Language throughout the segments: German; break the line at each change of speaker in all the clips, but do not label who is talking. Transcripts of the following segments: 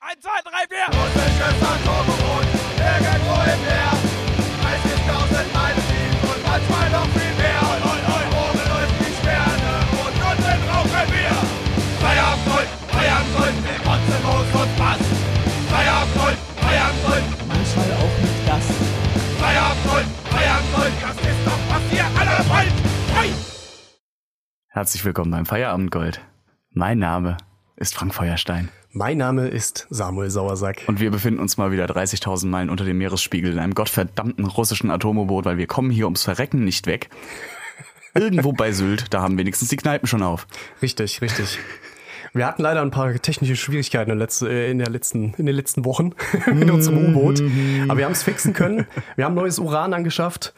1, 2, 3, 4.
Und ich öfter Turbo-Rot, irgendwo im Meer. 30.000 Meilen und manchmal noch viel mehr. Und oben läuft die Sterne und unten rauchen wir. Feierabendgold, Feierabendgold, wir kotzen los und Spaß. Feierabendgold, Feierabendgold,
Manchmal auch nicht das.
Feierabendgold, Feierabendgold, das ist doch was ihr alle wollt. Hey!
Herzlich willkommen beim Feierabendgold. Mein Name ist Frank Feuerstein
Mein Name ist Samuel Sauersack.
und wir befinden uns mal wieder 30.000 Meilen unter dem Meeresspiegel in einem gottverdammten russischen Atomboot, weil wir kommen hier ums Verrecken nicht weg. Irgendwo bei Sylt, da haben wenigstens die Kneipen schon auf.
Richtig, richtig. Wir hatten leider ein paar technische Schwierigkeiten in, letzte, äh, in, der letzten, in den letzten Wochen mit unserem U-Boot. Aber wir haben es fixen können. Wir haben neues Uran angeschafft.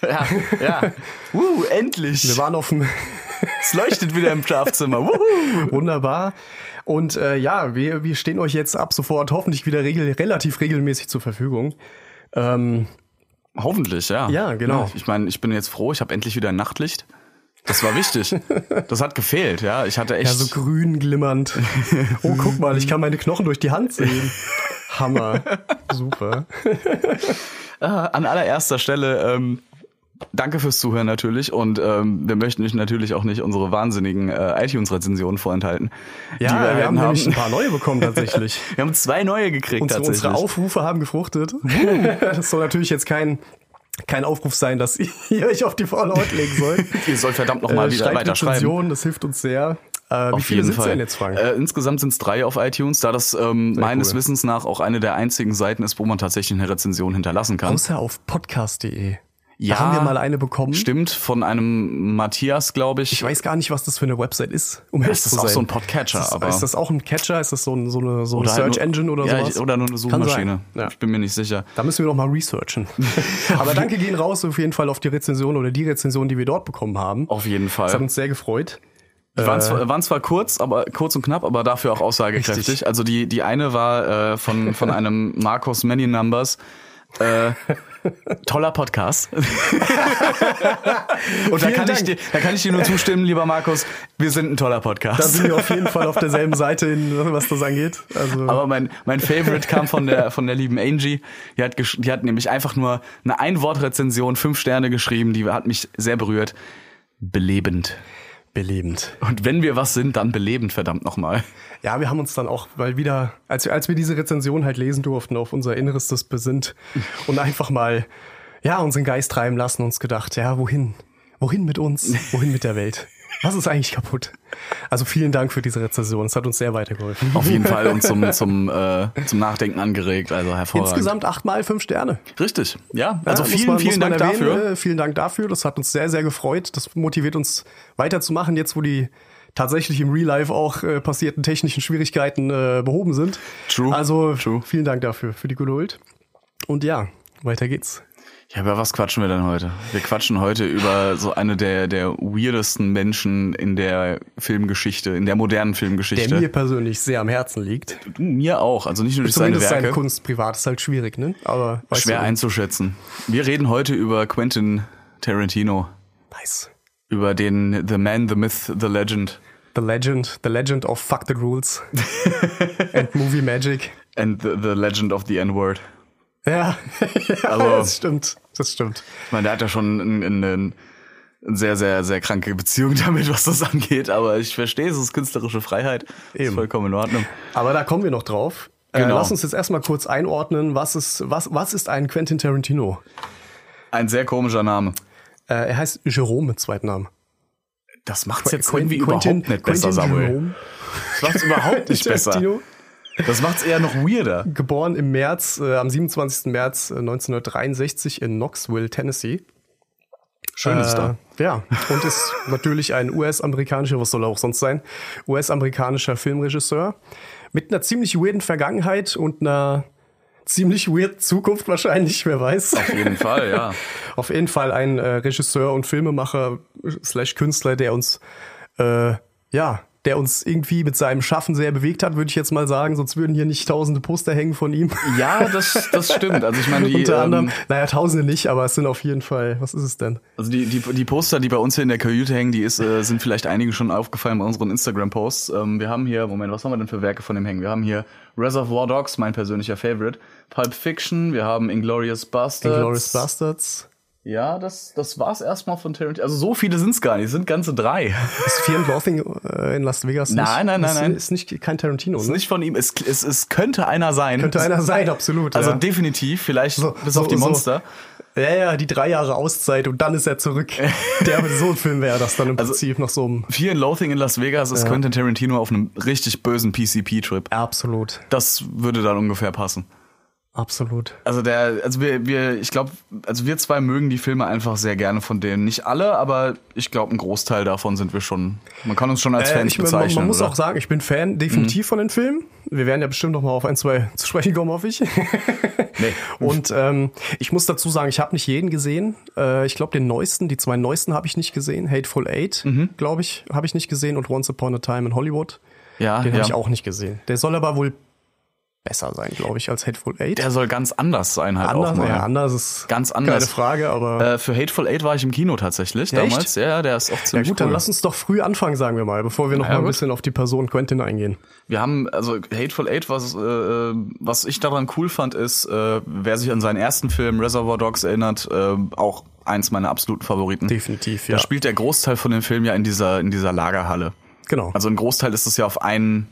Ja, ja. Uh, endlich.
Wir waren auf dem
es leuchtet wieder im Schlafzimmer. Wuhu.
Wunderbar. Und äh, ja, wir, wir stehen euch jetzt ab sofort hoffentlich wieder regel, relativ regelmäßig zur Verfügung. Ähm,
Hoffentlich, ja.
Ja, genau.
ich meine, ich bin jetzt froh, ich habe endlich wieder ein Nachtlicht. Das war wichtig. Das hat gefehlt, ja. Ich hatte echt.
ja, so grün glimmernd. Oh, guck mal, ich kann meine Knochen durch die Hand sehen. Hammer. Super.
Ah, an allererster Stelle ähm, danke fürs Zuhören natürlich und ähm, wir möchten euch natürlich auch nicht unsere wahnsinnigen äh, iTunes-Rezensionen vorenthalten.
Ja,
die
wir, haben
erhalten
nämlich ein paar neue bekommen tatsächlich.
wir haben zwei neue gekriegt
Und so
tatsächlich. Uh.
unsere Aufrufe haben gefruchtet. Das soll natürlich jetzt kein, kein Aufruf sein, dass ihr euch auf die faule Haut legen sollt.
Ihr sollt verdammt nochmal
Äh,
wieder
schreibt
weiter schreiben.
Rezensionen, das hilft uns sehr. Äh, wie
Auf
viele
jeden
sind
Fall.
denn jetzt, Frank?
Äh, insgesamt sind es drei auf iTunes, da das ähm, meines
cool.
Wissens nach auch eine der einzigen Seiten ist, wo man tatsächlich eine Rezension hinterlassen kann.
Außer auf podcast.de.
Ja,
da haben wir mal eine bekommen.
Stimmt, von einem Matthias, glaube ich.
Ich weiß gar nicht, was das für eine Website ist. Um ehrlich
das
zu
ist auch
sein.
so ein Podcatcher,
Ist das,
aber-
ist das auch ein Catcher? Ist das so, ein, so eine, so eine
Oder halt
Search
nur-
Engine oder
ja,
sowas?
ich- Oder nur eine Suchmaschine.
Kann sein. Ja.
Ich bin mir nicht sicher.
Da müssen wir noch mal researchen. Aber danke gehen raus auf jeden Fall auf die Rezension oder die Rezension, die wir dort bekommen haben.
Auf jeden Fall.
Das hat uns sehr gefreut.
Die waren zwar, waren zwar kurz, aber kurz und knapp, aber dafür auch aussagekräftig.
Äh. Richtig.
Also die, die eine war äh, von, von einem Markus Many Numbers. Äh, toller Podcast. und da
Vielen
kann, ich
Dank.
dir, da kann ich dir nur zustimmen, lieber Markus. Wir sind ein toller Podcast.
Da sind wir auf jeden Fall auf derselben Seite, in, was das angeht. Also
Aber mein, mein Favorite kam von der, von der lieben Angie. Die hat, gesch- die hat nämlich einfach nur eine Einwortrezension, fünf Sterne geschrieben. Die hat mich sehr berührt. Belebend.
belebend.
Und wenn wir was sind, dann belebend, verdammt nochmal.
Ja, wir haben uns dann auch, weil wieder, als wir, als wir diese Rezension halt lesen durften, auf unser Innerstes besinnt und einfach mal, ja, unseren Geist treiben lassen, uns gedacht, ja, wohin? Wohin mit uns? Wohin mit der Welt? Was ist eigentlich kaputt? Also vielen Dank für diese Rezension. Es hat uns sehr weitergeholfen.
Auf jeden Fall und zum, zum, äh, zum Nachdenken angeregt, also hervorragend.
Insgesamt achtmal fünf Sterne.
Richtig, ja. Also
Ja, muss
vielen,
man- muss
vielen
man
Dank
erwähnen.
dafür.
Äh, Vielen Dank dafür. Das hat uns sehr, sehr gefreut. Das motiviert uns weiterzumachen, jetzt wo die tatsächlich im Real Life auch äh, passierten technischen Schwierigkeiten äh, behoben sind.
True,
Also
true.
vielen Dank dafür, für die Geduld. Und ja, weiter geht's.
Ja, über was quatschen wir denn heute? Wir quatschen heute über so eine der, der weirdesten Menschen in der Filmgeschichte, in der modernen
Der
Filmgeschichte.
mir persönlich sehr am Herzen liegt.
Du, mir auch, also nicht nur durch seine
Zumindest seine
Werke.
Kunst privat ist halt schwierig, ne? Aber weißt
schwer
du,
einzuschätzen. Wir reden heute über Quentin Tarantino,
nice.
über den The Man, The Myth, The Legend
The Legend, The Legend of Fuck the Rules and Movie Magic.
and The, the Legend of the N-Word.
Ja,
Also-
das stimmt, das stimmt.
Ich meine, der hat ja schon einen, einen, einen sehr, sehr, sehr kranke Beziehung damit, was das angeht, aber ich verstehe, es ist künstlerische Freiheit. Ist
Eben.
vollkommen in Ordnung.
Aber da kommen wir noch drauf. Äh,
Genau.
lass uns jetzt erstmal kurz einordnen, was ist, was, was ist ein Quentin Tarantino?
Ein sehr komischer Name.
Äh, er heißt Jerome mit Zweitnamen.
Das macht's jetzt
Quen-
irgendwie überhaupt nicht besser, Samuel.
Jerome
Das macht's überhaupt nicht besser.
Tarantino,
Das macht's eher noch weirder.
geboren im März, äh, am 27. März äh, 1963 in Knoxville, Tennessee.
Schönes
äh,
da.
Ja, und ist natürlich ein US-amerikanischer, was soll er auch sonst sein, US-amerikanischer Filmregisseur mit einer ziemlich weirden Vergangenheit und einer ziemlich weird Zukunft wahrscheinlich, wer weiß.
Auf jeden Fall, ja.
Auf jeden Fall ein äh, Regisseur und Filmemacher slash Künstler, der uns äh, ja der uns irgendwie mit seinem Schaffen sehr bewegt hat, würde ich jetzt mal sagen. Sonst würden hier nicht tausende Poster hängen von ihm.
Ja, das, das stimmt. Also ich meine, die,
Unter anderem,
ähm,
naja, tausende nicht, aber es sind auf jeden Fall, was ist es denn?
also die, die, die Poster, die bei uns hier in der Kajüte hängen, die ist, äh, sind vielleicht einigen schon aufgefallen bei unseren Instagram-Posts. Ähm, wir haben hier, Moment, was haben wir denn für Werke von dem hängen? Wir haben hier Reservoir Dogs, mein persönlicher Favorite, Pulp Fiction, wir haben Inglorious Bastards.
Glorious Bastards.
Ja, das, das war's erstmal von Tarantino. Also so viele sind's gar nicht, es sind ganze drei.
Ist Fear and Loathing äh, in Las Vegas nicht?
Nein, nein, nein,
ist,
nein.
Ist nicht kein Tarantino,
Ist
ne?
nicht von ihm, es, es, es könnte einer sein.
Könnte einer sein, absolut.
Also
ja.
definitiv, vielleicht
So,
bis
so,
auf die
so.
Monster.
Ja, ja, die drei Jahre Auszeit und dann ist er zurück. Der so ein Film wäre das dann
Also
im Prinzip nach so einem.
Fear and Loathing in Las Vegas ist Quentin Tarantino auf einem richtig bösen PCP-Trip.
Absolut,
Das würde dann ungefähr passen.
absolut.
Also der, also wir, wir, ich glaube, also wir zwei mögen die Filme einfach sehr gerne von denen. Nicht alle, aber ich glaube, ein Großteil davon sind wir schon. Man kann uns schon als
Äh,
Fans
ich, man,
bezeichnen.
man muss
oder? Mhm.
auch sagen, ich bin Fan definitiv von den Filmen. Wir werden ja bestimmt noch mal auf ein, zwei zu sprechen kommen, hoffe ich.
Nee.
Und ähm, ich muss dazu sagen, ich habe nicht jeden gesehen. Äh, ich glaube, den neuesten, die zwei neuesten habe ich nicht gesehen. Hateful Eight,
Mhm.
glaube ich, habe ich nicht gesehen. Und Once Upon a Time in Hollywood,
ja,
Ah, den
ja.
habe ich auch nicht gesehen. Der soll aber wohl besser sein, glaube ich, als Hateful Eight.
Der soll ganz anders sein halt auch
anders,
mal.
ja, anders ist
Ganz anders.
Keine Frage, aber
Äh, für Hateful Eight war ich im Kino tatsächlich
Echt?
damals. Ja, Ja, der ist auch
Ja
ziemlich
gut,
cool.
dann lass uns doch früh anfangen, sagen wir mal, bevor wir noch
Ja,
mal ein
gut.
bisschen auf die Person Quentin eingehen.
Wir haben, also Hateful Eight, was, äh, was ich daran cool fand, ist, äh, wer sich an seinen ersten Film Reservoir Dogs erinnert, äh, auch eins meiner absoluten Favoriten.
Definitiv,
Da spielt der Großteil von dem Film ja in dieser, in dieser Lagerhalle.
Genau.
Also ein Großteil ist es ja auf einen,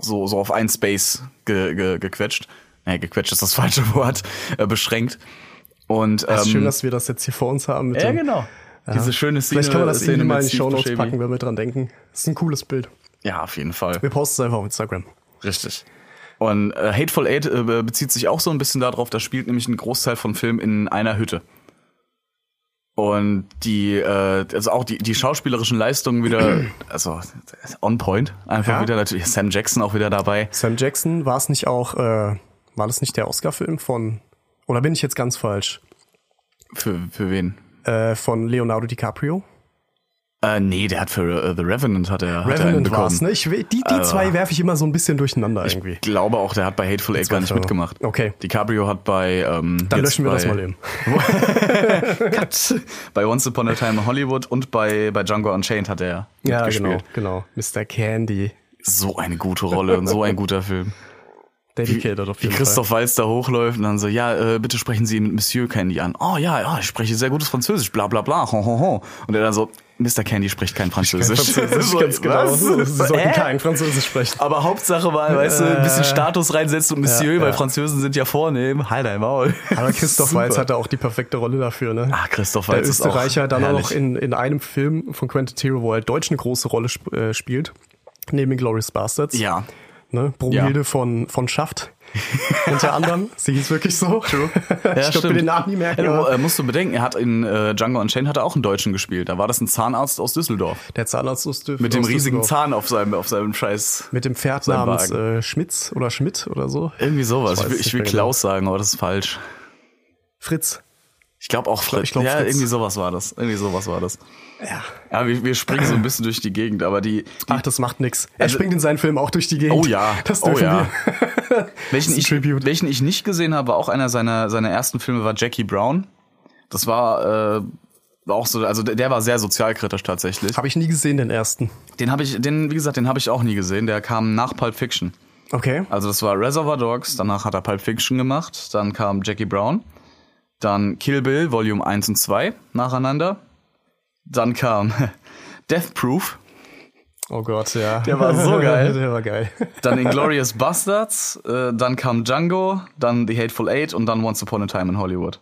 so, so auf einen Space ge, ge, gequetscht. Nee, gequetscht ist das falsche Wort, äh, beschränkt. Und, ähm,
es ist schön, dass wir das jetzt hier vor uns haben. Mit
ja,
dem,
genau. Diese schöne Szene.
vielleicht kann man das
Szene
irgendwie
mit
mal in die
Steve
Shownotes
Buscemi.
packen, wenn wir dran denken. Das ist ein cooles Bild.
Ja, auf jeden Fall.
Wir posten es einfach auf Instagram.
Richtig. Und äh, Hateful Eight äh, bezieht sich auch so ein bisschen darauf, da spielt nämlich ein Großteil von Film in einer Hütte. Und die, äh, also auch die, die schauspielerischen Leistungen wieder, also on point, einfach
Ja.
wieder natürlich. Sam Jackson auch wieder dabei.
Sam Jackson, war es nicht auch, äh, war das nicht der Oscar-Film von, oder bin ich jetzt ganz falsch,
Für, für wen?
äh, von Leonardo DiCaprio?
Äh, nee, der hat für äh, The Revenant hat er, hat er einen
Revenant war
bekommen.
es, ne? Ich, will- die die zwei werfe ich immer so ein bisschen durcheinander irgendwie.
Ich glaube auch, der hat bei Hateful Eight gar nicht
Zweifel.
mitgemacht.
Okay.
DiCaprio hat bei ähm,
Dann
jetzt
löschen wir
bei,
das mal eben.
Cut. bei Once Upon a Time in Hollywood und bei, bei Django Unchained hat er
Ja,
mitgespielt.
genau, genau. Mr. Candy.
so eine gute Rolle und so ein guter Film.
Dedicated auf
Wie
jeden Fall.
Christoph Walz da hochläuft und dann so, ja, äh, bitte sprechen Sie mit Monsieur Candy an. Oh ja, ja, ich spreche sehr gutes Französisch, bla bla bla, ho, ho, ho. Und er dann so, Mr. Candy spricht kein Französisch.
Französisch,
So,
ganz genau.
was?
Sie sollten
Hä? Ah,
kein Französisch sprechen.
Aber Hauptsache war, weißt du, ein bisschen Status reinsetzt und Monsieur,
Äh. ja.
weil Französen sind ja vornehm. Halt dein Maul.
Aber Christoph
Super.
Walz hatte auch die perfekte Rolle dafür, ne?
Ah, Christoph
Der
Walz ist auch
Österreicher dann auch noch
herrlich.
in, in einem Film von Quentin Tarantino, wo er Deutsch eine große Rolle sp äh, spielt. Neben Glorious Bastards.
Ja.
Ne? Bromhilde
Ja.
von, von Schaft. Unter anderem. Sie hieß wirklich so. True. ich konnte mir
stimmt.
den Namen nie merken.
Ja, du,
aber
äh, musst du bedenken, er hat in äh, Django Unchained hat er auch einen Deutschen gespielt. Da war das ein Zahnarzt aus Düsseldorf.
der Zahnarzt aus Dürf
Mit dem riesigen Zahn auf seinem, auf seinem Scheiß.
Mit dem Pferd
seinem
namens
Wagen.
äh, Schmitz oder Schmidt oder so.
Irgendwie
Ich
sowas. Ich,
weiß
will-
nicht
ich will
mehr genau.
Klaus sagen, aber das ist falsch.
Fritz.
Ich glaube auch Fritz.
ich glaub,
ja,
Fritz.
irgendwie sowas war das. Irgendwie sowas war das.
Ja.
Ja, wir, wir springen so ein bisschen durch die Gegend, aber die, die
Ach, das macht nix. Er
Also-
springt in seinen Film auch durch die Gegend.
Oh ja,
Das
oh
dürfen
ja.
wir.
Welchen
Das
ich,
ist ein Tribute.
welchen ich nicht gesehen habe, war auch einer seiner, seiner ersten Filme, war Jackie Brown. Das war äh, auch so, also der, der war sehr sozialkritisch tatsächlich.
Habe ich nie gesehen, den ersten.
Den habe ich, den, wie gesagt, den habe ich auch nie gesehen. Der kam nach Pulp Fiction.
Okay.
Also das war Reservoir Dogs, danach hat er Pulp Fiction gemacht, dann kam Jackie Brown, dann Kill Bill Volume 1 und 2 nacheinander, dann kam Death Proof,
Oh Gott, ja.
Der war so geil.
Der war geil.
dann Inglorious Bastards, äh, dann kam Django, dann The Hateful Eight und dann Once Upon a Time in Hollywood.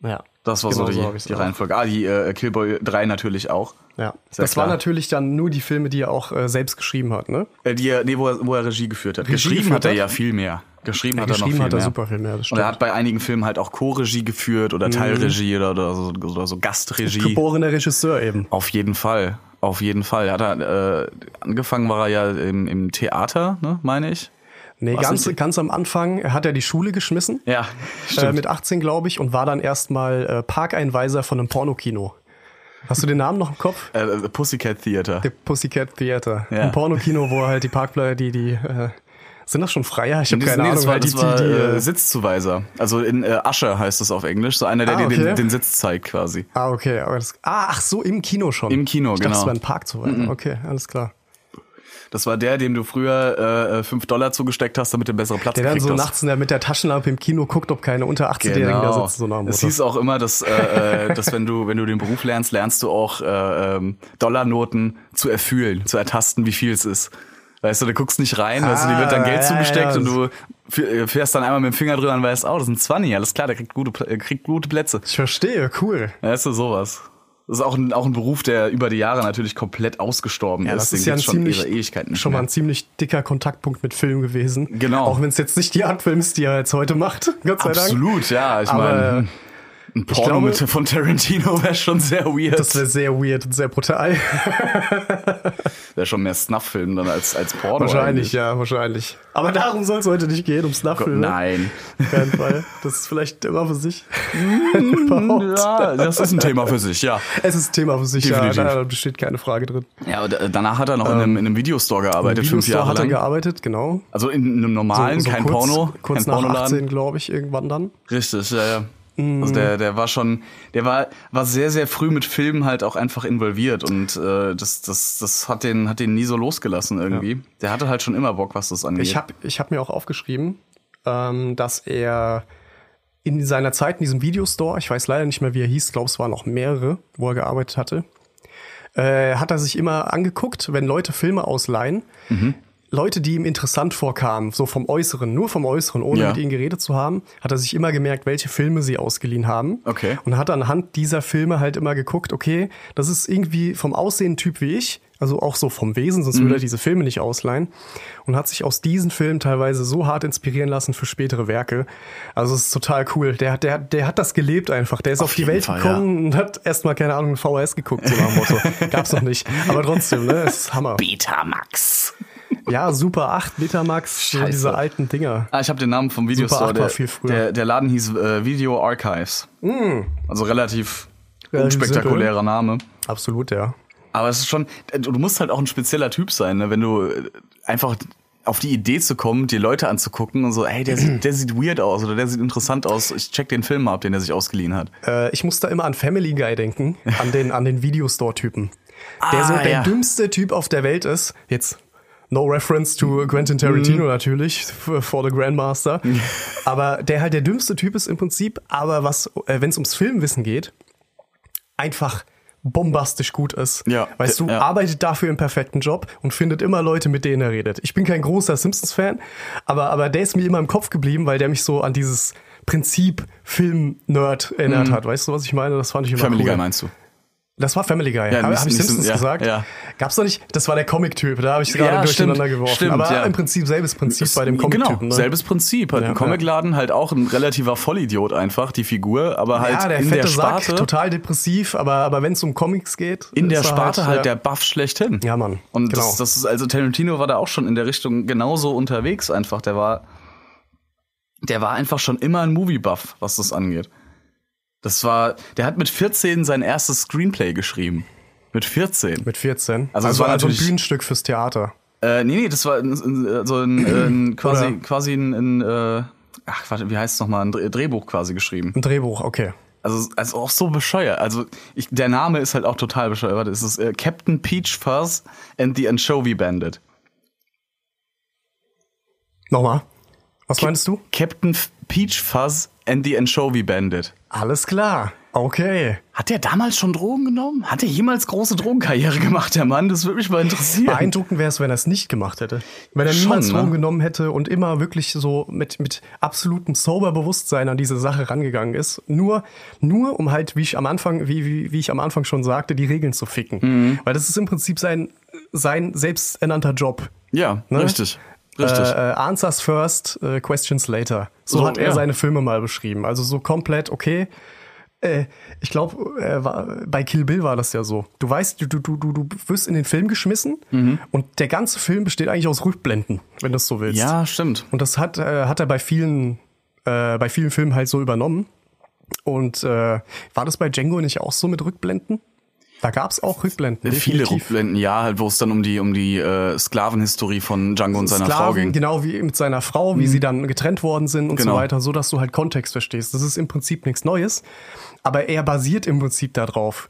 Ja.
Das war
Genau
so die,
hab ich's
die
auch.
Reihenfolge. Ah, die äh, Killboy 3 natürlich auch.
Ja.
Sehr
Das
klar.
waren natürlich dann nur die Filme, die er auch äh, selbst geschrieben hat, ne?
Äh, die, er- nee, wo er, wo er Regie geführt hat.
Regie
geschrieben
geführt
hat er
hat?
ja viel mehr. Geschrieben hat er noch
geschrieben
viel
hat er
mehr.
super viel mehr, das
Und er
stimmt. Mhm.
hat bei einigen Filmen halt auch Co-Regie geführt oder Teilregie oder, oder, so, oder so Gastregie.
Geborener Regisseur eben.
Auf jeden Fall. Auf jeden Fall. Er Hat er, äh, angefangen war er ja im, im Theater, ne, meine ich.
Nee,
Was
ganz,
nicht-
ganz am Anfang hat er die Schule geschmissen.
Ja,
Äh,
stimmt.
mit 18, glaube ich, und war dann erstmal äh, Parkeinweiser von einem Pornokino. Hast du den Namen noch im Kopf?
Äh, The Pussycat Theater.
The Pussycat Theater.
Ja.
Ein Pornokino, wo halt die Parkplätze, die, die, äh, sind das schon Freier? Ich habe
Nee,
keine
nee,
Ahnung,
das war,
halt die,
das war
die, die,
äh,
äh,
Sitzzuweiser. Also in äh, Asche heißt das auf Englisch. So einer, der
Ah,
dir den,
okay.
den Sitz zeigt quasi.
Ah, okay. Aber das, ah, ach so, im Kino schon.
Im Kino,
ich
genau.
Dachte, das war ein Park zu weit. Okay, alles klar.
Das war der, dem du früher äh, 5 Dollar zugesteckt hast, damit du einen besseren Platz
Der dann
gekriegt
so
hast. Genau.
nachts in der, mit der Taschenlampe im Kino guckt, ob keine unter 18-Jährigen da sitzen, so nach dem
es
Motto.
hieß auch immer, dass, äh, äh, dass wenn du wenn du den Beruf lernst, lernst du auch äh, ähm, Dollarnoten zu erfühlen, zu ertasten, wie viel es ist. Weißt du, du guckst nicht rein, weißt du, dir wird dann Geld
Ah, ja,
zugesteckt
ja.
und du f- äh, fährst dann einmal mit dem Finger drüber und weißt, oh, das sind 20, alles klar, der kriegt gute, Pl- äh, kriegt gute Plätze.
Ich verstehe, cool.
Weißt du, sowas. Das ist auch ein, auch ein Beruf, der über die Jahre natürlich komplett ausgestorben ist.
Das
Den
ist ja ein
gibt's schon
ziemlich,
ihre Ewigkeiten nicht
schon mal
mehr.
ein ziemlich dicker Kontaktpunkt mit Film gewesen.
Genau.
Auch wenn es jetzt nicht die Art Film ist, die er jetzt heute macht. Gott sei Dank.
Absolut, ja. Ich
Aber,
meine, hm, ein Porno
glaube-
mit, von Tarantino wäre schon sehr weird.
Das wäre sehr weird und sehr brutal.
Oh, Wäre schon mehr Snuff-Film dann als, als Porno.
wahrscheinlich, ja, wahrscheinlich. Aber darum soll es heute nicht gehen, um
Gott,
Snuffle.
nein.
Auf keinen Fall. Das ist vielleicht immer für sich. Überhaupt.
Hm, Ja, das ist ein Thema für sich, ja.
Es ist Thema für sich, ja,
Definitiv.
da besteht keine Frage drin.
Ja, und äh, danach hat er noch in, einem, in einem Videostore gearbeitet, fünf
Ähm, Videostore
Jahre
hat er
lang.
gearbeitet, genau.
Also in einem normalen, kein
kurz,
Porno,
Kurz
kein
nach
Pornoladen.
18, glaube ich, irgendwann dann.
Richtig, ja, ja.
Mm.
Also der, der war schon, der war, war sehr, sehr früh mit Filmen halt auch einfach involviert und äh, das, das, das hat den, hat den nie so losgelassen irgendwie. Der hatte halt schon immer Bock, was das angeht.
Ich habe ich hab mir auch aufgeschrieben, ähm, dass er in seiner Zeit in diesem Videostore, ich weiß leider nicht mehr, wie er hieß, glaube es waren noch mehrere, wo er gearbeitet hatte, äh, hat er sich immer angeguckt, wenn Leute Filme ausleihen, Leute, die ihm interessant vorkamen, so vom Äußeren, nur vom Äußeren, ohne
Ja.
mit ihnen geredet zu haben, hat er sich immer gemerkt, welche Filme sie ausgeliehen haben.
Okay.
Und hat anhand dieser Filme halt immer geguckt, okay, das ist irgendwie vom Aussehen ein Typ wie ich, also auch so vom Wesen,
Mhm.
sonst würde er diese Filme nicht ausleihen. Und hat sich aus diesen Filmen teilweise so hart inspirieren lassen für spätere Werke. Also es ist total cool. Der, hat- der, hat- der hat das gelebt einfach. Der ist auf, die
jeden
Welt
Fall,
gekommen und hat erstmal, keine Ahnung, VHS geguckt, so nach dem Motto. Gab's noch nicht. Aber trotzdem, ne? Es ist Hammer.
Betamax.
Ja, Super 8, Betamax, so
Scheiße.
diese alten Dinger.
Ah, ich habe den Namen vom Videostore.
Super 8 war
Der,
viel früher. Mm.
der, der Laden hieß äh, Video Archives. Also relativ
Relativ
unspektakulärer Name.
Absolut, ja.
Aber es ist schon, du musst halt auch ein spezieller Typ sein, ne? wenn du äh, einfach auf die Idee zu kommen, dir Leute anzugucken und so, ey, der sieht, der sieht weird aus oder der sieht interessant aus. Ich check den Film mal ab, den er sich ausgeliehen hat.
Äh, ich muss da immer an Family Guy denken, an den, an den Videostore-Typen. Der so
Ah,
der
ja.
dümmste Typ auf der Welt ist. Jetzt. No reference to Quentin Tarantino
Mhm.
natürlich, f- for the Grandmaster. aber der halt der dümmste Typ ist im Prinzip, aber was, äh, wenn es ums Filmwissen geht, einfach bombastisch gut ist.
Ja.
Weißt du,
Ja.
arbeitet dafür einen perfekten Job und findet immer Leute, mit denen er redet. Ich bin kein großer Simpsons-Fan, aber, aber der ist mir immer im Kopf geblieben, weil der mich so an dieses Prinzip Film-Nerd erinnert hat. Weißt du, was ich meine? Das fand ich immer
Mhm. Family
cool.
Guy meinst du?
Das war Family Guy. Ja, habe
nicht-
hab ich
nicht
Simpsons
so- ja,
gesagt?
ja.
Gab's doch nicht? Das war der Comic-Typ, da habe ich gerade
Ja, stimmt,
durcheinander geworfen.
stimmt,
aber
ja.
im Prinzip selbes Prinzip bei dem Comic-Typen.
Genau,
ne?
selbes Prinzip. Hat
Ja,
ein Comicladen halt auch ein relativer Vollidiot einfach, die Figur, aber halt
ja, der
in
fette
der Sparte.
Sack, total depressiv, aber, aber wenn es um Comics geht.
in der
ist er
Sparte halt,
ja.
der Buff schlechthin.
Ja, Mann.
Und
Genau.
das, das ist, also Tarantino war da auch schon in der Richtung genauso unterwegs einfach. Der war, der war einfach schon immer ein Movie-Buff, was das angeht. Das war, der hat mit 14 sein erstes Screenplay geschrieben. Mit 14.
Mit 14.
Also es war
ein
natürlich-
Bühnenstück fürs Theater.
Äh, nee, nee, das war ein- ein- so ein, äh, ein quasi,
Oder-
quasi ein, ein äh, ach, warte, wie heißt es nochmal, ein Dre- Drehbuch quasi geschrieben.
Ein Drehbuch, okay.
Also, also auch so bescheuert. Also ich, der Name ist halt auch total bescheuert. Warte, es ist äh, Captain Peach Fuzz and the Anchovy Bandit.
Nochmal. Was meinst du?
Captain F- Peach Fuzz and the Anchovy Bandit.
Alles klar. Okay.
Hat der damals schon Drogen genommen? Hat er jemals große Drogenkarriere gemacht, der Mann? Das würde mich mal interessieren.
Beeindruckend wäre es, wenn er es nicht gemacht hätte. Wenn er
Schon,
niemals
ne?
Drogen genommen hätte und immer wirklich so mit, mit absolutem Soberbewusstsein an diese Sache rangegangen ist. Nur, nur um halt, wie ich am Anfang, wie, wie, wie ich am Anfang schon sagte, die Regeln zu ficken.
Mhm.
Weil das ist im Prinzip sein, sein selbsternannter Job.
Ja,
Ne?
richtig. Richtig.
Äh, äh, answers first, äh, questions later. So,
So,
hat er
ja.
seine Filme mal beschrieben. Also so komplett, okay. Äh, ich glaube, äh, war- bei Kill Bill war das ja so. Du weißt, du, du, du, du du wirst in den Film geschmissen
Mhm.
und der ganze Film besteht eigentlich aus Rückblenden, wenn du es so willst.
ja, stimmt.
Und das hat, äh, hat er bei vielen, äh, bei vielen Filmen halt so übernommen. Und äh, war das bei Django nicht auch so mit Rückblenden? Da gab es auch Rückblenden.
Viele
definitiv.
Rückblenden, ja, halt, wo es dann um die, um die äh, Sklavenhistorie von Django und seiner Frau ging. Mhm.
Genau wie mit seiner Frau, wie sie dann getrennt worden sind und
Genau.
so weiter, so dass du halt Kontext verstehst. Das ist im Prinzip nichts Neues, aber er basiert im Prinzip darauf.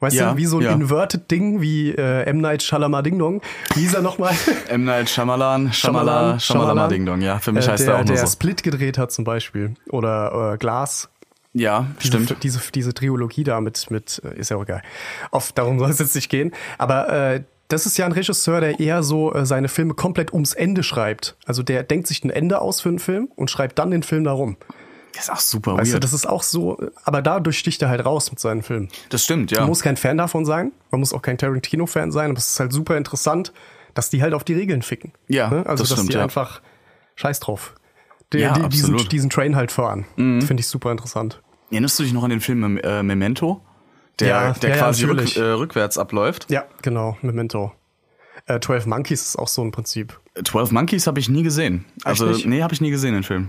Weißt
Ja,
du, wie so ein
ja.
inverted Ding, wie äh, M. Night Shyamalan Ding Dong. Wie hieß er nochmal?
M. Night Shyamalan, Shyamalan, Shyamalan, Ding Dong, ja. Für mich
äh,
heißt
der,
er auch nur
Der
so.
Split gedreht hat zum Beispiel. Oder äh, Glas.
Ja, stimmt.
Diese, diese Trilogie da mit, mit äh, ist ja auch egal. Auf, darum soll es jetzt nicht gehen. Aber äh, das ist ja ein Regisseur, der eher so äh, seine Filme komplett ums Ende schreibt. Also der denkt sich ein Ende aus für einen Film und schreibt dann den Film darum.
Das ist auch super
Weißt du,
weird.
das ist auch so, äh, aber dadurch sticht er halt raus mit seinen Filmen.
das stimmt, ja.
Man muss kein Fan davon sein, man muss auch kein Tarantino-Fan sein, aber es ist halt super interessant, dass die halt auf die Regeln ficken.
Ja,
Ne? Also
das
dass
stimmt,
die
ja.
einfach scheiß drauf. Die,
Ja,
die, diesen,
absolut. Mhm.
diesen Train halt fahren. Finde ich super interessant.
Erinnerst du dich noch an den Film äh, Memento? Der,
Ja,
der
ja, ja,
quasi rück,
natürlich.
äh, rückwärts abläuft.
Ja, genau, Memento. Äh, 12 Monkeys ist auch so ein Prinzip.
12 Monkeys habe ich nie gesehen. Also,
nicht?
nee, habe ich nie gesehen, den Film.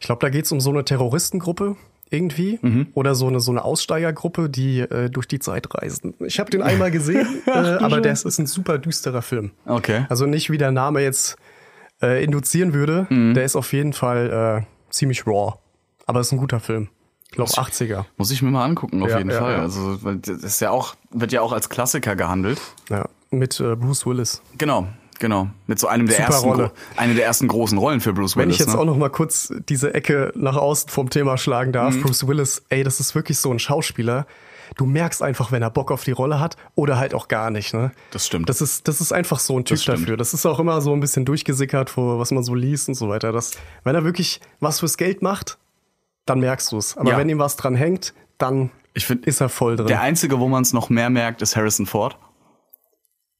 Ich glaube, da geht's um so eine Terroristengruppe irgendwie oder so eine, so eine Aussteigergruppe, die äh, durch die Zeit reisen. Ich habe den einmal gesehen, äh, aber das ist ein super düsterer Film.
Okay.
Also nicht wie der Name jetzt äh, induzieren würde, der ist auf jeden Fall äh, ziemlich raw. Aber ist ein guter Film. Ich glaube 80er.
Muss ich mir mal angucken, auf
Ja,
jeden
ja,
Fall.
ja.
Also, weil das ist ja auch, wird ja auch als Klassiker gehandelt.
Ja. Mit äh, Bruce Willis.
Genau, genau. Mit so einem der
Super
ersten,
Rolle.
gro- eine der ersten großen Rollen für Bruce Willis.
Wenn ich jetzt
ne?
auch noch mal Mhm. kurz diese Ecke nach außen vom Thema schlagen darf, Bruce Willis, ey, das ist wirklich so ein Schauspieler. Du merkst einfach, wenn er Bock auf die Rolle hat oder halt auch gar nicht, ne?
Das stimmt.
Das ist, das ist einfach so ein Typ
stimmt.
dafür. Das ist auch immer so ein bisschen durchgesickert, wo- was man so liest und so weiter. Dass, wenn er wirklich was fürs Geld macht, dann merkst du es. Aber
Ja.
wenn ihm was dran hängt, dann
ich finde,
ist er voll drin.
der einzige, wo man es noch mehr merkt, ist Harrison Ford.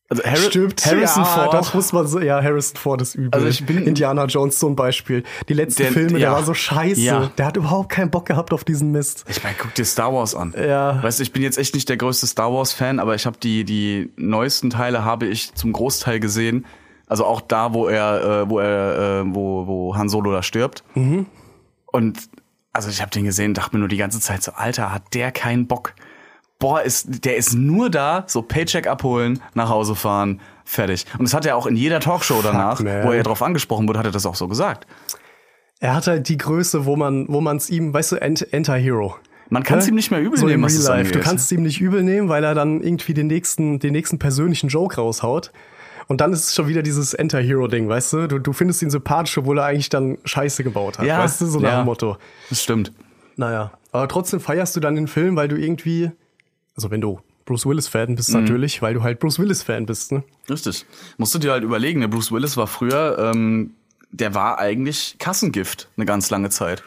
Also Harri- Harrison
ja,
Ford.
Das muss man so, ja, Harrison Ford ist übel.
Also ich bin-
Indiana Jones so ein Beispiel. Die letzten
Der-
Filme,
ja.
der war so scheiße.
Ja.
Der hat überhaupt keinen Bock gehabt auf diesen Mist.
Ich meine, guck dir Star Wars an.
Ja.
Weißt du, ich bin jetzt echt nicht der größte Star Wars Fan, aber ich habe die die neuesten Teile habe ich zum Großteil gesehen. Also auch da, wo er äh, wo er äh, wo wo Han Solo da stirbt. Mhm. Und also ich habe den gesehen, und dachte mir nur die ganze Zeit so, Alter, hat der keinen Bock. Boah, ist der ist nur da, so Paycheck abholen, nach Hause fahren, fertig. Und das hat er auch in jeder Talkshow danach,
man.
wo er drauf angesprochen wurde, hat er das auch so gesagt.
Er hat halt die Größe, wo man, wo man es ihm, weißt du, Ent- Anti-Hero.
Man kann's
Ne?
ihm nicht mehr übel
so
nehmen,
im
was
Real
es
Life. Du
angeht.
kannst es ihm nicht übel nehmen, weil er dann irgendwie den nächsten, den nächsten persönlichen Joke raushaut. Und dann ist es schon wieder dieses Anti-Hero-Ding, weißt du? du? Du findest ihn sympathisch, obwohl er eigentlich dann Scheiße gebaut hat. weißt du, so nach dem Motto.
Das stimmt.
Naja, aber trotzdem feierst du dann den Film, weil du irgendwie, also wenn du Bruce Willis-Fan bist natürlich, weil du halt Bruce Willis-Fan bist, ne?
Richtig. Musst du dir halt überlegen, der Bruce Willis war früher, ähm, der war eigentlich Kassengift eine ganz lange Zeit.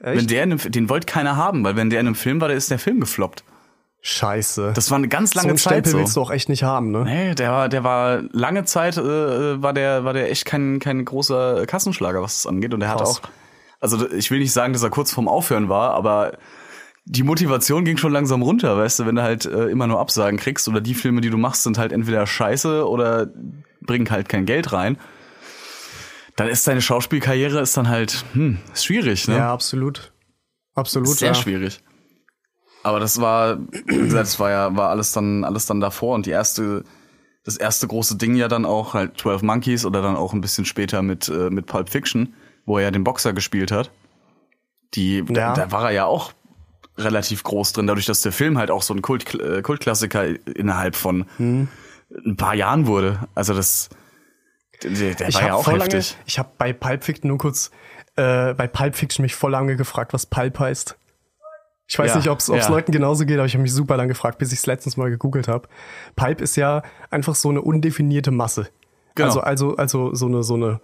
Wenn der in einem, den wollte keiner haben, weil wenn der in einem Film war, dann ist der Film gefloppt.
Scheiße.
Das war eine ganz lange
so einen
Zeit
Stempel
so.
willst du auch echt nicht haben, ne?
Nee, der war, der war lange Zeit, äh, war der, war der echt kein, kein großer Kassenschlager, was das angeht. Und er hat
Krass.
auch, also ich will nicht sagen, dass er kurz vorm Aufhören war, aber die Motivation ging schon langsam runter, weißt du, wenn du halt äh, immer nur Absagen kriegst oder die Filme, die du machst, sind halt entweder scheiße oder bringen halt kein Geld rein. Dann ist deine Schauspielkarriere ist dann halt hm, ist schwierig, ne?
Ja, absolut. Absolut,
Sehr
ja.
schwierig. Aber das war, wie gesagt, das war ja, war alles dann, alles dann davor und die erste, das erste große Ding ja dann auch halt 12 Monkeys oder dann auch ein bisschen später mit, äh, mit Pulp Fiction, wo er ja den Boxer gespielt hat. Die, da,
Ja.
da war er ja auch relativ groß drin, dadurch, dass der Film halt auch so ein Kult, äh, Kultklassiker innerhalb von ein paar Jahren wurde. Also das, der, der
Ich
war ja
habe
auch
voll
heftig.
lange, ich habe bei Pulp Fiction nur kurz, äh, bei Pulp Fiction mich voll lange gefragt, was Pulp heißt. Ich weiß
Ja,
nicht, ob es ob's
ja.
Leuten genauso geht, aber ich habe mich super lange gefragt, bis ich es letztens mal gegoogelt habe. Pulp ist ja einfach so eine undefinierte Masse.
Genau.
Also, also, also so eine, so eine,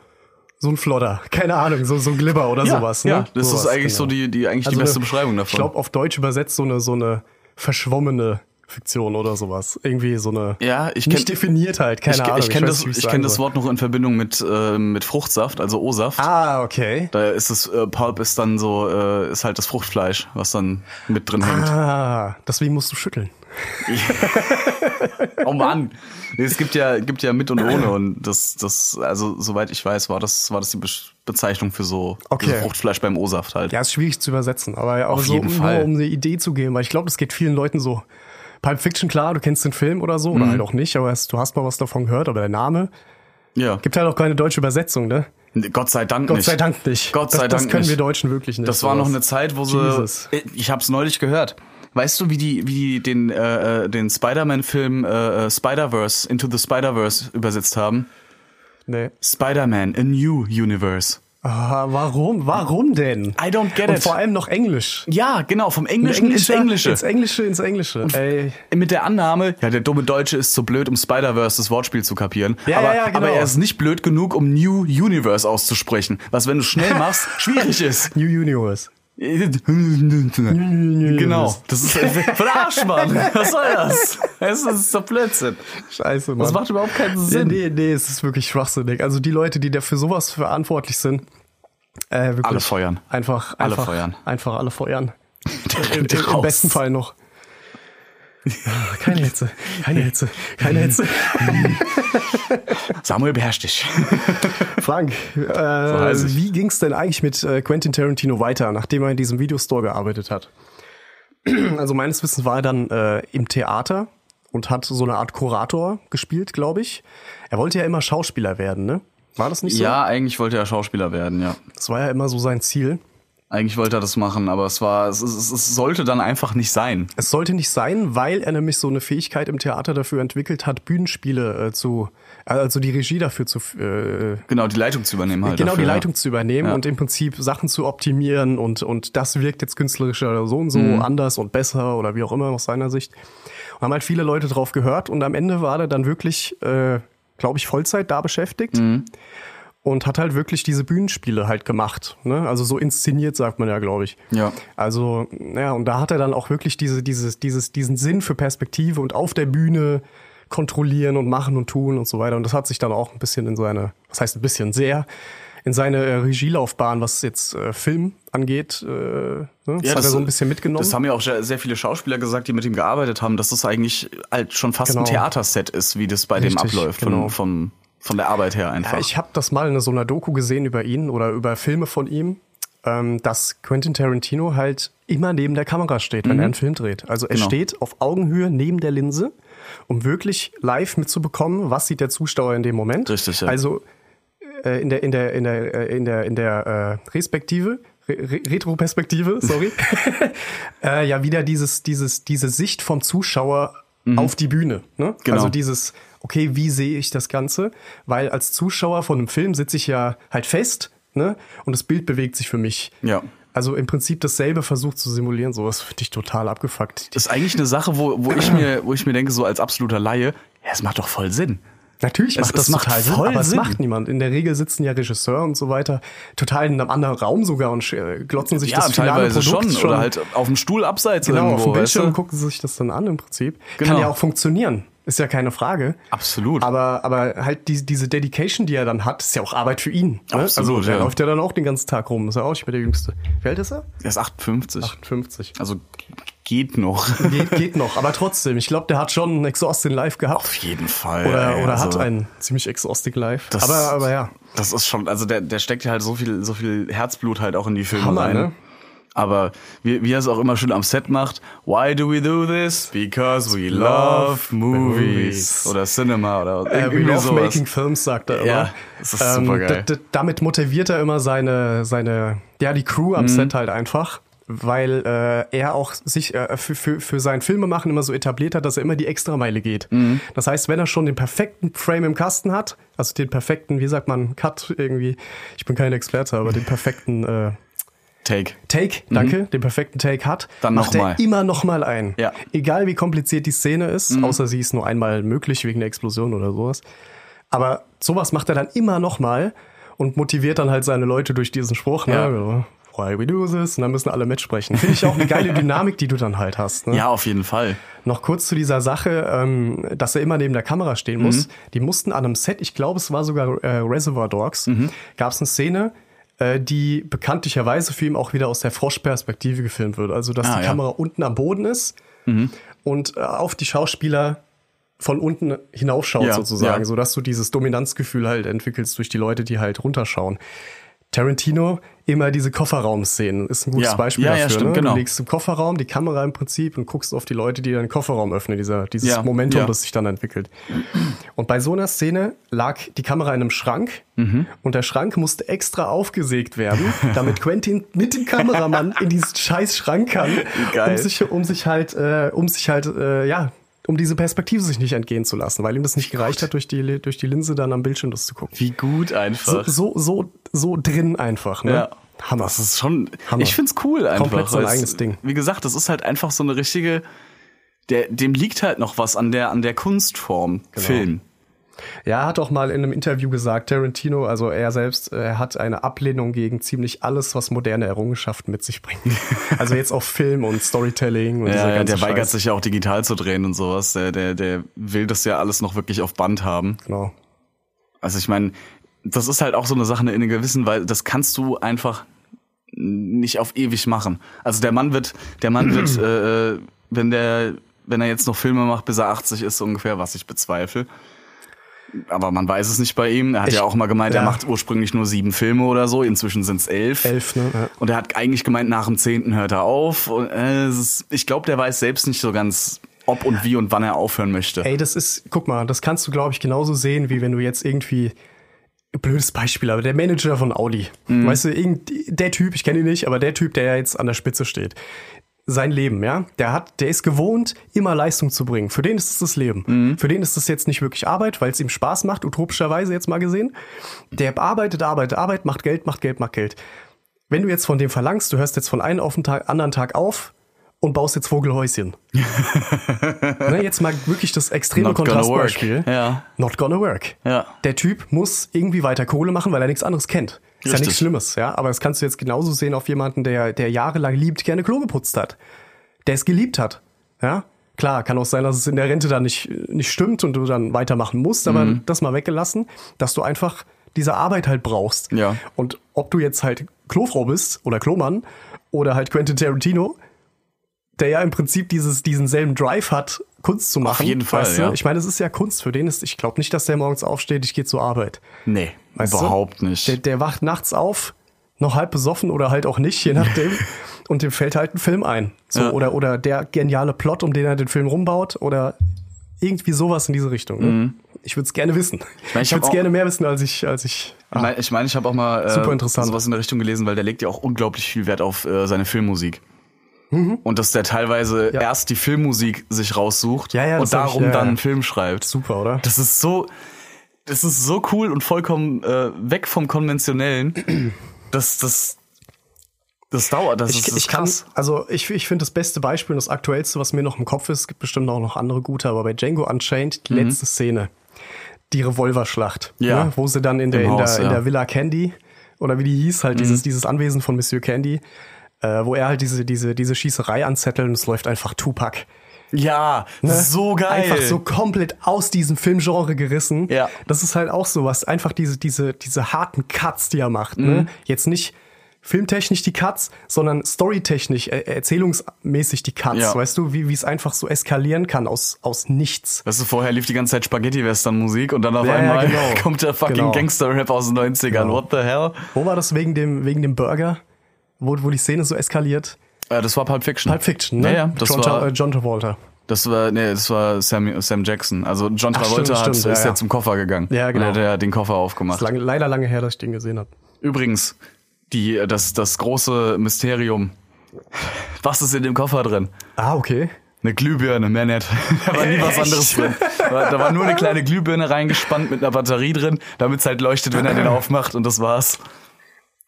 so ein Flodder, keine Ahnung, so, so ein Glibber oder sowas. Ne?
ja, das
sowas,
ist eigentlich so
genau.
die, die, eigentlich
Also
die beste
eine-
Beschreibung davon.
Ich glaube, auf Deutsch übersetzt so eine, so eine verschwommene Fiktion oder sowas. Irgendwie so eine.
Ja, ich
Nicht
kenn-
definiert halt, keine
ich,
Ahnung.
Ich kenne
weiß
das,
nicht, wie ich's
ich kenn
sagen
das
soll.
Wort noch in Verbindung mit, äh, mit Fruchtsaft, also O-Saft.
Ah, okay.
Da ist es, äh, Pulp ist dann so, äh, ist halt das Fruchtfleisch, was dann mit drin hängt.
Ah, deswegen musst du schütteln.
Oh Mann! Nee, es gibt ja, gibt ja mit und ohne und das, das, also soweit ich weiß, war das, war das die Be Bezeichnung für so
Okay.
so Fruchtfleisch beim O-Saft halt.
Ja, ist schwierig zu übersetzen, aber ja, auch
Auf
so,
jeden
um-
Fall.
nur um eine Idee zu geben, weil ich glaube, das geht vielen Leuten so. Pulp Fiction, klar, du kennst den Film oder so,
Mhm.
oder halt auch nicht, aber es, du hast mal was davon gehört, aber der Name
Ja.
gibt halt auch keine deutsche Übersetzung, ne?
Gott sei Dank
Gott
nicht.
sei Dank nicht.
Gott sei
das, Das
Dank
können wir
nicht.
Deutschen wirklich nicht.
Das war noch
sowas.
eine Zeit, wo sie. Äh,
Jesus.
Ich hab's neulich gehört. Weißt du, wie die, wie die den, äh, äh, den Spider-Man-Film äh, äh, Spider-Verse, Into the Spider-Verse übersetzt haben?
Nee.
Spider-Man, a new universe.
Ah, warum? Warum denn?
I don't get
Und
it.
vor allem noch Englisch.
Ja, genau, vom Englischen ins Englische.
Ins Englische, ins Englische. Ey.
Mit der Annahme, ja, der dumme Deutsche ist zu blöd, um Spider-Verse das Wortspiel zu kapieren.
Ja,
aber,
ja, ja, genau.
aber er ist nicht blöd genug, um New Universe auszusprechen. Was, wenn du schnell machst, schwierig ist.
New Universe.
genau. Das ist Verarsch, Mann. Was soll das? Das ist doch Blödsinn.
Scheiße, Mann.
Das macht überhaupt keinen
Nee,
Sinn.
nee, nee, es ist wirklich schwachsinnig. Also die Leute, die dafür sowas verantwortlich sind, äh, wirklich.
Alle feuern.
Einfach,
Alle
einfach,
feuern.
Einfach alle feuern.
Im,
Im, im besten Fall noch. Ah, Keine Hitze, keine Hitze, keine Hitze.
Samuel beherrscht dich.
Frank, äh,
heiß ich.
wie ging's denn eigentlich mit äh, Quentin Tarantino weiter, nachdem er in diesem Videostore gearbeitet hat? Also meines Wissens war er dann äh, im Theater und hat so eine Art Kurator gespielt, glaube ich. Er wollte ja immer Schauspieler werden, ne? War das nicht so?
Ja, eigentlich wollte er Schauspieler werden, ja.
Das war ja immer so sein Ziel.
Eigentlich wollte er das machen, aber es war, es, es, es sollte dann einfach nicht sein.
Es sollte nicht sein, weil er nämlich so eine Fähigkeit im Theater dafür entwickelt hat, Bühnenspiele äh, zu, also die Regie dafür zu, äh,
Genau, die Leitung zu übernehmen halt.
genau
dafür,
die
ja.
Leitung zu übernehmen
Ja.
und im Prinzip Sachen zu optimieren und, und das wirkt jetzt künstlerischer oder so und so
Mhm.
anders und besser oder wie auch immer aus seiner Sicht. Und haben halt viele Leute drauf gehört und am Ende war er dann wirklich, äh, glaube ich, Vollzeit da beschäftigt.
Mhm.
Und hat halt wirklich diese Bühnenspiele halt gemacht. Ne? Also so inszeniert, sagt man ja, glaube ich.
Ja.
Also, ja, und da hat er dann auch wirklich diese, dieses, dieses, diesen Sinn für Perspektive und auf der Bühne kontrollieren und machen und tun und so weiter. Und das hat sich dann auch ein bisschen in seine, was heißt ein bisschen sehr, in seine äh, Regielaufbahn, was jetzt äh, Film angeht, äh, ne? das hat er so ein bisschen mitgenommen.
Das haben ja auch sehr sehr viele Schauspieler gesagt, die mit ihm gearbeitet haben, dass das eigentlich halt schon fast ein
Genau.
Theaterset ist, wie das bei dem
Richtig,
abläuft,
genau.
von, von, von der Arbeit her einfach.
Ja, ich habe das mal in so einer Doku gesehen über ihn oder über Filme von ihm, ähm, dass Quentin Tarantino halt immer neben der Kamera steht, wenn er einen Film dreht. Also er
Mhm. Genau.
steht auf Augenhöhe neben der Linse, um wirklich live mitzubekommen, was sieht der Zuschauer in dem Moment.
Richtig, ja.
Also äh, in der in der in der äh, in der in der äh, Respektive Re Re- Retroperspektive, sorry. äh, ja, wieder dieses dieses diese Sicht vom Zuschauer auf die Bühne, ne?
Mhm. Genau.
Also dieses okay, wie sehe ich das ganze? Weil als Zuschauer von einem Film sitze ich ja halt fest, ne? Und das Bild bewegt sich für mich.
Ja.
Also im Prinzip dasselbe versucht zu simulieren, sowas finde ich total abgefuckt.
Das ist eigentlich eine Sache, wo, wo ich mir, wo ich mir denke, so als absoluter Laie, ja, es macht doch voll Sinn.
Natürlich
Es-
macht das
es macht
total Sinn,
voll
aber es
Sinn.
macht niemand. In der Regel sitzen ja Regisseur und so weiter total in einem anderen Raum sogar und äh, glotzen sich
ja,
das finale
teilweise
Produkt
schon. Oder halt auf dem Stuhl abseits
genau,
irgendwo.
auf dem Bildschirm
weißt du?
gucken sie sich das dann an im Prinzip.
Genau.
Kann ja auch funktionieren, ist ja keine Frage.
Absolut.
Aber, aber halt die, diese Dedication, die er dann hat, ist ja auch Arbeit für ihn. Ne?
Absolut,
also, der
ja.
läuft ja dann auch den ganzen Tag rum. Ist ja auch nicht mehr der Jüngste. Wie alt ist er?
Er ist 58.
58.
Also geht noch.
Geht, geht noch, aber trotzdem. Ich glaube, der hat schon einen Exhausting Live gehabt.
Auf jeden Fall.
Oder,
ey,
oder hat
also,
einen ziemlich Exhausting Live.
Das-
Aber, aber ja.
Das ist schon, also der, der steckt ja halt so viel, so viel Herzblut halt auch in die Filme
Hammer,
rein.
ne?
Aber wie, wie er es auch immer schön am Set macht, why do we do this? Because we love
movies.
movies. Oder Cinema oder
Äh, We
irgendwie
love
sowas.
making films, sagt er immer. Ähm,
Ja, das ist supergeil.
d- d- Damit motiviert er immer seine, seine, ja, die Crew
Mhm.
am Set halt einfach. Weil äh, er auch sich äh, für, für, für sein Filmemachen immer so etabliert hat, dass er immer die Extrameile geht.
Mhm.
Das heißt, wenn er schon den perfekten Frame im Kasten hat, also den perfekten, wie sagt man, Cut irgendwie, ich bin kein Experte, aber den perfekten äh,
Take.
Take, danke, den perfekten Take hat,
Mhm. Dann
macht
nochmal.
er immer nochmal ein.
Ja. Mhm.
Egal wie kompliziert die Szene ist, außer sie ist nur einmal möglich wegen der Explosion oder sowas. Aber sowas macht er dann immer nochmal und motiviert dann halt seine Leute durch diesen Spruch. Ne?
Ja.
Ja. Why we do this? Und dann müssen alle mitsprechen. Finde ich auch eine geile Dynamik, die du dann halt hast. Ne?
Ja, auf jeden Fall.
Noch kurz zu dieser Sache, ähm, dass er immer neben der Kamera stehen muss.
Mhm.
Die mussten an einem Set, ich glaube, es war sogar äh, Reservoir Dogs,
Mhm.
gab es eine Szene, äh, die bekanntlicherweise für ihn auch wieder aus der Froschperspektive gefilmt wird. Also, dass
Ah,
die
ja. Mhm.
Kamera unten am Boden ist und äh, auf die Schauspieler von unten hinaufschaut
Ja,
sozusagen,
ja.
sodass du dieses Dominanzgefühl halt entwickelst durch die Leute, die halt runterschauen. Tarantino immer diese Kofferraum-Szenen ist ein gutes
Ja.
Beispiel
Ja, ja,
dafür.
stimmt,
ne?
genau.
Du legst im Kofferraum die Kamera im Prinzip und guckst auf die Leute, die deinen Kofferraum öffnen, dieser, dieses
Ja,
Momentum,
ja.
das sich dann entwickelt. Und bei so einer Szene lag die Kamera in einem Schrank
Mhm.
und der Schrank musste extra aufgesägt werden, damit Quentin mit dem Kameramann in diesen scheiß Schrank kann,
Geil.
um sich, um sich halt, äh, um sich halt, äh, ja, um diese Perspektive sich nicht entgehen zu lassen, weil ihm das nicht gereicht hat, durch die, durch die Linse dann am Bildschirm das zu gucken
Wie gut einfach.
so, so, so, so drin einfach, ne?
Ja.
Hammer.
Das ist schon.
Hammer.
Ich find's cool einfach.
Komplett sein
weil es-
eigenes Ding.
Wie gesagt, das ist halt einfach so eine richtige. Der, dem liegt halt noch was an der an der Kunstform
Genau.
Film.
Ja, er hat auch mal in einem Interview gesagt, Tarantino, also er selbst, äh, er hat eine Ablehnung gegen ziemlich alles, was moderne Errungenschaften mit sich bringen. also jetzt auch Film und Storytelling und
Ja,
dieser
ja,
ganze
der weigert
Scheiß.
sich ja auch digital zu drehen und sowas. Der, der, der will das ja alles noch wirklich auf Band haben.
Genau.
Also ich meine, das ist halt auch so eine Sache in einer gewissen Weise, das kannst du einfach nicht auf ewig machen. Also der Mann wird, der Mann wird, äh, wenn der, wenn er jetzt noch Filme macht, bis er 80 ist ungefähr, was ich bezweifle. Aber man weiß es nicht bei ihm. Er hat
Ich-
ja auch mal gemeint, er
ja.
macht ursprünglich nur sieben Filme oder so. Inzwischen sind es elf.
Elf, ne? Ja.
Und er hat eigentlich gemeint, nach dem zehnten hört er auf. Und, äh, es ist, ich glaube, der weiß selbst nicht so ganz, ob und wie und wann er aufhören möchte.
Ey, das ist, guck mal, das kannst du, glaube ich, genauso sehen, wie wenn du jetzt irgendwie, blödes Beispiel, aber der Manager von Audi,
Mhm.
weißt du, irgend, der Typ, ich kenne ihn nicht, aber der Typ, der ja jetzt an der Spitze steht, sein Leben, ja, der hat, der ist gewohnt, immer Leistung zu bringen. Für den ist es das Leben.
Mhm.
Für den ist es jetzt nicht wirklich Arbeit, weil es ihm Spaß macht, utopischerweise jetzt mal gesehen. Der arbeitet, arbeitet, arbeitet, macht Geld, macht Geld, macht Geld. Wenn du jetzt von dem verlangst, du hörst jetzt von einem auf den Tag, anderen Tag auf und baust jetzt Vogelhäuschen. ne, jetzt mal wirklich das extreme
Not gonna work.
Kontrastbeispiel.
Ja.
Not gonna work.
Ja.
Der Typ muss irgendwie weiter Kohle machen, weil er nichts anderes kennt. Ist ja
Richtig.
nichts Schlimmes, ja. Aber das kannst du jetzt genauso sehen auf jemanden, der, der jahrelang liebt, gerne Klo geputzt hat. Der es geliebt hat. Ja. Klar, kann auch sein, dass es in der Rente dann nicht, nicht stimmt und du dann weitermachen musst, aber
Mhm.
das mal weggelassen, dass du einfach diese Arbeit halt brauchst.
Ja.
Und ob du jetzt halt Klofrau bist oder Klomann oder halt Quentin Tarantino, der ja im Prinzip dieses, diesen selben Drive hat, Kunst zu machen.
jeden Fall,
du?
ja.
Ich meine, es ist ja Kunst. Für den ist, ich glaube nicht, dass der morgens aufsteht, ich gehe zur Arbeit.
Nee,
Weißt du?
überhaupt nicht.
Der, Äh, der wacht nachts auf, noch halb besoffen oder halt auch nicht, je nachdem. und dem fällt halt ein Film ein. So,
Ja.
oder, oder der geniale Plot, um den er den Film rumbaut oder irgendwie sowas in diese Richtung. Ne? Ich würde es gerne wissen. Ich,
meine, Mhm. ich hab
würde es
auch-
gerne mehr wissen, als ich, als ich.
Ich meine, ich, mein, ich habe auch mal äh,
Ah. Super interessant.
sowas in der Richtung gelesen, weil der legt ja auch unglaublich viel Wert auf äh, seine Filmmusik. Und dass der teilweise
Mhm. Ja.
erst die Filmmusik sich raussucht
Ja, ja, das
und
hab ich-
darum
ja,
dann
ja.
einen Film schreibt.
Super, oder?
Das ist so, das ist so cool und vollkommen äh, weg vom Konventionellen. Das, das, das dauert. Das ist,
ich,
das
ich
ist
kann,
krass.
also ich, ich finde das beste Beispiel und das aktuellste, was mir noch im Kopf ist, gibt bestimmt auch noch andere gute, aber bei Django Unchained, die letzte Szene, die Revolverschlacht,
Mhm. Ja.
ne, wo sie dann in der, in,
Haus,
der,
ja. Mhm.
in der Villa Candy oder wie die hieß, halt dieses, dieses Anwesen von Monsieur Candy, äh, wo er halt diese, diese, diese Schießerei anzettelt und es läuft einfach Tupac.
Ja, so geil.
Ne? Einfach so komplett aus diesem Filmgenre gerissen.
Ja.
Das ist halt auch sowas. Einfach diese, diese, diese harten Cuts, die er macht. Ne?
Mhm.
Jetzt nicht filmtechnisch die Cuts, sondern storytechnisch, äh, erzählungsmäßig die Cuts.
Ja.
Weißt du, wie wie es einfach so eskalieren kann aus, aus nichts.
Weißt du, vorher lief die ganze Zeit Spaghetti-Western-Musik und dann auf
Ja, ja,
einmal
genau.
kommt der fucking
Genau.
Gangster-Rap aus den 90ern. What the hell?
Wo war das wegen dem, wegen dem Burger? Wo, wo die Szene so eskaliert?
Äh, das war Pulp Fiction.
Pulp Fiction, ne?
Ja, ja. Das
John,
war,
Tra- äh, John Travolta.
Das war, nee, das war Sam, Sam Jackson. Also John
Ach, stimmt,
Travolta hat,
stimmt, ja,
ist ja,
ja.
zum Koffer gegangen.
Ja, genau.
Und hat ja den Koffer aufgemacht.
Ist lange, leider lange her, dass ich den gesehen habe.
Übrigens, die, das, das große Mysterium. Was ist in dem Koffer drin?
Ah, okay.
Eine Glühbirne, mehr nicht. Da war nie was
Echt?
anderes drin. Da war- da war nur eine kleine Glühbirne reingespannt mit einer Batterie drin, damit es halt leuchtet, wenn er den aufmacht und das war's.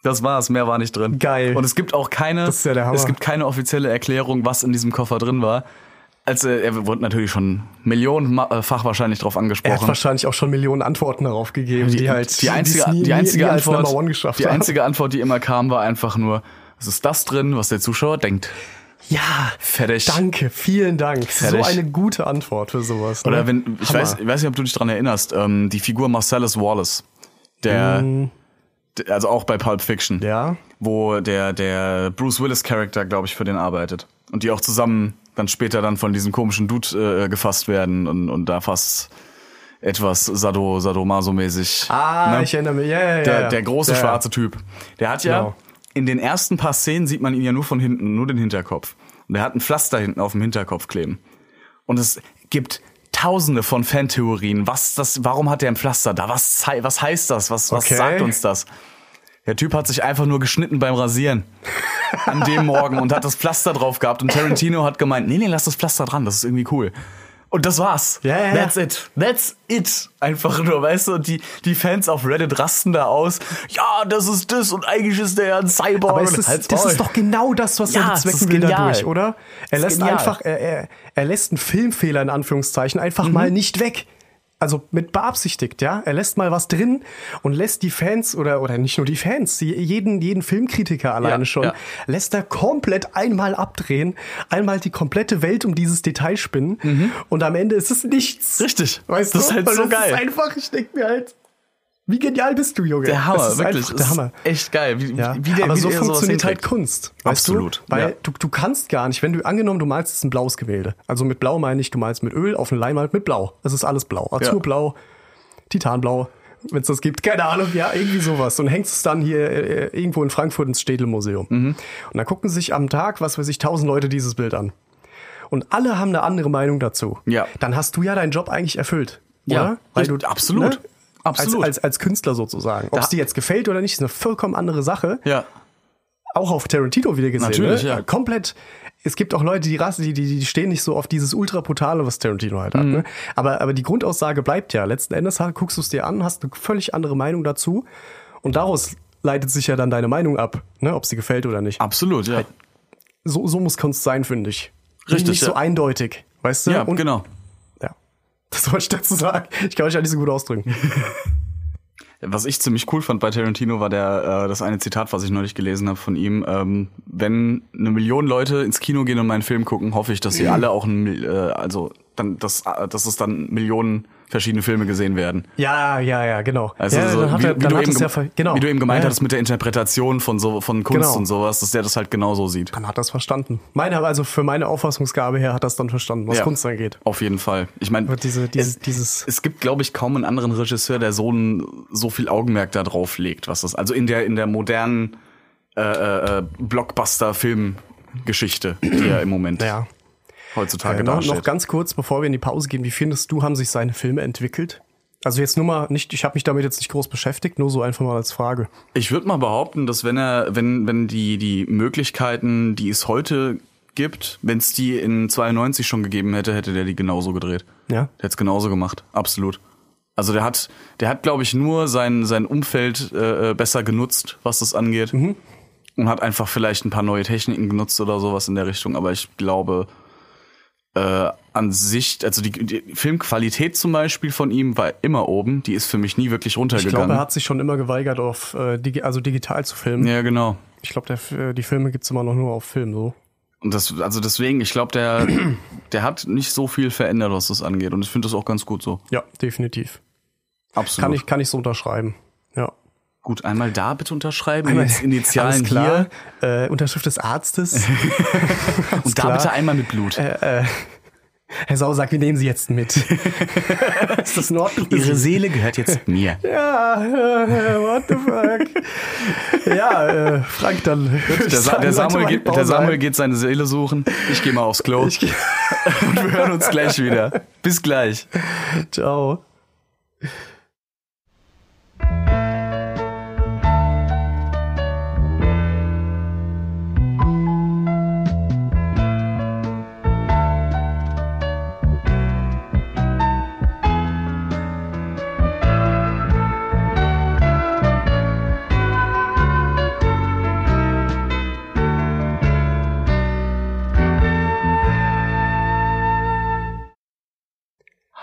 Das war's, mehr war nicht drin.
Geil.
Und es gibt auch keine,
Das ist ja der Hammer.
es gibt keine offizielle Erklärung, was in diesem Koffer drin war. Also er wurde natürlich schon millionenfach wahrscheinlich drauf angesprochen.
Er hat wahrscheinlich auch schon Millionen Antworten darauf gegeben, die, halt
die einzige,
die's nie-
die
nie-
einzige
nie als
Antwort,
Number One geschafft
die
haben.
einzige Antwort, die immer kam, war einfach nur, es ist das drin, was der Zuschauer denkt.
Ja,
Fertig.
Danke, vielen Dank.
Fertig.
So eine gute Antwort für sowas. ne?
Oder wenn, ich
Hammer.
weiß, ich weiß nicht, ob du dich dran erinnerst, ähm, die Figur Marcellus Wallace, der, d- also auch bei Pulp Fiction,
Mhm. Ja.
wo der, der Bruce Willis Charakter, glaube ich, für den arbeitet. Und die auch äh, zusammen dann später dann von diesem komischen Dude äh, gefasst werden und, und da fast etwas Sado, Sadomaso-mäßig.
Ah,
ne?
ich erinnere mich. Ja, ja, ja,
der,
ja.
der große
ja, ja.
schwarze Typ. Der hat ja
Genau.
in den ersten paar Szenen sieht man ihn ja nur von hinten, nur den Hinterkopf. Und er hat ein Pflaster hinten auf dem Hinterkopf kleben. Und es gibt tausende von Fantheorien. Was das, warum hat der ein Pflaster da? Was, zei- was heißt das? Was, was
Okay.
sagt uns das? Der Typ hat sich einfach nur geschnitten beim Rasieren an dem Morgen und hat das Pflaster drauf gehabt und Tarantino hat gemeint, nee, nee, lass das Pflaster dran, das ist irgendwie cool. Und das war's.
Ja, ja, ja.
That's it. That's it. Einfach nur, weißt du, und die, die Fans auf Reddit rasten da aus. Ja, das ist das und eigentlich ist der ja ein Cyborg.
Aber es
Und
ist,
halt's
das
Maul.
ist doch genau das, was
Ja,
er
es
bezwecken
ist
will
genial.
dadurch, oder? Er
Es ist
lässt
genial.
einfach, er, er, er lässt einen Filmfehler in Anführungszeichen einfach
Mhm.
mal nicht weg. Also mit beabsichtigt, ja. Er lässt mal was drin und lässt die Fans oder oder nicht nur die Fans, die- jeden jeden Filmkritiker alleine
Ja,
schon,
ja.
lässt er komplett einmal abdrehen, einmal die komplette Welt um dieses Detail spinnen und am Ende ist es nichts.
Mhm. Richtig.
Weißt
das
du?
ist halt
Weil
so
das
geil.
Ist einfach, ich denk mir halt, wie genial bist du, Junge?
der Hammer,
Das ist
wirklich.
Einfach
Das
der
ist
Hammer.
Echt geil. Wie,
Ja,
wie- wie der,
aber
wie
so
der sowas
funktioniert halt
hinkriegt.
Kunst. Weißt
Absolut,
Du? Weil
ja.
du, du kannst gar nicht, wenn du angenommen, du malst jetzt ein blaues Gemälde. Also mit Blau meine ich, du malst mit Öl, auf den Leinwand mit Blau. Es ist alles blau. Azurblau, Titanblau, wenn es das gibt, keine Ahnung, ja, irgendwie sowas. Und hängst es dann hier äh, irgendwo in Frankfurt ins Städelmuseum.
Mhm.
Und dann gucken sich am Tag, was weiß ich, tausend Leute dieses Bild an. Und alle haben eine andere Meinung dazu.
Ja.
Dann hast du ja deinen Job eigentlich erfüllt.
Ja,
oder? Weil du, ne?
richtig, absolut. Absolut.
Als, als, als Künstler sozusagen. Ob es dir jetzt gefällt oder nicht, ist eine vollkommen andere Sache
Ja.
auch auf Tarantino wieder gesehen.
Natürlich,
ne?
ja.
Komplett. Es gibt auch Leute, die rassen, die, die, die stehen nicht so auf dieses ultra-brutale, was Tarantino halt
Mhm.
hat. Ne? Aber, aber die Grundaussage bleibt ja. Letzten Endes ha- guckst du es dir an, hast eine völlig andere Meinung dazu und daraus leitet sich ja dann deine Meinung ab, ne? ob sie gefällt oder nicht.
Absolut,
Halt,
ja.
So, so muss Kunst sein, finde ich.
Richtig,
Nicht so
ja.
eindeutig, weißt du?
Ja,
ne? Und-
genau.
Ja. Das wollte ich dazu sagen. Ich kann mich ja nicht so gut ausdrücken.
Was ich ziemlich cool fand bei Tarantino war der äh, das eine Zitat, was ich neulich gelesen habe von ihm. Ähm, wenn eine Million Leute ins Kino gehen und meinen Film gucken, hoffe ich, dass sie alle auch ein, Mil- äh, also dann dass, äh, dass es dann Millionen verschiedene Filme gesehen werden.
Ja, ja, ja, genau.
Also
ja,
so,
dann hat
wie,
er-
wie,
dann
du
hat
eben,
es ja ver-
gem-
genau.
wie du eben gemeint
ja,
hattest mit der Interpretation von so von Kunst
Genau.
und sowas, dass der das halt genauso sieht.
Dann hat das verstanden. Meine, also für meine Auffassungsgabe her hat das dann verstanden, was
Ja.
Kunst angeht.
Auf jeden Fall. Ich meine,
Aber diese, dieses, dieses.
es gibt, glaube ich, kaum einen anderen Regisseur, der so, ein, so viel Augenmerk da drauf legt, was das, also in der, in der modernen äh, äh, äh, Blockbuster-Filmgeschichte, die ja im Moment
Ja.
heutzutage
Äh, noch,
dasteht.
noch ganz kurz, bevor wir in die Pause gehen, wie findest du, haben sich seine Filme entwickelt? Also jetzt nur mal nicht, ich habe mich damit jetzt nicht groß beschäftigt, nur so einfach mal als Frage.
Ich würde mal behaupten, dass wenn er, wenn, wenn die, die Möglichkeiten, die es heute gibt, wenn es die in 92 schon gegeben hätte, hätte der die genauso gedreht.
Ja.
Der hätte es genauso gemacht, absolut. Also der hat, der hat, glaube ich, nur sein, sein Umfeld äh, äh, besser genutzt, was das angeht.
Mhm.
Und hat einfach vielleicht ein paar neue Techniken genutzt oder sowas in der Richtung. Aber ich glaube, äh, an sich, also die, die Filmqualität zum Beispiel von ihm war immer oben. Die ist für mich nie wirklich
Ich
runtergegangen.
glaube, er hat sich schon immer geweigert, auf äh, digi also digital zu filmen.
ja, genau.
Ich glaube, der F- äh, die Filme gibt's immer noch nur auf Film so.
Und das, also deswegen, ich glaube, der, der hat nicht so viel verändert, was das angeht. Und ich finde das auch ganz gut so.
Ja, definitiv.
Absolut.
Kann ich, kann ich so unterschreiben. Ja.
gut, einmal da bitte unterschreiben,
Einmal-
die Initialen
Alles klar. Äh, Unterschrift des Arztes.
hier. Und da
klar. Äh,
bitte einmal mit Blut.
Herr Sausack, wir nehmen Sie jetzt mit. Ist das in Ordnung?
Ihre Seele gehört jetzt mir.
Ja, äh, what the fuck? ja, äh, Frank, dann.
Der, Sa der, Samuel geht, der Samuel geht seine Seele suchen. Ich gehe mal aufs Klo.
Ich geh-
Und wir hören uns gleich wieder. Bis gleich.
Ciao.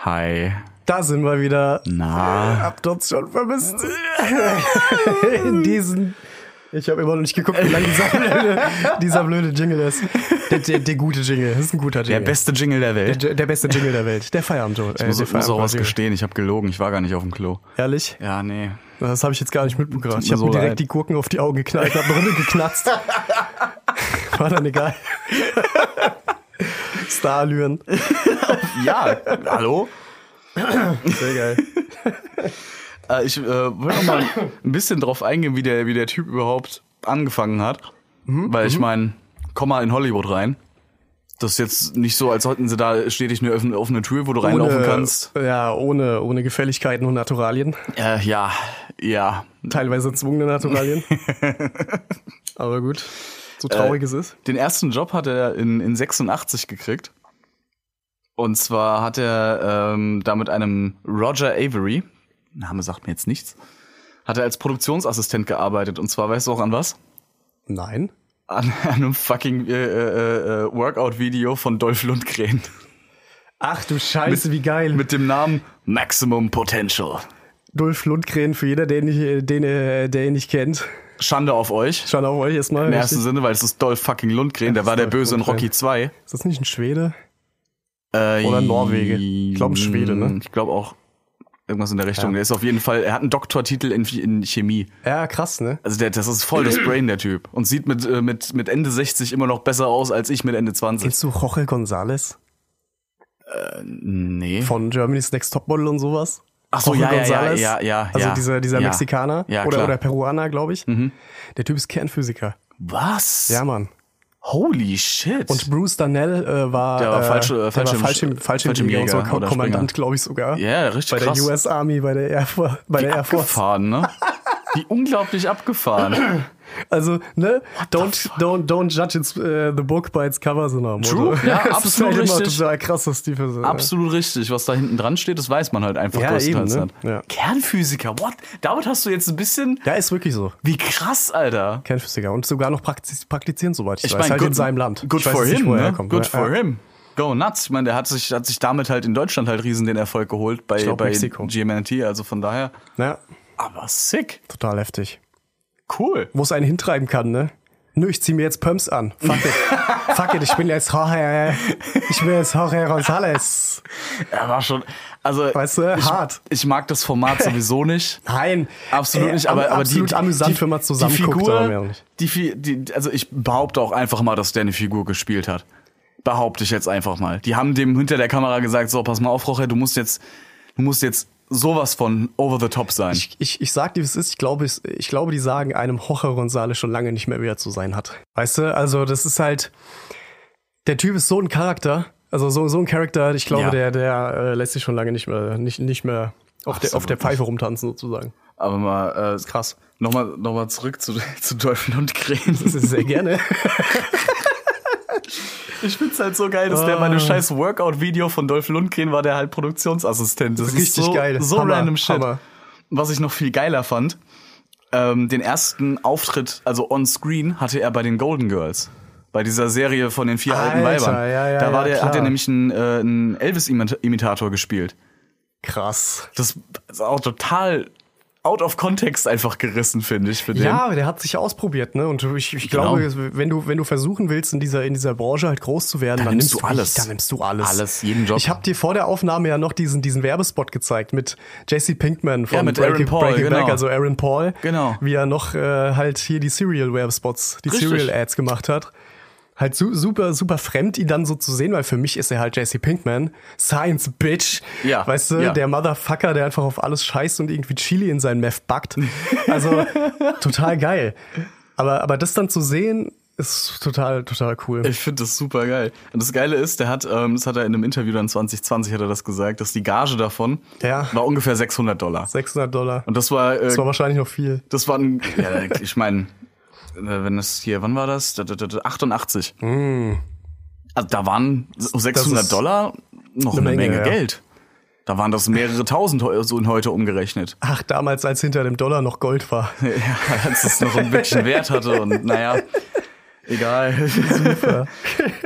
Hi.
Da sind wir wieder.
Na.
Habt uns schon vermisst. In diesen. Ich habe immer noch nicht geguckt, wie lang dieser blöde, dieser blöde Jingle ist. Der, der, der gute Jingle. Das ist ein guter
Der
Jingle.
beste Jingle der Welt.
der, der beste Jingle der Welt. Der Feierabend. Äh,
Ich muss,
der
muss auch was
Feierabend-
gestehen. Ich habe gelogen. Ich war gar nicht auf dem Klo.
Ehrlich?
Ja, nee.
Das habe ich jetzt gar nicht mitbekommen.
Tut
Ich
mir
habe mir
so
direkt
leid.
die Gurken auf die Augen geknallt, habe eine Runde geknatzt. War dann egal. Starallüren.
Ja, hallo?
Sehr geil.
Äh, ich äh, will noch mal ein bisschen drauf eingehen, wie der, wie der Typ überhaupt angefangen hat. Weil ich meine, komm mal in Hollywood rein. Das ist jetzt nicht so, als hätten sie da stetig eine offene, offene Tür, wo du reinlaufen kannst.
ja, ohne, ohne Gefälligkeiten und Naturalien.
Äh, ja, ja.
Teilweise zwungene Naturalien. Aber gut, so traurig
Äh,
es ist.
Den ersten Job hat er in, in 86 gekriegt. Und zwar hat er ähm, da mit einem Roger Avery, Name sagt mir jetzt nichts, hat er als Produktionsassistent gearbeitet. Und zwar weißt du auch an was?
Nein.
An, an einem fucking äh, äh, äh, Workout-Video von Dolph Lundgren
Ach du Scheiße, wie geil.
mit dem Namen Maximum Potential.
Dolph Lundgren, für jeder, den ich, den, äh, der ihn nicht kennt.
Schande auf euch.
Schaut auf euch erstmal.
Im
richtig.
ersten Sinne, weil es ist Dolph fucking Lundgren, der
das
war
ist
der
Dolph
Böse in
Lundgren.
Rocky 2.
Ist das nicht ein Schwede?
Äh,
Oder Norwege. Ich glaub, ein Schwede, ne?
Ich glaube auch irgendwas in der Richtung. Der ist auf jeden Fall, er hat einen Doktortitel in, in Chemie.
Ja, krass, ne?
Also der, das ist voll das Brain, der Typ. Und sieht mit, äh, mit, mit Ende 60 immer noch besser aus als ich mit Ende 20.
Kennst du Jorge González
Nee.
von Germany's Next Topmodel und sowas?
Ach so,
Jorge
ja, ja,
González?
ja, ja, ja,
Also
ja.
dieser, dieser
Ja.
Mexikaner
Ja,
oder,
klar. Mhm.
oder Peruaner, glaube ich. Der Typ ist Kernphysiker.
Was?
Ja, Mann.
Holy shit.
Und Bruce Darnell äh, war,
Der war
äh,
falsch- äh,
der
Fallschirm-
war Fallschirm, Fallschirmjäger und so,
Fallschirmjäger
Ko-
oder
Kommandant,
Springer.
glaube ich sogar.
Ja, richtig
Bei
krass.
der US Army, bei der Air Force. Bei der Air Force.
abgefahren, ne? Wie unglaublich abgefahren.
Also, ne? Don't, don't, don't judge its, äh, the book by its cover, so nach dem
True,
Motto.
ja,
Es ist
absolut
halt immer
richtig.
total krass, dass die Person.
Absolut richtig. Was da hinten dran steht, das weiß man halt einfach
Ja,
größtenteils
eben, ne?
nicht.
Ja.
Kernphysiker, what? Damit hast du jetzt ein bisschen.
Ja, ist wirklich so.
Wie krass, Alter.
Kernphysiker. Und sogar noch praktiz praktizieren, soweit ich,
Ich
weiß.
meine,
halt
good,
in seinem Land.
Good
ich weiß
for
jetzt nicht,
him,
woher er
ne?
kommt.
Good
Ja,
for
ja.
him. Go nuts. Ich meine, der hat sich, hat sich damit halt in Deutschland halt riesen den Erfolg geholt bei,
glaub,
bei
Mexiko.
GMNT, also von daher.
Ja,
Aber sick.
total heftig.
Cool.
Wo es einen hintreiben kann, ne? Nö, ich zieh mir jetzt Pumps an. Fuck it. Fuck it, ich bin jetzt Jorge. Ich bin jetzt Jorge González.
Er war schon. Also,
Weißt du,
ich,
hart.
ich mag das Format sowieso nicht.
Nein.
Absolut
Äh,
nicht,
am-
aber, aber
absolut
die,
amüsant,
die,
wenn man zusammen
die Figur,
guckt.
die, Fi- die, also ich behaupte auch einfach mal, dass der eine Figur gespielt hat. Behaupte ich jetzt einfach mal. Die haben dem hinter der Kamera gesagt, so, pass mal auf, Rocher, du musst jetzt, du musst jetzt sowas von over the top sein.
Ich, ich, ich sag dir, wie es ist. Ich glaube, es- ich glaube, die sagen einem Jorge González schon lange nicht mehr, wer er zu sein hat. Weißt du, also das ist halt. Der Typ ist so ein Charakter. Also so, so ein Charakter, ich glaube,
Ja.
der, der äh, lässt sich schon lange nicht mehr, nicht, nicht mehr auf, der, auf der
Absolut
Pfeife rumtanzen, sozusagen.
Aber mal, äh,
Krass.
nochmal, nochmal zurück zu, zu Teufel und Krähen.
Sehr gerne.
Ich find's halt so geil, dass der bei
Ah.
einem scheiß Workout-Video von Dolph Lundgren war, der halt Produktionsassistent. Das ist
Richtig
so,
geil.
So
Hammer,
random shit.
Hammer.
Was ich noch viel geiler fand, ähm, den ersten Auftritt, also on screen, hatte er bei den Golden Girls. Bei dieser Serie von den vier alten
Alter,
Weibern.
ja, ja,
da war
ja,
der,
klar.
hat er nämlich einen, äh, einen Elvis-Imitator gespielt.
Krass.
Das ist auch total out of context einfach gerissen, finde ich, für den.
Ja, der hat sich ausprobiert, ne? Und ich, ich
Genau.
glaube, wenn du, wenn du versuchen willst, in dieser, in dieser Branche halt groß zu werden, dann,
nimmst du alles.
Dann nimmst du alles.
Alles, jeden Job.
Ich habe dir vor der Aufnahme ja noch diesen, diesen Werbespot gezeigt mit JC Pinkman von
Ja, mit
Breaking,
Aaron Paul,
Breaking Back,
genau.
also Aaron Paul.
Genau.
Wie er noch äh, halt hier die Serial-Werbespots, die
Richtig.
Serial-Ads gemacht hat. Halt su super, super fremd, ihn dann so zu sehen, weil für mich ist er halt JC Pinkman. Science Bitch.
Ja,
Weißt du,
ja.
der Motherfucker, der einfach auf alles scheißt und irgendwie Chili in seinen Meth backt. Also total geil. Aber, aber das dann zu sehen, ist total, total cool.
Ich finde das super geil. Und das Geile ist, der hat, ähm, das hat er in einem Interview dann 2020 hat er das gesagt, dass die Gage davon
Ja.
war ungefähr 600 Dollar.
600 Dollar.
Und das war, äh,
Das war wahrscheinlich noch viel.
das war ein, ja, ich meine, äh, wenn das hier, wann war das? Da- da- da- 88. Also da waren so
ist
600 Dollar noch eine,
eine Menge,
Menge,
ja.
Geld. Da waren das mehrere tausend heu- so in heute umgerechnet.
Ach, damals, als hinter dem Dollar noch Gold war.
Ja, als es noch ein bisschen Wert hatte und naja, egal.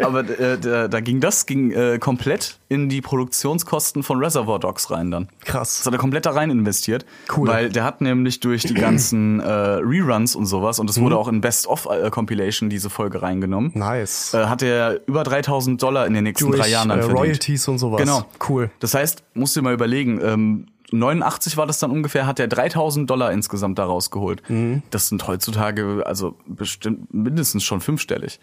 Aber äh, da, da ging das ging äh, komplett in die Produktionskosten von Reservoir Dogs rein dann. Das
Krass.
hat er komplett da rein investiert.
Cool.
Weil der hat nämlich durch die ganzen äh, Reruns und sowas, und es wurde auch in Best-of-Compilation diese Folge reingenommen,
Mhm. Nice.
äh, hat er über 3000 Dollar in den nächsten drei Jahren dann
äh,
verdient.
Royalties und sowas.
Genau.
Cool.
Das heißt, musst du dir mal überlegen, ähm, 89 war das dann ungefähr, hat er 3000 Dollar insgesamt da rausgeholt.
Mhm.
Das sind heutzutage, also bestimmt mindestens schon fünfstellig.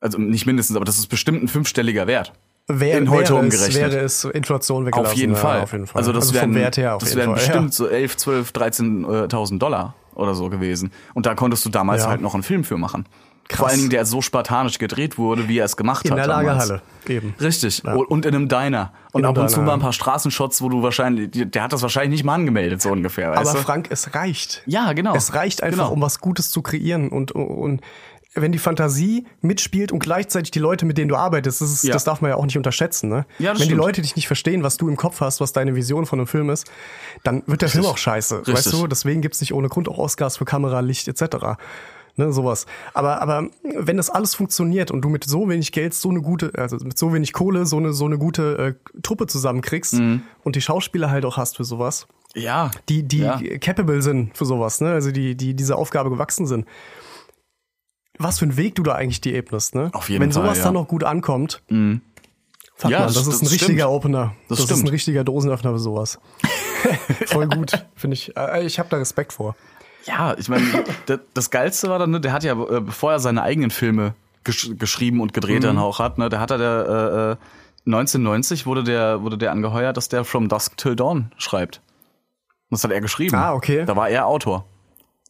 Also nicht mindestens, aber das ist bestimmt ein fünfstelliger Wert.
Wär,
In heute
wäre Es,
umgerechnet.
wäre es Inflation weggelassen.
Auf jeden,
ja,
Fall.
auf jeden Fall.
Also das wären,
vom Wert her auf
das
jeden
wären
Fall.
bestimmt
Ja.
so 11, 12, 13.000 äh, Dollar oder so gewesen. Und da konntest du damals
Ja.
halt noch einen Film für machen. Vor
Krass.
allen Dingen, der so spartanisch gedreht wurde, wie er es gemacht
In
hat
der
damals.
Lagerhalle. Eben.
Richtig. Und und in einem Diner. Und
In einem
ab und zu
Diner,
mal
ja.
ein paar Straßenshots, wo du wahrscheinlich, der hat das wahrscheinlich nicht mal angemeldet, so ungefähr.
Aber
weißt du?
Frank, es reicht.
Ja, genau.
Es reicht einfach,
Genau.
um was Gutes zu kreieren und, und wenn die Fantasie mitspielt und gleichzeitig die Leute, mit denen du arbeitest, das, ist,
Ja.
das darf man ja auch nicht unterschätzen. Ne?
Ja, das
wenn die
stimmt.
Leute dich nicht verstehen, was du im Kopf hast, was deine Vision von einem Film ist, dann wird der Film auch scheiße. Weißt
Richtig.
du, deswegen gibt's nicht ohne Grund auch Oscars für Kamera, Licht etc. Ne, sowas. Aber, aber wenn das alles funktioniert und du mit so wenig Geld so eine gute, also mit so wenig Kohle so eine, so eine gute äh, Truppe zusammenkriegst
Mhm.
und die Schauspieler halt auch hast für sowas,
ja.
die, die
Ja.
capable sind für sowas, ne? Also die, die dieser Aufgabe gewachsen sind. Was für einen Weg du da eigentlich die ebnest, ne?
Auf jeden
Wenn sowas
Fall, ja. Mhm.
dann noch gut ankommt, fuck
Ja,
man, das,
das-
ist
das
ein richtiger
stimmt.
Opener.
Das
ist ein
stimmt.
richtiger Dosenöffner für sowas. Voll gut, finde ich. Äh, Ich habe da Respekt vor.
Ja, ich meine, da- das Geilste war dann, ne, der hat ja, äh, bevor er seine eigenen Filme gesch geschrieben und gedreht
Mhm.
dann auch hat, ne, der hat er der, äh, äh, 1990 wurde der, wurde der angeheuert, dass der From Dusk Till Dawn schreibt. Das hat er geschrieben.
Ah, okay.
Da war er Autor.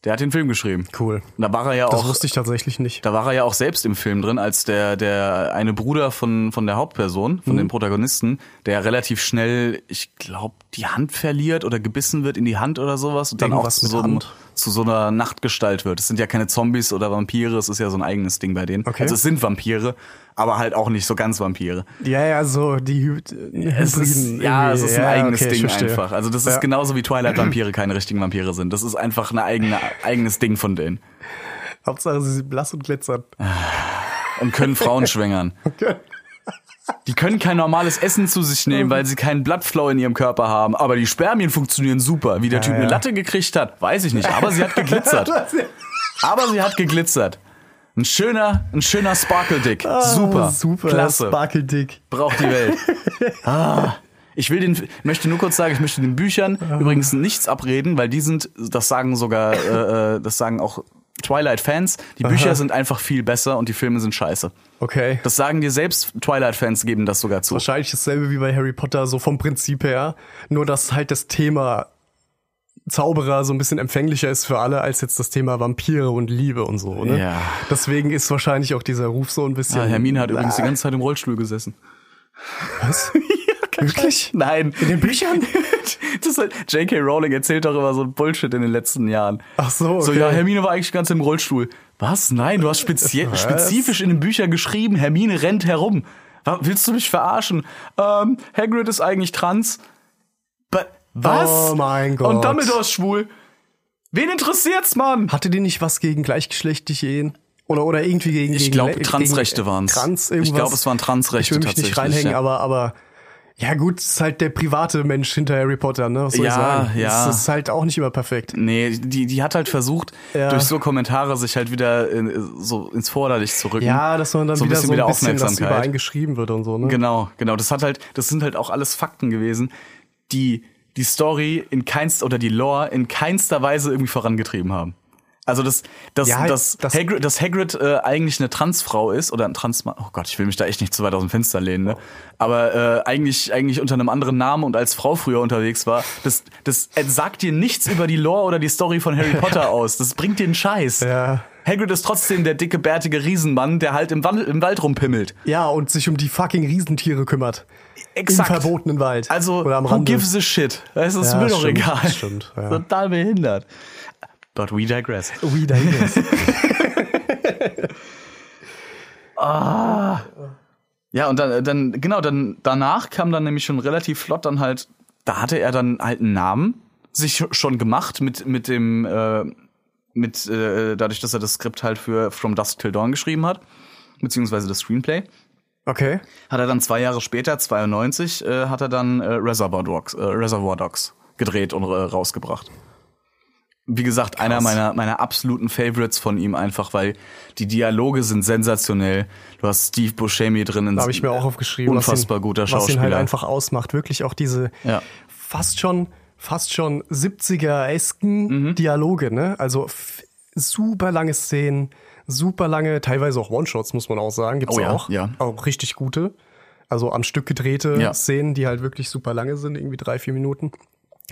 Der hat den Film geschrieben.
Cool.
Und da war er ja
Das
auch,
wusste ich tatsächlich nicht.
da war er ja auch selbst im Film drin, als der, der eine Bruder von, von der Hauptperson, von
Mhm.
dem Protagonisten, der relativ schnell, ich glaube, die Hand verliert oder gebissen wird in die Hand oder sowas und dann auch
Irgendwas
zu
mit
so, einem,
Hand.
zu so einer Nachtgestalt wird. Es sind ja keine Zombies oder Vampire, es ist ja so ein eigenes Ding bei denen.
Okay.
Also es sind Vampire, aber halt auch nicht so ganz Vampire.
Ja, ja, so die Hy
Es ist, ja, es ist ein eigenes Ding einfach. Also das ist
Ja.
genauso wie Twilight-Vampire keine richtigen Vampire sind. Das ist einfach ein eigene, eigenes Ding von denen.
Hauptsache, sie sind blass und glitzern.
und können Frauen schwängern. Die können kein normales Essen zu sich nehmen, weil sie keinen Blattflow in ihrem Körper haben. Aber die Spermien funktionieren super. Wie der Typ
ja.
eine Latte gekriegt hat, weiß ich nicht. Aber sie hat geglitzert. Aber sie hat geglitzert. Ein schöner, ein schöner Sparkle Dick. Super,
Ah, super.
klasse.
Sparkle Dick.
Braucht die Welt. Ah. Ich will den, möchte nur kurz sagen, ich möchte den Büchern
Ah.
übrigens nichts abreden, weil die sind, das sagen sogar, äh, äh, das sagen auch Twilight-Fans, die Bücher sind einfach viel besser und die Filme sind scheiße.
Okay.
Das sagen dir selbst Twilight-Fans, geben das sogar zu.
wahrscheinlich dasselbe wie bei Harry Potter, so vom Prinzip her. Nur, dass halt das Thema Zauberer so ein bisschen empfänglicher ist für alle als jetzt das Thema Vampire und Liebe und so, ne?
Ja.
Deswegen ist wahrscheinlich auch dieser Ruf so ein bisschen.
Ja, Hermine hat übrigens die ganze Zeit im Rollstuhl gesessen.
Was? Wirklich?
Nein.
In den Büchern?
Das hat, J.K. Rowling erzählt doch immer so ein Bullshit in den letzten Jahren.
Ach so,
So,
okay.
ja, Hermine war eigentlich ganz im Rollstuhl. Was? Nein, du hast spezie
Was?
spezifisch in den Büchern geschrieben, Hermine rennt herum. Wa- Willst du mich verarschen? Ähm, Hagrid ist eigentlich trans. Ba- was?
Oh mein Gott.
Und Dumbledore ist schwul. Wen interessiert's, Mann?
Hatte die nicht was gegen gleichgeschlechtliche Ehen? Oder, oder irgendwie gegen.
Ich
gegen-
glaube,
gegen-
Transrechte waren's.
Trans,
Ich
irgendwas.
glaub, es waren Transrechte
Ich will mich
tatsächlich,
nicht reinhängen,
ja.
aber, aber. Ja, gut, es ist halt der private Mensch hinter Harry Potter, ne? Was soll ich
Ja,
sagen?
ja.
Es ist halt auch nicht immer perfekt.
Nee, die, die hat halt versucht,
Ja.
durch so Kommentare sich halt wieder äh, so ins Vorderlicht zu rücken.
Ja, dass man dann
so ein
wieder
bisschen
so ein
wieder
bisschen was
Aufmerksamkeit.
übereingeschrieben wird und so, ne?
Genau, genau. Das hat halt, das sind halt auch alles Fakten gewesen, die die Story in keinster oder die Lore in keinster Weise irgendwie vorangetrieben haben. Also das, das,
Ja,
das,
das-
Hagrid, dass Hagrid äh, eigentlich eine Transfrau ist oder ein Transmann. Oh Gott, ich will mich da echt nicht zu weit aus dem Fenster lehnen. Ne? Aber äh, eigentlich eigentlich unter einem anderen Namen und als Frau früher unterwegs war. Das das äh, sagt dir nichts über die Lore oder die Story von Harry Potter aus. Das bringt dir einen Scheiß.
Ja.
Hagrid ist trotzdem der dicke bärtige Riesenmann, der halt im, Wand, im Wald rumpimmelt.
Ja, und sich um die fucking Riesentiere kümmert.
Exakt.
Im verbotenen Wald.
Also,
Oder am
who
Rande.
gives a shit? Das ist
Ja,
mir doch
stimmt,
egal.
stimmt, ja.
Total behindert. But we digress.
We digress.
Ja, und dann, dann genau, dann danach kam dann nämlich schon relativ flott dann halt, da hatte er dann halt einen Namen sich schon gemacht mit mit dem äh, mit äh, dadurch, dass er das Skript halt für From Dusk Till Dawn geschrieben hat, beziehungsweise das Screenplay.
Okay.
hat er dann zwei Jahre später, 92, äh, hat er dann äh, Reservoir, Dogs, äh, Reservoir Dogs gedreht und äh, rausgebracht. Wie gesagt, einer meiner, meiner absoluten Favorites von ihm einfach, weil die Dialoge sind sensationell. Du hast Steve Buscemi drin. in-
Da habe ich mir auch aufgeschrieben. was ihn-
Unfassbar guter
Was ihn
Schauspieler.
halt einfach ausmacht. Wirklich auch diese
Ja.
fast schon, fast schon 70er-esken
Mhm.
Dialoge, ne? Also f- super lange Szenen, super lange, teilweise auch One-Shots, muss man auch sagen. Gibt's
Oh ja,
auch.
ja.
Auch richtig gute. Also am Stück gedrehte
Ja.
Szenen, die halt wirklich super lange sind, irgendwie drei, vier Minuten.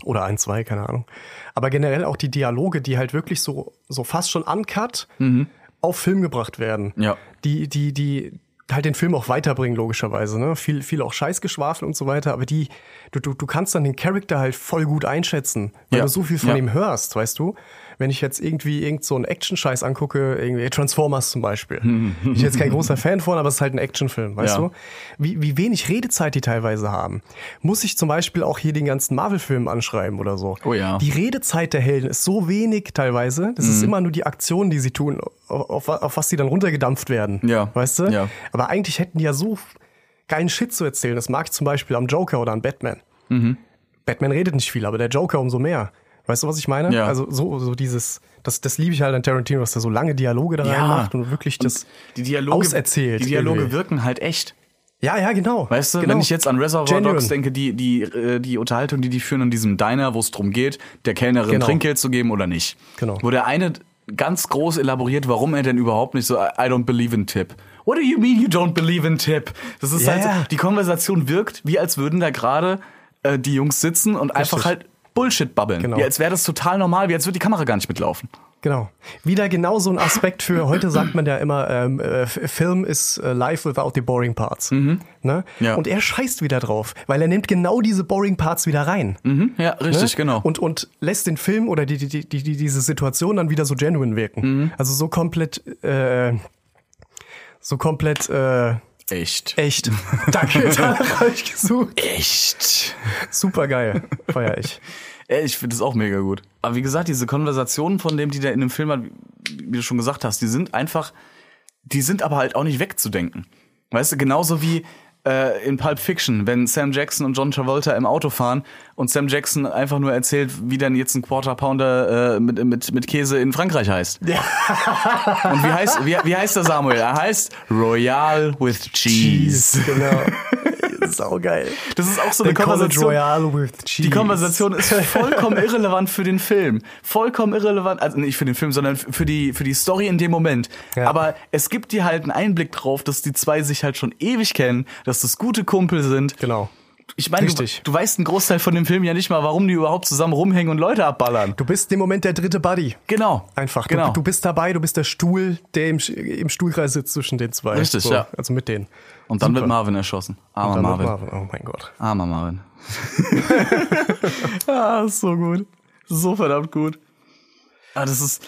Oder ein, zwei, keine Ahnung. Aber generell auch die Dialoge, die halt wirklich so, so fast schon uncut auf Film gebracht werden.
Mhm. Ja.
Die, die, die halt den Film auch weiterbringen, logischerweise. Ne? Viel, viel auch Scheißgeschwafel und so weiter, aber die, du, du, du kannst dann den Charakter halt voll gut einschätzen, weil
Ja.
du so viel von
Ja.
ihm hörst, weißt du? Wenn ich jetzt irgendwie irgend so einen Action-Scheiß angucke, irgendwie Transformers zum Beispiel. Bin ich jetzt kein großer Fan von, aber es ist halt ein Actionfilm, weißt
Ja.
du? Wie, wie wenig Redezeit die teilweise haben. Muss ich zum Beispiel auch hier den ganzen Marvel-Film anschreiben oder so.
Oh ja. Mhm.
Die Redezeit der Helden ist so wenig teilweise. Das ist immer nur die Aktionen, die sie tun, auf, auf, auf was sie dann runtergedampft werden.
Ja.
Weißt du?
Ja.
Aber eigentlich hätten die ja so geilen Shit zu erzählen. Das mag ich zum Beispiel am Joker oder an Batman. Batman redet nicht viel, aber der Joker umso mehr. Weißt du, was ich meine?
Ja.
Also so, so dieses, das, das liebe ich halt an Tarantino, dass der so lange Dialoge da reinmacht und wirklich das
die Dialoge,
auserzählt.
Die Dialoge
irgendwie.
wirken halt echt.
Ja, ja, genau.
Weißt du,
genau.
wenn ich jetzt an Reservoir
Genuine.
Dogs denke, die, die, äh, die Unterhaltung, die die führen in diesem Diner, wo es drum geht, der Kellnerin
Genau.
Trinkgeld zu geben oder nicht.
Genau.
Wo der eine ganz groß elaboriert, warum er denn überhaupt nicht so, I don't believe in Tip. What do you mean you don't believe in Tip? Das ist
Ja,
halt, so,
ja.
die Konversation wirkt, wie als würden da gerade äh, die Jungs sitzen und einfach
Richtig.
halt Bullshit babbeln.
Genau.
Wie als wäre das total normal, wie als würde die Kamera gar nicht mitlaufen.
Genau. Wieder genau so ein Aspekt für, heute sagt man ja immer, ähm, äh, F- Film ist äh, live without the boring parts. Ne?
Mhm. Ja.
Und er scheißt wieder drauf, weil er nimmt genau diese boring parts wieder rein.
Mhm. Ja, richtig, genau.
Ne? Und, und lässt den Film oder die, die, die, die, die- diese Situation dann wieder so genuine wirken.
Mhm.
Also so komplett, äh, so komplett äh,
echt.
echt. Danke, danach habe ich gesucht.
Echt.
Super geil, feier ich.
Ey, ich finde das auch mega gut. Aber wie gesagt, diese Konversationen, von dem, die der in dem Film hat, wie wie du schon gesagt hast, die sind einfach, die sind aber halt auch nicht wegzudenken. Weißt du, genauso wie äh, in Pulp Fiction, wenn Sam Jackson und John Travolta im Auto fahren und Sam Jackson einfach nur erzählt, wie dann jetzt ein Quarter Pounder äh, mit, mit, mit Käse in Frankreich heißt. Und wie heißt, wie, wie heißt der Samuel? Er heißt Royal with Cheese.
genau. Sau geil.
Das ist auch so eine
They call it
Konversation.
Royale with Cheese.
Die Konversation ist vollkommen irrelevant für den Film. Vollkommen irrelevant, also nicht für den Film, sondern für die, für die Story in dem Moment.
Ja.
Aber es gibt dir halt einen Einblick drauf, dass die zwei sich halt schon ewig kennen, dass das gute Kumpel sind.
Genau.
Ich meine, du,
Richtig.
du weißt einen Großteil von dem Film ja nicht mal, warum die überhaupt zusammen rumhängen und Leute abballern.
Du bist im Moment der dritte Buddy.
Genau.
Einfach.
Genau.
Du, du bist dabei, du bist der Stuhl, der im, Sch- im Stuhlkreis sitzt zwischen den zwei.
Richtig,
so,
ja.
Also mit denen.
und dann wird
Super.
Marvin erschossen. Armer
Dann mit
Marvin.
Marvin. Oh mein Gott.
Armer Marvin. ah, ist so gut. So verdammt gut. Ah, das ist,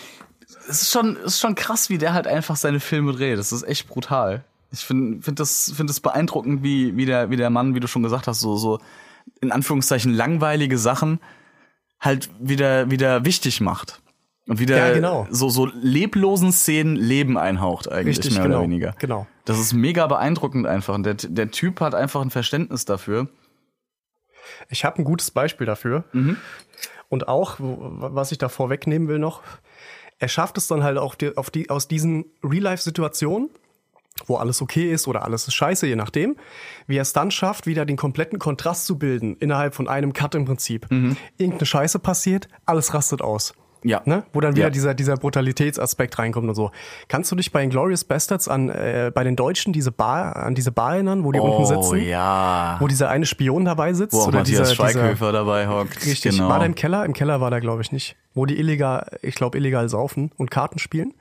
das ist schon, ist schon krass, wie der halt einfach seine Filme dreht. Das ist echt brutal. Ich finde find das, find das beeindruckend, wie, wie, der, wie der Mann, wie du schon gesagt hast, so, so in Anführungszeichen langweilige Sachen halt wieder, wieder wichtig macht. Und wieder
Ja, genau.
so, so leblosen Szenen Leben einhaucht eigentlich,
Richtig,
mehr
genau,
oder weniger.
genau.
Das ist mega beeindruckend einfach. Und der, der Typ hat einfach ein Verständnis dafür.
Ich habe ein gutes Beispiel dafür.
Mhm.
Und auch, wo- was ich da vorwegnehmen will noch, er schafft es dann halt auch die, auf die, aus diesen Real-Life-Situationen, wo alles okay ist oder alles ist scheiße, je nachdem, wie er es dann schafft, wieder den kompletten Kontrast zu bilden innerhalb von einem Cut im Prinzip. Irgendeine Scheiße passiert, alles rastet aus.
Mhm. Ja.
Ne? Wo dann wieder
Ja.
dieser, dieser Brutalitätsaspekt reinkommt und so. Kannst du dich bei Inglorious Bastards an, äh, bei den Deutschen diese Bar, an diese Bar erinnern, wo die unten sitzen?
Oh, ja.
Wo dieser eine Spion dabei sitzt?
Wo auch
oder
Matthias
dieser, dieser,
Schweighöfer dabei hockt.
Richtig.
Genau.
War der im Keller? Im Keller war der, glaube ich, nicht. Wo die illegal, ich glaube, illegal saufen und Karten spielen.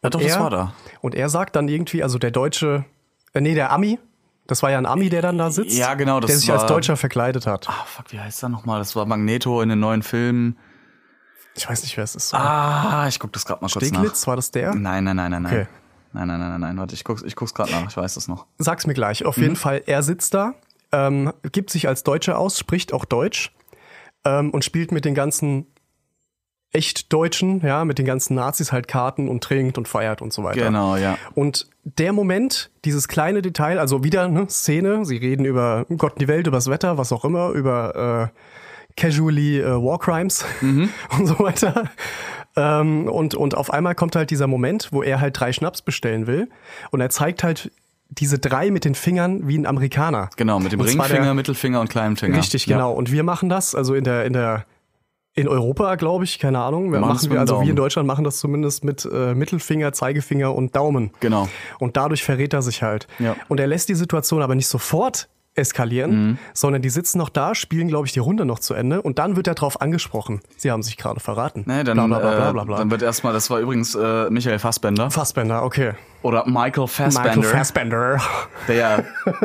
Und
doch, das war da.
Und er sagt dann irgendwie, also der Deutsche, äh, nee, der Ami, das war ja ein Ami, der dann da sitzt.
Ja, genau, das
Der sich als
war-
Deutscher verkleidet hat.
ah, fuck, wie heißt er nochmal? Das war Magneto in den neuen Filmen.
Ich weiß nicht, wer es ist.
Ah, ich guck das gerade mal kurz
Steglitz,
nach.
war das der?
Nein, nein, nein, nein, nein.
Okay.
Nein, nein, nein, nein, nein. Warte, ich guck's, ich guck's gerade nach. Ich weiß das noch.
Sag's mir gleich. Auf jeden Fall, er sitzt da, ähm, gibt sich als Deutscher aus, spricht auch Deutsch ähm, und spielt mit den ganzen echt Deutschen, ja, mit den ganzen Nazis halt Karten und trinkt und feiert und so weiter.
Genau, ja.
Und der Moment, dieses kleine Detail, also wieder eine Szene, sie reden über Gott und die Welt, über das Wetter, was auch immer, über äh, casually äh, War Crimes
Mhm.
und so weiter. Ähm, und, und auf einmal kommt halt dieser Moment, wo er halt drei Schnaps bestellen will und er zeigt halt diese drei mit den Fingern wie ein Amerikaner.
Genau, mit dem
Und zwar der- genau.
Ringfinger, Mittelfinger und kleinen Finger.
Richtig, genau. Und wir machen das, also in der, in der In Europa, glaube ich, keine Ahnung. Wir
Machen's
machen wir,
mit dem
also wir in
Daumen.
Deutschland machen das zumindest mit äh, Mittelfinger, Zeigefinger und Daumen.
Genau.
Und dadurch verrät er sich halt.
Ja.
Und er lässt die Situation aber nicht sofort eskalieren,
Mhm.
sondern die sitzen noch da, spielen, glaube ich, die Runde noch zu Ende und dann wird er drauf angesprochen. Sie haben sich gerade verraten.
Nee, dann,
bla, bla, bla,
äh,
bla, bla, bla.
dann wird erstmal, das war übrigens äh, Michael Fassbender
Fassbender, okay.
oder Michael Fassbender,
Michael Fassbender.
der ja,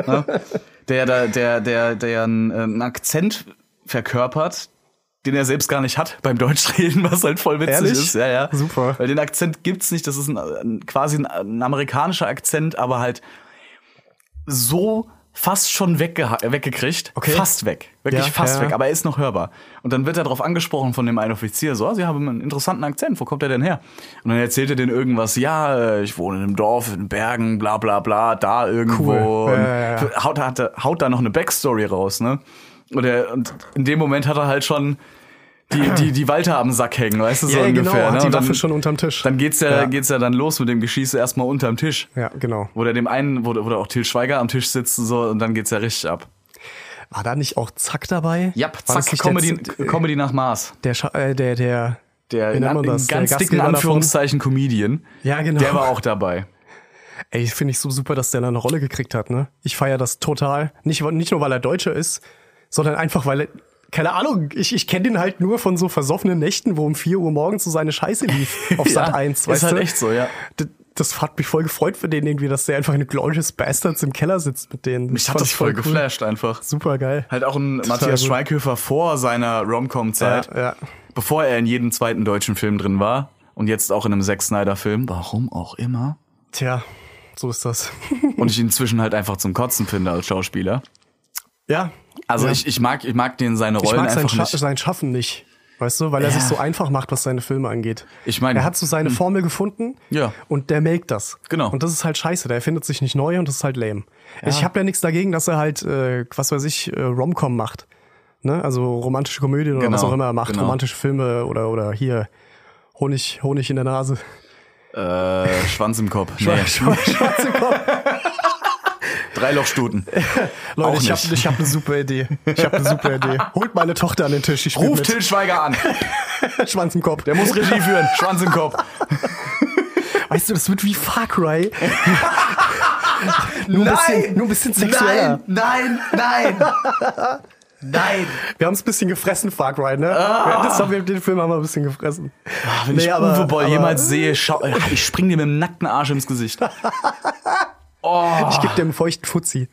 ne, der, der, der, der, der einen, äh, einen Akzent verkörpert, den er selbst gar nicht hat beim Deutschreden, was halt voll witzig
Ehrlich?
ist. Ja, ja.
Super.
Weil den Akzent gibt's nicht, das ist ein, ein, quasi ein, ein amerikanischer Akzent, aber halt so fast schon weggeha weggekriegt.
Okay.
Fast weg. Wirklich
Ja,
fast
ja.
weg, aber er ist noch hörbar. Und dann wird er darauf angesprochen von dem einen Offizier, so, ah, Sie haben einen interessanten Akzent, wo kommt er denn her? Und dann erzählt er denen irgendwas, ja, äh, ich wohne in einem Dorf, in den Bergen, bla bla bla, da irgendwo.
Cool. Ja,
Und
ja, ja.
Haut, hat, er- haut da noch eine Backstory raus, ne? Und, er, und in dem Moment hat er halt schon die, die, die Walter am Sack hängen, weißt du, so
ja,
ungefähr.
genau, hat
ne?
die
Und
Waffe
dann,
schon unterm Tisch.
dann geht's äh, ja,
Ja.
geht's ja dann los mit dem Geschieße erstmal unterm Tisch.
ja, genau.
Wo der dem einen, wo, wo der auch Til Schweiger am Tisch sitzt und so, und dann geht's ja richtig ab.
War da nicht auch Zack dabei?
Ja,
War das
zack,
nicht
Comedy,
Der,
Comedy nach Maß.
der, Scha- äh, der, der,
Der
wie
in,
nennt
an,
man
in
das? Der
ganz dicken
Gastgeber davon?
Anführungszeichen Comedian.
Ja, genau.
Der war auch dabei.
Ey, finde ich so super, dass der da eine Rolle gekriegt hat, ne? Ich feiere das total. Nicht, nicht nur, weil er Deutscher ist, sondern einfach, weil er, keine Ahnung, ich, ich kenne den halt nur von so versoffenen Nächten, wo um 4 Uhr morgens so seine Scheiße lief auf Sat 1,
ist
weißt
halt
du?
echt so, ja.
D- Das hat mich voll gefreut für den irgendwie, dass der einfach in Glorious Bastards im Keller sitzt mit denen.
Mich hat
fand
das
ich
voll
cool.
geflasht einfach.
Super geil.
Halt auch ein Matthias
gut.
Schweighöfer vor seiner Rom-Com-Zeit,
Ja, ja.
bevor er in jedem zweiten deutschen Film drin war und jetzt auch in einem Zack Snyder-Film, warum auch immer.
Tja, so ist das.
Und ich ihn inzwischen halt einfach zum Kotzen finde als Schauspieler.
ja.
Also
ja.
ich, ich mag ich mag den seine
Ich
Rollen
mag sein,
einfach
Scha
nicht.
sein Schaffen nicht. Weißt du, weil er
Ja.
sich so einfach macht, was seine Filme angeht.
Ich meine- hm.
er hat so seine Formel gefunden
Ja.
und der melkt das.
Genau.
Und das ist halt scheiße. Der erfindet sich nicht neu und das ist halt lame. Ich habe ja nichts dagegen, dass er halt, äh, was weiß ich, äh, Romcom macht. Ne? Also romantische Komödien oder
Genau,
was auch immer er macht.
genau.
Romantische Filme oder, oder hier Honig, Honig in der Nase.
Äh, Schwanz im Kopf. Nee,
Schwarze Kopf.
drei Lochstuten.
Leute,
Auch
ich
nicht.
habe ich hab eine super Idee. Ich habe eine super Idee. Holt meine Tochter an den Tisch. Ich
Ruf Til Schweiger an.
Schwanz im Kopf.
Der muss Regie führen. Schwanz im Kopf.
Weißt du, das wird wie Far Cry. nur, ein bisschen, nur ein bisschen sexueller.
nein, nein. nein.
Wir haben es ein bisschen gefressen, Far Cry, ne? Ah. Das haben wir, den Film haben wir ein bisschen gefressen.
Ah, Wenn ich Uwe Boll jemals sehe, schau, äh, ich spring dir mit dem nackten Arsch ins Gesicht.
Ich geb dem einen feuchten Fuzzi.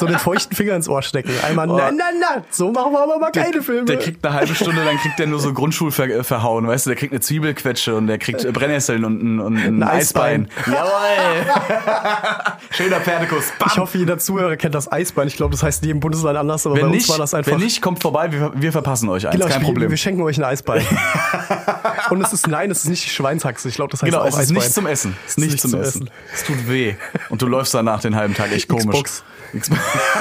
so den feuchten Finger ins Ohr stecken. Einmal, na, na, na, so machen wir aber mal keine Filme.
Oh. Der kriegt eine halbe Stunde, dann kriegt der nur so Grundschulverhauen, weißt du, der kriegt eine Zwiebelquetsche und der kriegt äh, Brennnesseln und ein, und
Ein
ein Eisbein.
Eisbein.
Jawoll. Schöner Pferdekuss. Bam.
ich hoffe, jeder Zuhörer kennt das Eisbein. Ich glaube, das heißt in jedem Bundesland anders, aber bei
wenn
uns
nicht,
war das einfach.
wenn nicht, kommt vorbei, wir, wir verpassen euch eins,
Genau,
kein
wir,
Problem.
wir schenken euch ein Eisbein. Und es ist, nein, es ist nicht die Schweinshaxe. Ich glaube, das heißt
Genau,
auch
es ist
Eisbein.
nicht zum Essen. Es ist
Es
nicht, zum, Essen. Es tut weh. Und du läufst danach den halben Tag echt komisch.
Xbox.
Xbox.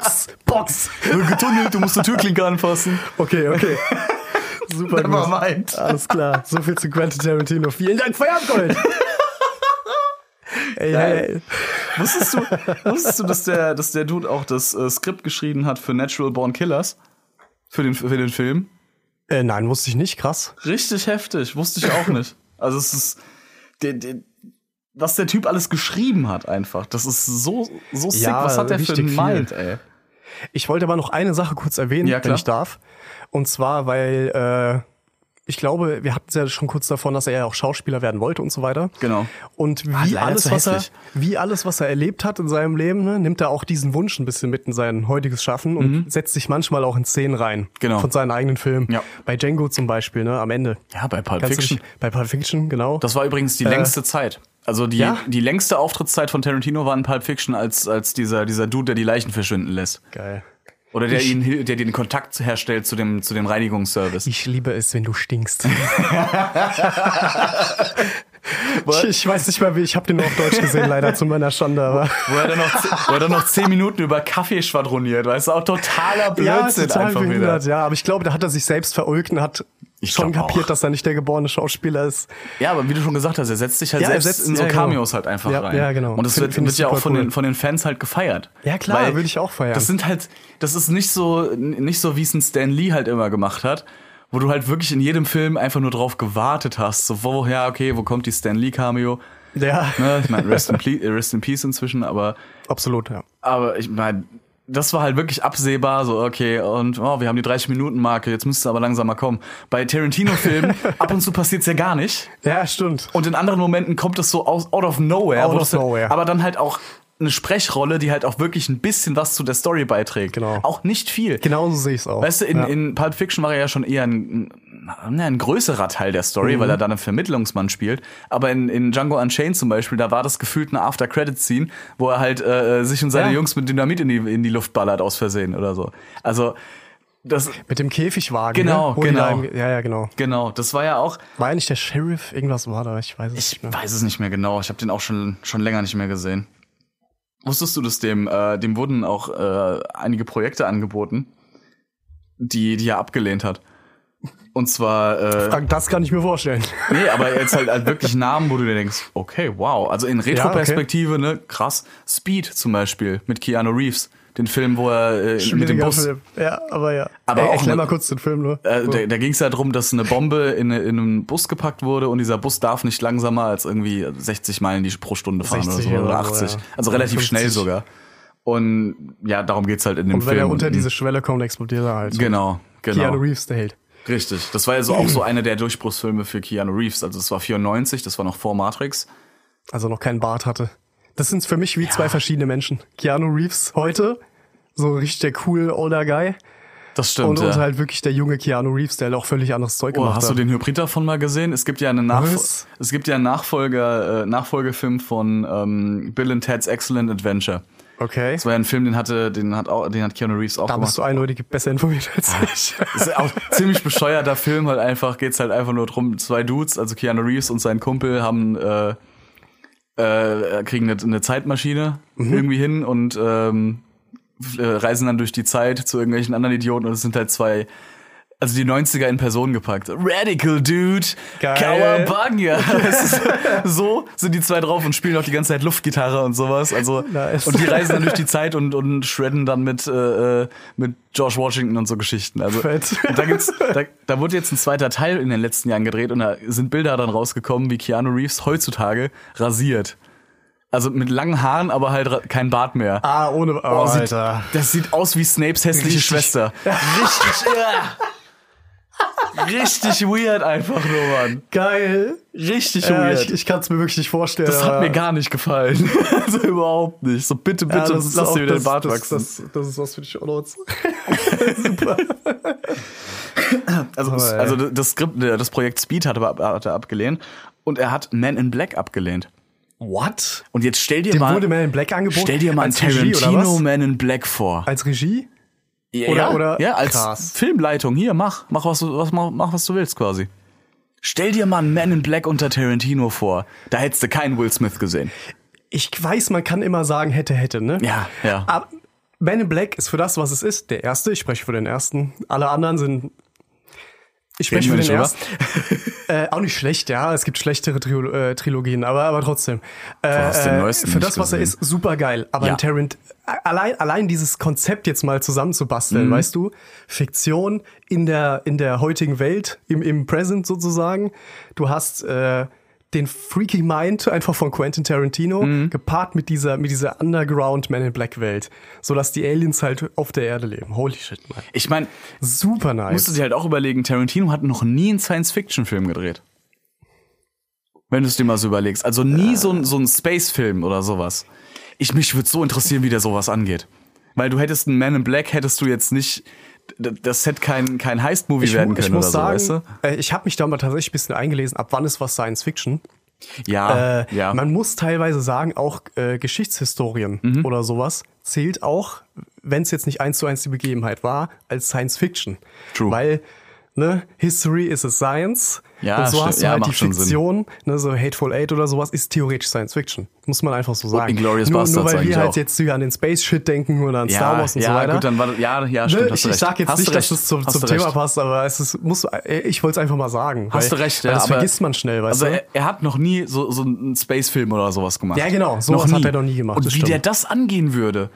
Xbox.
Getunnelt, du musst eine Türklinke anfassen.
Okay, okay. Super.
Never
gut.
mind.
Alles klar. So viel zu Quentin Tarantino. Vielen Dank, Feierabendgold. ey, ey,
Wusstest du, wusstest du dass, der, dass der Dude auch das äh, Skript geschrieben hat für Natural Born Killers? Für den, für den Film?
ey. Äh, nein, wusste ich nicht. Krass.
Richtig heftig. Wusste ich auch nicht. Also, es ist. Der, der, was der Typ alles geschrieben hat, einfach. Das ist so, so sick.
Ja,
was hat der für
richtig
ein
viel.
Mind, ey?
Ich wollte aber noch eine Sache kurz erwähnen,
Ja,
wenn
klar.
ich darf. Und zwar, weil äh, ich glaube, wir hatten es ja schon kurz davon, dass er ja auch Schauspieler werden wollte und so weiter.
Genau.
Und wie
leider
alles,
zu
was er,
hässlich.
wie alles, was er erlebt hat in seinem Leben, ne, nimmt er auch diesen Wunsch ein bisschen mit in sein heutiges Schaffen und setzt sich manchmal auch in Szenen rein.
Mhm. Genau.
Von seinen eigenen Filmen.
Ja.
Bei Django zum Beispiel, ne, am Ende.
Ja, bei Pulp
Kannst du
Fiction.
dich- Bei Pulp Fiction, genau.
Das war übrigens die längste Zeit. Also die,
ja?
die längste Auftrittszeit von Tarantino war in Pulp Fiction als, als dieser, dieser Dude, der die Leichen verschwinden lässt.
Geil.
Oder der ihn hil- der den Kontakt herstellt zu dem, zu dem Reinigungsservice.
Ich liebe es, wenn du stinkst. ich, ich weiß nicht mehr, wie ich habe den nur auf Deutsch gesehen, leider zu meiner Schande, aber
Wo er, dann noch, ze- wo er dann noch zehn Minuten über Kaffee schwadroniert, weißt du, auch totaler Blödsinn einfach wieder.
behindert, ja, aber ich glaube, da hat er sich selbst verulgt und hat
Ich
schon
glaub
kapiert,
auch.
dass er nicht der geborene Schauspieler ist.
Ja, aber wie du schon gesagt hast, er setzt sich halt
Ja, er
selbst
setzt-
in so
ja, genau.
Cameos halt einfach
Ja,
rein.
ja, genau.
Und das
Find-
wird,
find
wird
ich
ja auch
super
von,
cool.
den, von den Fans halt gefeiert.
Ja, klar,
Weil
würde ich auch feiern.
Das sind halt, das ist nicht so, nicht so, wie es ein Stan Lee halt immer gemacht hat, wo du halt wirklich in jedem Film einfach nur drauf gewartet hast. So, wo, ja, okay, wo kommt die Stan Lee Cameo?
Ja,
Ne? Ich meine, Rest, in Ple- äh, Rest in Peace inzwischen, aber,
absolut, ja.
aber ich meine, das war halt wirklich absehbar, so, okay, und oh, wir haben die 30-Minuten-Marke, jetzt müsste es aber langsam mal kommen. Bei Tarantino-Filmen, ab und zu passiert's ja gar nicht.
Ja, stimmt.
Und in anderen Momenten kommt es so aus, out of nowhere.
Out
wo
of
das-
nowhere.
Aber dann halt auch eine Sprechrolle, die halt auch wirklich ein bisschen was zu der Story beiträgt.
Genau.
Auch nicht viel.
Genauso sehe ich es auch.
Weißt du, in,
ja.
in Pulp Fiction war er ja schon eher ein, ein, ein größerer Teil der Story,
Mhm.
weil er da einen Vermittlungsmann spielt. Aber in, in Django Unchained zum Beispiel, da war das gefühlt eine After-Credit-Scene, wo er halt äh, sich und seine
Ja.
Jungs mit Dynamit in die, in die Luft ballert aus Versehen oder so. Also, das,
Mit dem Käfigwagen.
Genau,
ne? Wo die da
genau.
im- Ja, ja, genau.
genau, das war ja auch,
War eigentlich der Sheriff? Irgendwas war da, ich weiß es
Ich
nicht mehr.
weiß es nicht mehr genau. Ich habe den auch schon, schon länger nicht mehr gesehen. Wusstest du, dass dem, äh, dem wurden auch äh, einige Projekte angeboten, die, die er abgelehnt hat? Und zwar, äh,
Das kann ich mir vorstellen.
nee, aber jetzt halt, halt wirklich Namen, wo du dir denkst, okay, wow. Also in Retro-Perspektive, ne, krass. Speed zum Beispiel mit Keanu Reeves, den Film, wo er äh, mit dem
Schwieriger
Bus.
Film. Ja, aber ja.
Aber
Ey,
auch
erklär
eine-
mal kurz den Film nur.
Äh, da da ging es ja darum, dass eine Bombe in, in einen Bus gepackt wurde und dieser Bus darf nicht langsamer als irgendwie 60 Meilen die, pro Stunde fahren oder
60
so. Oder
oder so,
80.
ja.
Also relativ
50.
schnell sogar. Und ja, darum geht's halt in dem
Und
Film.
wenn er unter
Und-
diese Schwelle kommt, explodiert er halt.
Genau, genau.
Keanu Reeves, der Held.
Richtig. Das war ja so auch so einer der Durchbruchsfilme für Keanu Reeves. Also es war 94, das war noch vor Matrix.
Also noch keinen Bart hatte. Das sind für mich wie zwei verschiedene Menschen. Keanu Reeves heute, so richtig der cool older Guy.
Das stimmt.
Und,
ja.
und halt wirklich der junge Keanu Reeves, der halt auch völlig anderes Zeug
Oh,
gemacht
hast du
hat.
den Hybrid davon mal gesehen? Es gibt ja einen Nachf
Was?
es gibt ja einen Nachfolger, äh, Nachfolgefilm von ähm, Bill and Ted's Excellent Adventure.
okay.
Das war ja ein Film, den hatte, den hat auch, den hat Keanu Reeves auch
Da
gemacht.
bist du eindeutig besser informiert als ich.
Ah, Das ist auch ein ziemlich bescheuerter Film, halt einfach, geht's halt einfach nur drum, zwei Dudes, also Keanu Reeves und sein Kumpel haben, äh, äh, kriegen eine, eine Zeitmaschine
Mhm.
irgendwie hin und ähm, f- äh, reisen dann durch die Zeit zu irgendwelchen anderen Idioten und es sind halt zwei, also die 90er in Person gepackt. Radical Dude,
Geil.
Cowabunga. Das ist- so sind die zwei drauf und spielen auch die ganze Zeit Luftgitarre und sowas. Also
Nice.
und die reisen dann durch die Zeit und und shredden dann mit äh, äh, mit George Washington und so Geschichten. Also
Fett.
da gibt's da, da wurde jetzt ein zweiter Teil in den letzten Jahren gedreht und da sind Bilder dann rausgekommen, wie Keanu Reeves heutzutage rasiert. Also mit langen Haaren, aber halt ra- kein Bart mehr.
Ah, ohne. Oh,
Oh, sieht,
Alter.
das sieht aus wie Snapes hässliche
Richtig.
Schwester. Richtig, ja. Richtig weird einfach nur, Mann.
Geil.
Richtig
Ja,
weird.
ich ich kann es mir wirklich nicht vorstellen.
das hat
aber-
mir gar nicht gefallen. also überhaupt nicht. So bitte,
Ja,
bitte,
das ist
lass
auch-
dir wieder
das-
den Bart
das,
wachsen.
Das, das, ist was für die Shownotes.
also,
aber, oh, ey.
also das Skript, das Projekt Speed hat er, hat er abgelehnt und er hat Man in Black abgelehnt.
What?
Und jetzt stell dir
Dem
mal,
wurde Man in Black angeboten?
stell dir mal einen
Als Regie oder
Tarantino
was?
Man in Black vor.
Als Regie?
Ja,
Oder-
ja,
oder-
ja als
krass.
Filmleitung. Hier, mach, mach was, du- was, mach, mach, was du willst quasi. Stell dir mal einen Man in Black unter Tarantino vor. Da hättest du keinen Will Smith gesehen.
Ich weiß, man kann immer sagen, hätte, hätte, ne?
Ja, ja.
Aber Man in Black ist für das, was es ist, der erste. Ich spreche für den ersten. Alle anderen sind. Ich spreche für
Reden
den
wir nicht
ersten. äh, auch nicht schlecht, ja. Es gibt schlechtere Trio äh, Trilogien, aber, aber trotzdem. Äh,
hast den
äh,
neuesten
für
nicht
das, was er
gesehen.
ist, super geil. Aber
Ja.
ein Tarant, allein, allein dieses Konzept jetzt mal
Mhm.
zusammenzubasteln, weißt du? Fiktion in der, in der heutigen Welt, im, im Present sozusagen. Du hast, äh, den Freaky Mind einfach von Quentin Tarantino
Mhm.
gepaart mit dieser mit dieser Underground Man in Black Welt, so dass die Aliens halt auf der Erde leben. Holy shit, man.
Ich meine,
Super nice.
musst du dir halt auch überlegen, Tarantino hat noch nie einen Science-Fiction-Film gedreht. Wenn du es dir mal so überlegst. Also nie so ein, so ein Space-Film oder sowas. Ich mich würde so interessieren, wie der sowas angeht. Weil du hättest einen Man in Black, hättest du jetzt nicht. d- Das hätte kein, kein Heist-Movie
ich,
werden
mu-
können
ich muss
oder
sagen,
so, weißt
äh, ich habe mich da mal tatsächlich ein bisschen eingelesen, ab wann ist was Science Fiction.
du? Ja,
Äh,
ja.
Man muss teilweise sagen, auch äh, Geschichtshistorien
Mhm.
oder sowas zählt auch, wenn es jetzt nicht eins zu eins die Begebenheit war, als Science Fiction.
True.
Weil ne, History is a Science.
Ja,
und so
stimmt.
hast du
Ja,
halt die
macht schon Sinn.
Fiktion, ne, so Hateful Eight oder sowas, ist theoretisch Science Fiction. Muss man einfach so sagen.
Inglourious
nur, nur
Basterds
weil
eigentlich
wir halt
auch.
jetzt hier an den Space Shit denken oder an Star Wars und
ja,
so weiter.
gut, dann war das, ja, ja, stimmt,
Ne,
hast
ich,
du
ich
recht.
sag jetzt
hast
nicht,
du recht.
dass das zum,
hast
zum
du
Thema
recht.
passt, aber es ist, muss, ich wollte es einfach mal sagen.
Hast
weil,
du recht,
weil
ja.
Das
aber,
vergisst man schnell, weißt
also
du?
Er, er hat noch nie so, so einen Space-Film oder sowas gemacht.
Ja, genau, sowas hat er noch nie gemacht,
Und
das
wie
stimmt.
der das angehen würde,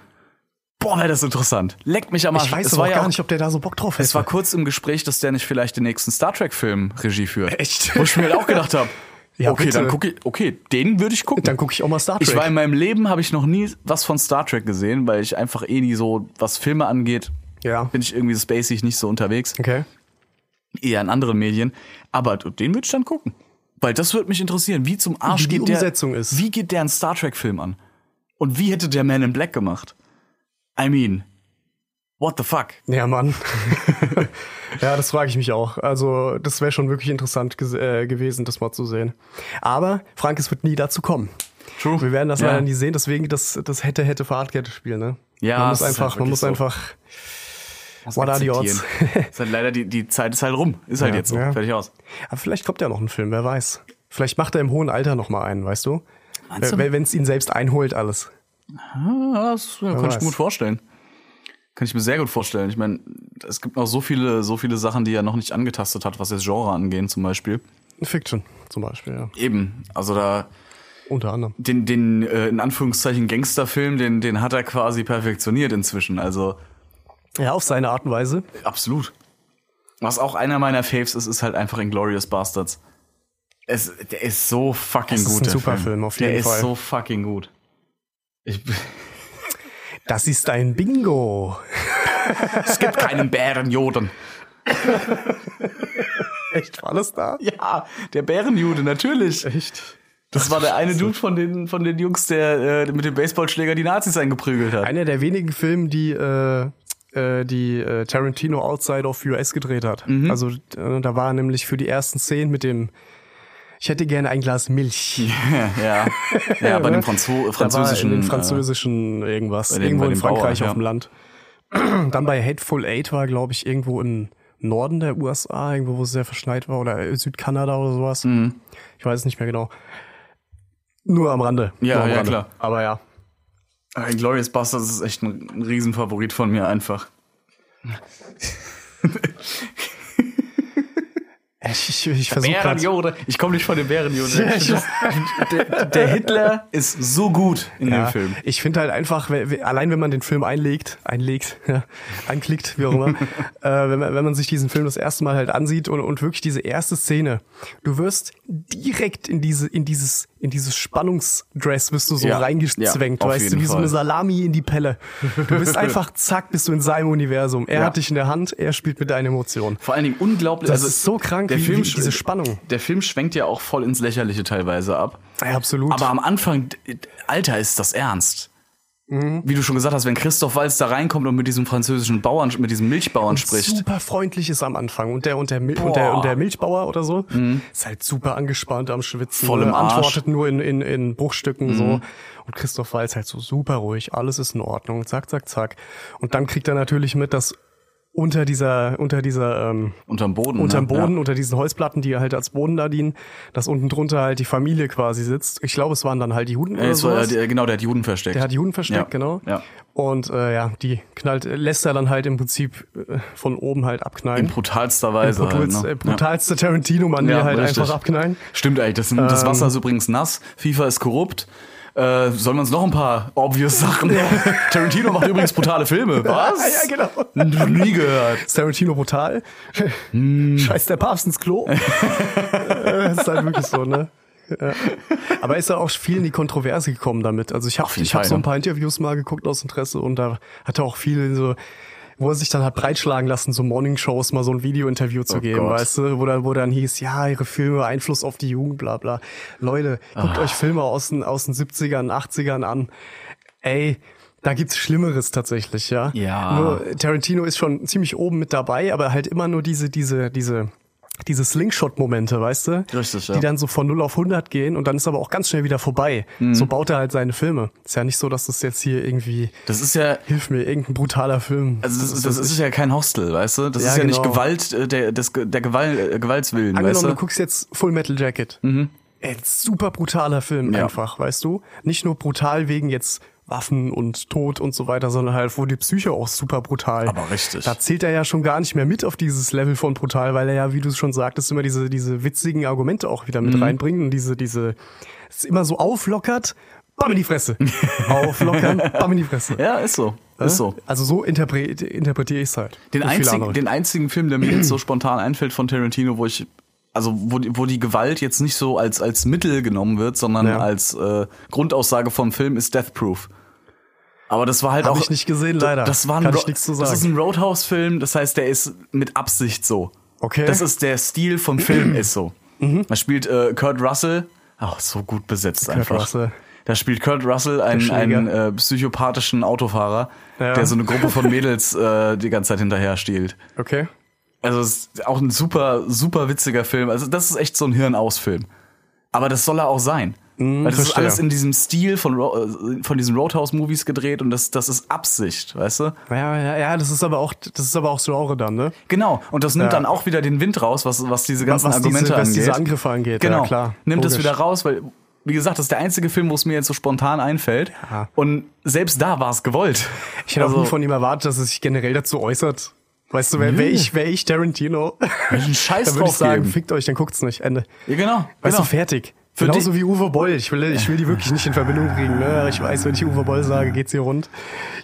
boah, wäre das interessant. Leckt mich am Arsch.
Ich weiß
es
aber
war
auch
ja
gar nicht, ob der da so Bock drauf hätte.
Es war kurz im Gespräch, dass der nicht vielleicht den nächsten Star Trek-Film Regie führt.
Echt?
Wo ich mir halt auch gedacht habe,
Ja,
okay,
bitte.
dann gucke ich, okay, den würde ich gucken.
Dann gucke ich auch mal Star Trek.
Ich war in meinem Leben, habe ich noch nie was von Star Trek gesehen, weil ich einfach eh nie so, was Filme angeht,
Ja.
bin ich irgendwie spacig nicht so unterwegs.
okay.
Eher in anderen Medien. Aber den würde ich dann gucken. Weil das würde mich interessieren, wie zum Arsch
Wie die
geht der,
Umsetzung ist.
Wie geht der einen Star Trek-Film an? Und wie hätte der Man in Black gemacht? I mean, what the fuck?
Ja, Mann. ja, das frage ich mich auch. Also, das wäre schon wirklich interessant ges- äh, gewesen, das mal zu sehen. Aber, Frank, es wird nie dazu kommen.
True.
Wir werden das
Ja.
leider nie sehen, deswegen das, das hätte, hätte Fahrradkette-Spiel, ne?
Ja,
Man muss
es ist
einfach,
halt
man
wirklich
muss
so.
einfach,
Muss
What are the
akzeptieren. ist halt leider, die, die Zeit ist halt rum. Ist halt
Ja,
jetzt so.
ja.
Fertig aus.
aber vielleicht kommt ja noch ein Film, wer weiß. Vielleicht macht er im hohen Alter noch mal einen, weißt du? Äh,
Meinst du?
Wenn es ihn selbst einholt, alles.
Ja, das ja, kann
weiß.
ich mir gut vorstellen. Kann ich mir sehr gut vorstellen. Ich meine, es gibt noch so viele, so viele Sachen, die er noch nicht angetastet hat, was jetzt Genre angehen, zum Beispiel.
Fiction zum Beispiel, ja.
Eben. Also da,
Unter anderem.
den, den, äh, in Anführungszeichen Gangsterfilm, den, den hat er quasi perfektioniert inzwischen. Also,
Ja, auf seine Art und Weise.
Absolut. Was auch einer meiner Faves ist, ist halt einfach Inglourious Bastards. Es, der ist so fucking
Das ist
gut.
ein
der
super
Film,
Film, auf
der
jeden Fall.
ist so fucking gut. Ich,
Das ist ein Bingo.
es gibt keinen Bärenjuden.
Echt, war alles da?
Ja, der Bärenjude, natürlich.
Echt?
Das war der eine Dude von den, von den Jungs, der äh, mit dem Baseballschläger die Nazis eingeprügelt hat.
Einer der wenigen Filme, die äh, äh, die äh, Tarantino outside of US gedreht hat. Also äh, da war er nämlich für die ersten Szenen mit dem ich hätte gerne ein Glas Milch.
ja, ja, bei
Ne?
dem Franzo
Da
französischen.
War in den
äh,
französischen irgendwas.
dem-
irgendwo
bei
in
dem Bauer,
Frankreich
ja.
auf dem Land. Dann bei Hateful Eight war, glaube ich, irgendwo im Norden der USA, irgendwo, wo es sehr verschneit war, oder äh, Südkanada oder sowas.
Mhm.
Ich weiß es nicht mehr genau. Nur am Rande.
Ja,
Nur am
ja,
Rande.
klar.
Aber ja.
Ah, Inglourious Basterds ist echt ein, ein Riesenfavorit von mir einfach. Äh,
Ich, ich, ich versuche gerade.
Bärenjode. Ich komme nicht von dem Bärenjode.
Ja, ich-
der, der Hitler ist so gut in
Ja,
dem Film.
Ich finde halt einfach, we- we- allein wenn man den Film einlegt, einlegt, ja, anklickt, wie auch immer, äh, wenn, man, wenn man sich diesen Film das erste Mal halt ansieht und, und wirklich diese erste Szene, du wirst direkt in diese, in dieses, in dieses Spannungsdress wirst du so
Ja,
reingezwängt,
ja, auf
weißt du,
jeden
wie so eine
Fall.
Salami in die Pelle. Du bist einfach, zack, bist du in seinem Universum. Er
Ja.
hat dich in der Hand, er spielt mit deinen Emotionen.
Vor allen Dingen unglaublich. also
Das ist so krank,
der
wie,
Film
wie diese Spannung.
Der Film schwenkt ja auch voll ins Lächerliche teilweise ab.
Ja, absolut.
Aber am Anfang, d- Alter, ist das ernst.
Mhm.
Wie du schon gesagt hast, wenn Christoph Walz da reinkommt und mit diesem französischen Bauern, mit diesem Milchbauern spricht.
super freundlich ist am Anfang und der und der, Mil und der,
Boah. Mhm.
und der Milchbauer oder so ist halt super angespannt am Schwitzen.
Voll
ne?
im Arsch. Mhm.
Antwortet nur in, in, in Bruchstücken so. Und Christoph Walz halt so super ruhig, alles ist in Ordnung, zack, zack, zack. Und dann kriegt er natürlich mit, dass unter dieser, unter dieser, ähm,
Unterm Boden.
unterm
ne?
Boden,
Ja.
unter diesen Holzplatten, die halt als Boden da dienen, dass unten drunter halt die Familie quasi sitzt. Ich glaube, es waren dann halt die Juden
Äh,
oder
es war,
sowas.
der, genau, der hat Juden versteckt.
Der hat Juden versteckt,
Ja,
genau.
ja.
Und äh, ja, die knallt, lässt er dann halt im Prinzip äh, von oben halt abknallen.
In brutalster Weise.
Brutalste,
halt, ne?
äh, brutalste Tarantino-Mann,
Ja,
der halt
richtig.
einfach abknallen.
Stimmt eigentlich, das, das
Ähm.
Wasser ist übrigens nass, FIFA ist korrupt. Äh, sollen wir uns noch ein paar obvious Sachen? Tarantino macht übrigens brutale Filme.
Ja,
Was?
genau.
Noch Nie gehört. Hm.
Ist Tarantino brutal? Scheiß der Papst ins Klo? Äh, ist halt wirklich so, ne? Ja. Aber ist ja auch viel in die Kontroverse gekommen damit. Also ich habe
jeden
ich hab
Fall,
so ein
ne?
paar Interviews mal geguckt aus Interesse und da hat er auch viel so, wo er sich dann hat breitschlagen lassen, so Morning-Shows mal so ein Video-Interview zu
Oh
geben,
Gott.
weißt du, wo dann, wo dann hieß, ja, ihre Filme, Einfluss auf die Jugend, bla bla. Leute, guckt
Ah.
euch Filme aus den, aus den 70ern, 80ern an. Ey, da gibt's Schlimmeres tatsächlich, ja.
Ja.
Nur Tarantino ist schon ziemlich oben mit dabei, aber halt immer nur diese, diese, diese diese Slingshot-Momente, weißt du?
Richtig, ja.
Die dann so von 0 auf 100 gehen und dann ist aber auch ganz schnell wieder vorbei.
Mhm.
So baut er halt seine Filme. Ist ja nicht so, dass das jetzt hier irgendwie,
Das ist ja
hilf mir, irgendein brutaler Film.
Also das, das, ist ja kein Hostel, weißt du? Das
Ja,
ist ja nicht
genau.
Gewalt, äh, der, des, der Gewalt, äh, Gewaltswillen,
Angenommen,
weißt
du
du? Mhm.
guckst jetzt Full Metal Jacket. Ey, super brutaler Film
Ja.
einfach, weißt du? Nicht nur brutal wegen jetzt Waffen und Tod und so weiter, sondern halt wo die Psyche auch super brutal.
Aber richtig.
Da zählt er ja schon gar nicht mehr mit auf dieses Level von brutal, weil er ja, wie du es schon sagtest, immer diese, diese witzigen Argumente auch wieder
Mhm.
mit reinbringt und diese, diese, es immer so auflockert, bam in die Fresse. Auflockern, bam in die Fresse.
Ja, ist so. Ist so.
Also so interpret interpretiere ich es halt.
Den
Und viele
einzigen,
andere.
den einzigen Film, der mir jetzt so spontan einfällt von Tarantino, wo ich, also wo, die- wo die Gewalt jetzt nicht so als, als Mittel genommen wird, sondern
Ja.
als äh, Grundaussage vom Film, ist Death Proof. Aber das war halt
Hab
auch.
ich nicht gesehen, leider.
Das war ein
Kann
Ro-
ich nichts zu
Das ist
sagen.
ein Roadhouse-Film, das heißt, der ist mit Absicht so.
Okay. Mhm.
Das ist der Stil vom Film, ist so. Da spielt äh, Kurt Russell, auch so gut besetzt einfach.
Russell.
Da spielt Kurt Russell einen,
Schläger.
einen äh, psychopathischen Autofahrer,
Ja.
der so eine Gruppe von Mädels äh, die ganze Zeit hinterher stiehlt.
Okay.
Also es ist auch ein super, super witziger Film. Also das ist echt so ein Hirnausfilm. Aber das soll er auch sein. Weil das ist
Mhm, verstehe.
alles in diesem Stil von, Ro- äh, von diesen Roadhouse-Movies gedreht und das, das ist Absicht, weißt du?
Ja, ja, ja, das ist aber auch, das ist aber auch Genre dann, ne?
Genau. Und das nimmt
Ja.
dann auch wieder den Wind raus, was, was diese ganzen
Was diese-
Argumente
was
angeht.
diese Angriffe angeht,
Genau.
ja, klar.
Nimmt es
Logisch.
wieder raus, weil, wie gesagt, das ist der einzige Film, wo es mir jetzt so spontan einfällt.
Ja.
Und selbst da war es gewollt.
Ich hätte auch
Also-
nie von ihm erwartet, dass er sich generell dazu äußert. Weißt du, wäre wär ich, wär ich Tarantino,
Welchen Scheiß
dann würde ich
drauf
sagen,
geben.
fickt euch, dann guckt's nicht, Ende.
Ja, genau.
Weißt
genau.
du, fertig.
Für
Genauso
die-
wie Uwe Boll. Ich will, ich will die wirklich nicht in Verbindung bringen. Ne? Ich weiß, wenn ich Uwe Boll sage, geht's hier rund.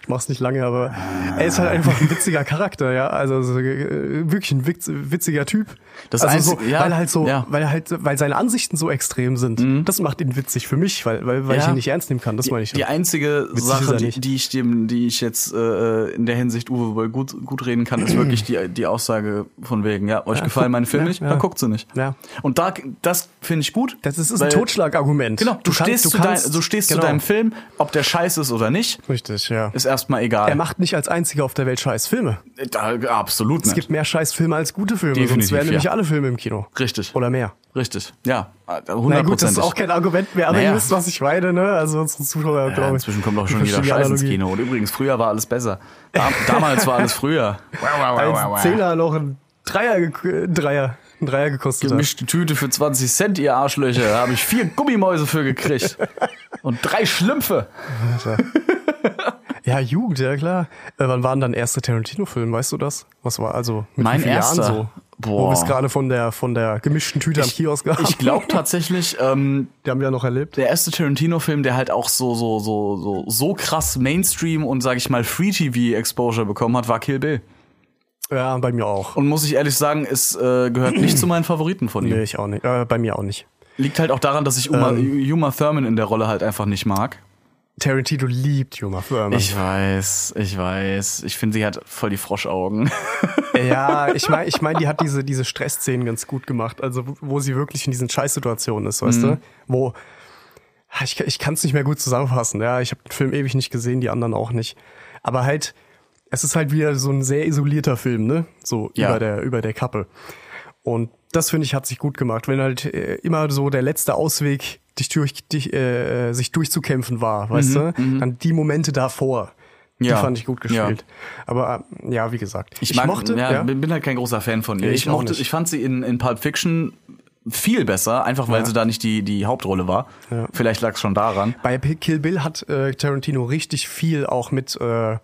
Ich mach's nicht lange, aber er ist halt einfach ein witziger Charakter, ja. Also so, äh, wirklich ein witz, witziger Typ.
Das
also so,
Einzige- ja,
weil er halt so,
ja. Mhm.
weil er halt, weil seine Ansichten so extrem sind. Das macht ihn witzig für mich, weil, weil, weil ich
Ja.
ihn nicht ernst nehmen kann. Das meine ich.
Die einzige
Witzig ist
Sache,
er
die,
nicht.
die ich dem, die ich jetzt äh, in der Hinsicht Uwe Boll gut, gut reden kann, ist wirklich die, die Aussage von wegen, ja, euch gefallen meine Filme
ja,
nicht,
ja.
dann guckt sie nicht.
Ja.
Und da, das finde ich gut.
das ist, ist
weil-
ein Totschlagargument.
Genau, du, stehst, zu, dein, du stehst
genau.
zu deinem Film, ob der scheiß ist oder nicht,
Richtig, ja.
ist erstmal egal.
Er macht nicht als einziger auf der Welt scheiß Filme.
da, absolut
Es
nicht.
gibt mehr scheiß Filme als gute Filme, sonst
Definitiv,
wären nämlich
ja.
alle Filme im Kino.
Richtig.
Oder mehr.
Richtig. Ja,
Na gut, das ist
hundertprozentig.
auch kein Argument mehr, aber
Naja.
ihr wisst, was ich meine, ne? Also unsere Zuschauer,
ja,
glaube ich.
inzwischen kommt auch schon jeder
verstehen die
Scheiß ins
Analogie.
Kino. Und übrigens, früher war alles besser. Dam damals war alles früher.
Als Zehner noch ein Dreier, gek- ein Dreier, ein Dreier gekostet hat.
Gemischte Tüte für 20 Cent, ihr Arschlöcher. Da habe ich vier Gummimäuse für gekriegt. Und drei Schlümpfe.
Ja, Jugend, ja klar. Äh, wann waren dann erste Tarantino-Film, weißt du das? Was war also mit
Mein
wie vielen
erster?
Jahren so?
Boah.
Wo wir es gerade von der von der gemischten Tüte am Kiosk haben.
Ich glaube tatsächlich, ähm,
die haben wir ja noch erlebt.
der erste Tarantino-Film, der halt auch so, so, so, so, so krass Mainstream und sag ich mal Free-TV-Exposure bekommen hat, war Kill Bill.
Ja, bei mir auch.
Und muss ich ehrlich sagen, es äh, gehört nicht zu meinen Favoriten von ihm.
Nee, ich auch nicht. Äh, bei mir auch nicht.
Liegt halt auch daran, dass ich Uma, Uma Thurman in der Rolle halt einfach nicht mag.
Tarantino liebt Juma Thurman.
Ich weiß, ich weiß. Ich finde, sie hat voll die Froschaugen.
Ja, ich meine, ich mein, die hat diese, diese Stressszenen ganz gut gemacht. Also, wo- wo sie wirklich in diesen Scheißsituationen ist, weißt
Mhm.
du? Wo. Ah, Ich, ich kann es nicht mehr gut zusammenfassen. Ja, ich habe den Film ewig nicht gesehen, die anderen auch nicht. Aber halt, es ist halt wieder so ein sehr isolierter Film, ne? So
Ja.
über, der, über der Kappe. Und das finde ich hat sich gut gemacht, wenn halt äh, immer so der letzte Ausweg, dich durch, dich, äh, sich durchzukämpfen war, weißt du? Dann die Momente davor. Die
Mhm, Ja.
fand ich gut
Ja.
gespielt. Aber äh, ja, wie gesagt.
Ich, mag, ja, bin bin halt kein großer Fan von ihr.
Nee,
ich,
ich auch
mochte,
nicht.
ich fand sie in, in Pulp Fiction viel besser, einfach weil
Ja.
sie da nicht die, die Hauptrolle war. Vielleicht lag es schon daran.
Bei P- Kill Bill hat äh, Tarantino richtig viel auch mit äh,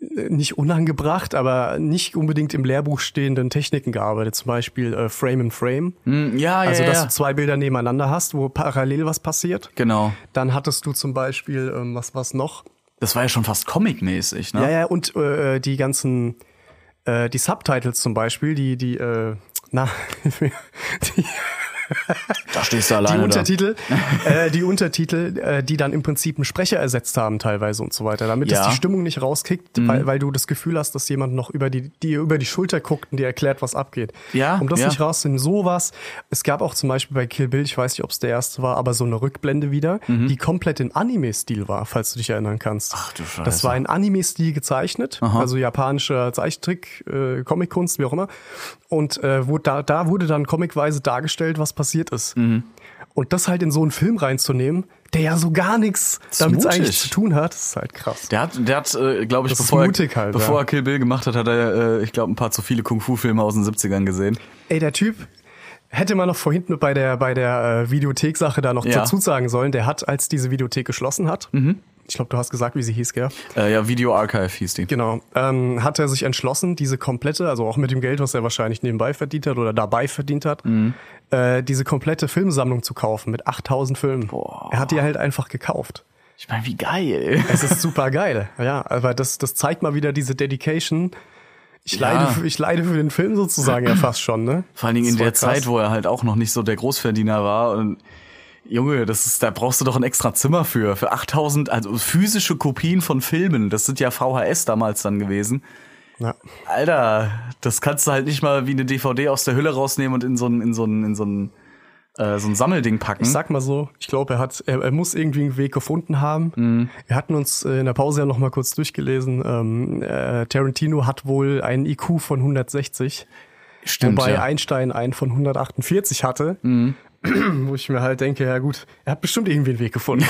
nicht unangebracht, aber nicht unbedingt im Lehrbuch stehenden Techniken gearbeitet. Zum Beispiel äh, Frame in Frame.
Hm, Ja, ja,
Also,
ja.
dass du zwei Bilder nebeneinander hast, wo parallel was passiert.
genau.
Dann hattest du zum Beispiel, ähm, was was noch?
Das war ja schon fast comic-mäßig, ne?
Ja, ja, und äh, die ganzen, äh, die Subtitles zum Beispiel, die, die, äh, na, die,
Da stehst du
Die
alleine da.
Untertitel, äh, die Untertitel, äh, die dann im Prinzip einen Sprecher ersetzt haben teilweise und so weiter, damit
Ja. Mhm.
es die Stimmung nicht rauskickt, weil, weil du das Gefühl hast, dass jemand noch über die, die über die Schulter guckt und dir erklärt, was abgeht.
Ja,
Um das
ja.
nicht rauszunehmen, sowas. Es gab auch zum Beispiel bei Kill Bill, ich weiß nicht, ob es der erste war, aber so eine Rückblende wieder, die komplett im Anime-Stil war, falls du dich erinnern kannst.
Mhm. Ach du Scheiße.
Das war in Anime-Stil gezeichnet, also japanischer Zeichentrick, äh, Comickunst, wie auch immer. Und äh, wurde da, da wurde dann comicweise dargestellt, was passiert ist.
Mhm.
Und das halt in so einen Film reinzunehmen, der ja so gar nichts damit
mutig.
eigentlich zu tun hat, ist halt krass.
Der hat, der hat äh, glaube ich,
Das ist
bevor,
mutig
er,
halt,
bevor
ja.
er Kill Bill gemacht hat, hat er, äh, ich glaube, ein paar zu viele Kung-Fu-Filme aus den 70ern gesehen.
Ey, der Typ hätte man noch vorhin mit bei der, bei der äh, Videothek-Sache da noch
Ja. Mhm.
dazu sagen sollen. Der hat, als diese Videothek geschlossen hat, ich glaube, du hast gesagt, wie sie hieß, gell?
Äh, ja, Video Archive hieß die.
Genau. Ähm, hat er sich entschlossen, diese komplette, also auch mit dem Geld, was er wahrscheinlich nebenbei verdient hat oder dabei verdient hat,
Mhm.
äh, diese komplette Filmsammlung zu kaufen mit 8000 Filmen. Er hat die halt einfach gekauft.
Ich meine, wie geil.
Es ist super geil. Ja, aber das, das zeigt mal wieder diese Dedication. Ich,
Ja.
leide, für- ich leide für den Film sozusagen ja fast schon, ne?
Vor allen Dingen
Das
in
war
der
krass.
Zeit, wo er halt auch noch nicht so der Großverdiener war und Junge, das ist, da brauchst du doch ein extra Zimmer für. Für 8000, also physische Kopien von Filmen. Das sind ja VHS damals dann gewesen.
Ja.
Alter, das kannst du halt nicht mal wie eine DVD aus der Hülle rausnehmen und in so ein, in so ein, in so ein, äh, so ein Sammelding packen.
Ich sag mal so, ich glaube, er hat, er, er muss irgendwie einen Weg gefunden haben.
Mhm.
Wir hatten uns äh, in der Pause ja noch mal kurz durchgelesen. Ähm, äh, Tarantino hat wohl einen IQ von 160,
Stimmt,
wobei
ja. Mhm.
Einstein einen von 148 hatte. Wo ich mir halt denke, ja gut, er hat bestimmt irgendwie einen Weg gefunden.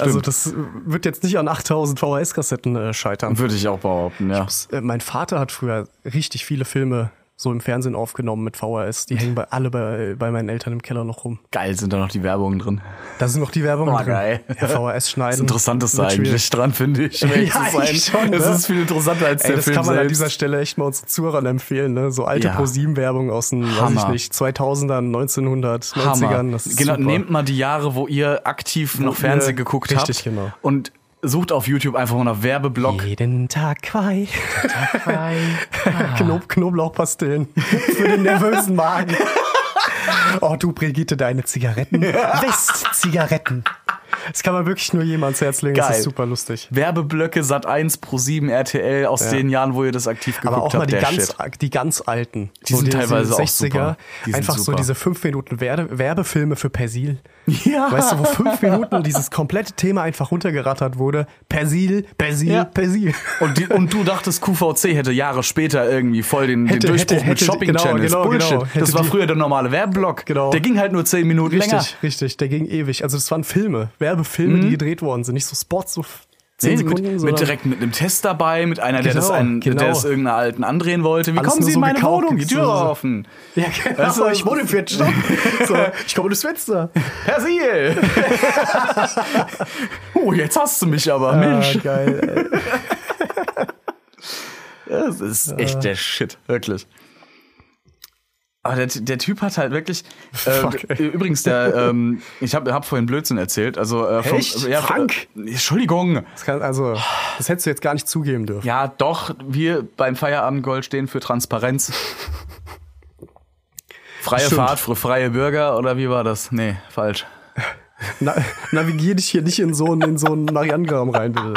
Also das wird jetzt nicht an 8000 VHS-Kassetten äh, scheitern.
Würde ich auch behaupten, ja.
Äh, mein Vater hat früher richtig viele Filme so im Fernsehen aufgenommen mit VHS. Die hängen bei alle bei, bei meinen Eltern im Keller noch rum.
Geil sind da noch die Werbungen drin.
Da sind noch die Werbung
Oh,
drin.
geil.
Ja, VHS schneiden.
Das Interessanteste
wird
eigentlich
schwierig.
dran, finde ich. um ehrlich zu
eigentlich
sein.
schon, ne?
Es ist viel interessanter als
Ey,
der
das
Film
kann man halt an
selbst.
dieser Stelle echt mal unseren Zuhörern empfehlen, ne? So alte
Ja.
Pro7-Werbung aus den, weiß ich
Hammer.
nicht, 2000ern, 1990ern. Das ist
genau,
super.
nehmt mal die Jahre, wo ihr aktiv noch
ihr-
Fernsehen geguckt
richtig,
habt
genau.
und sucht auf YouTube einfach mal nach Werbeblock.
Jeden Tag Quai.
Ah.
Knob Knoblauchpastillen für den nervösen Magen. Oh, du Brigitte, deine Zigaretten. West-Zigaretten. Das kann man wirklich nur jemand ans Herz legen. Das
Geil.
ist super lustig.
Werbeblöcke Sat 1 Pro 7 RTL aus den Jahren, wo ihr das aktiv geguckt
Aber auch mal
habt,
die
der
ganz,
Shit.
die ganz alten.
Die sind teilweise auch
60er,
super. Die sind
einfach so
super.
diese 5 Minuten Werbe Werbefilme für Persil.
Ja.
Weißt du, wo 5 Minuten dieses komplette Thema einfach runtergerattert wurde? Persil, Persil,
Ja.
Persil.
Und, die, und du dachtest, QVC hätte Jahre später irgendwie voll den,
Hätte,
den Durchbruch
hätte,
mit
hätte, genau,
Shopping-Channels.
genau,
Bullshit.
genau. Hätte
das war
die-
früher der normale Werbeblock.
Genau.
Der ging halt nur 10 Minuten
Richtig,
länger. Mhm.
richtig. Der ging ewig. Also das waren Filme, Werbefilme, die gedreht worden sind. Nicht so Spots, so 10
Nee,
Sekunden.
mit,
sondern
mit direkt mit einem Test dabei, mit einer, der
Genau,
das einen,
genau.
der das irgendeiner alten andrehen wollte. Wie
Alles
kommen
nur
Sie
so
in meine
gekauft,
Wohnung? Die Tür
so-
war offen.
Ja, genau.
Weißt du,
ich wohne im vierten Stock. so, ich komme durchs Fenster.
Persil! oh, jetzt hast du mich aber, Mensch.
Ah, geil. ey.
Das ist echt der Shit, wirklich. Aber der, der Typ hat halt wirklich. Äh,
Fuck, ey.
übrigens, der, ähm, ich habe hab vorhin Blödsinn erzählt. Also, äh, vom-
Echt?
Ja,
Frank?
Äh, Entschuldigung.
Das kann, also, das hättest du jetzt gar nicht zugeben dürfen.
Ja, doch, wir beim Feierabendgold stehen für Transparenz. Freie
Stimmt.
Fahrt für freie Bürger oder wie war das? Nee, falsch.
Na, navigier dich hier nicht in so einen, in so einen Marianengraben rein, bitte.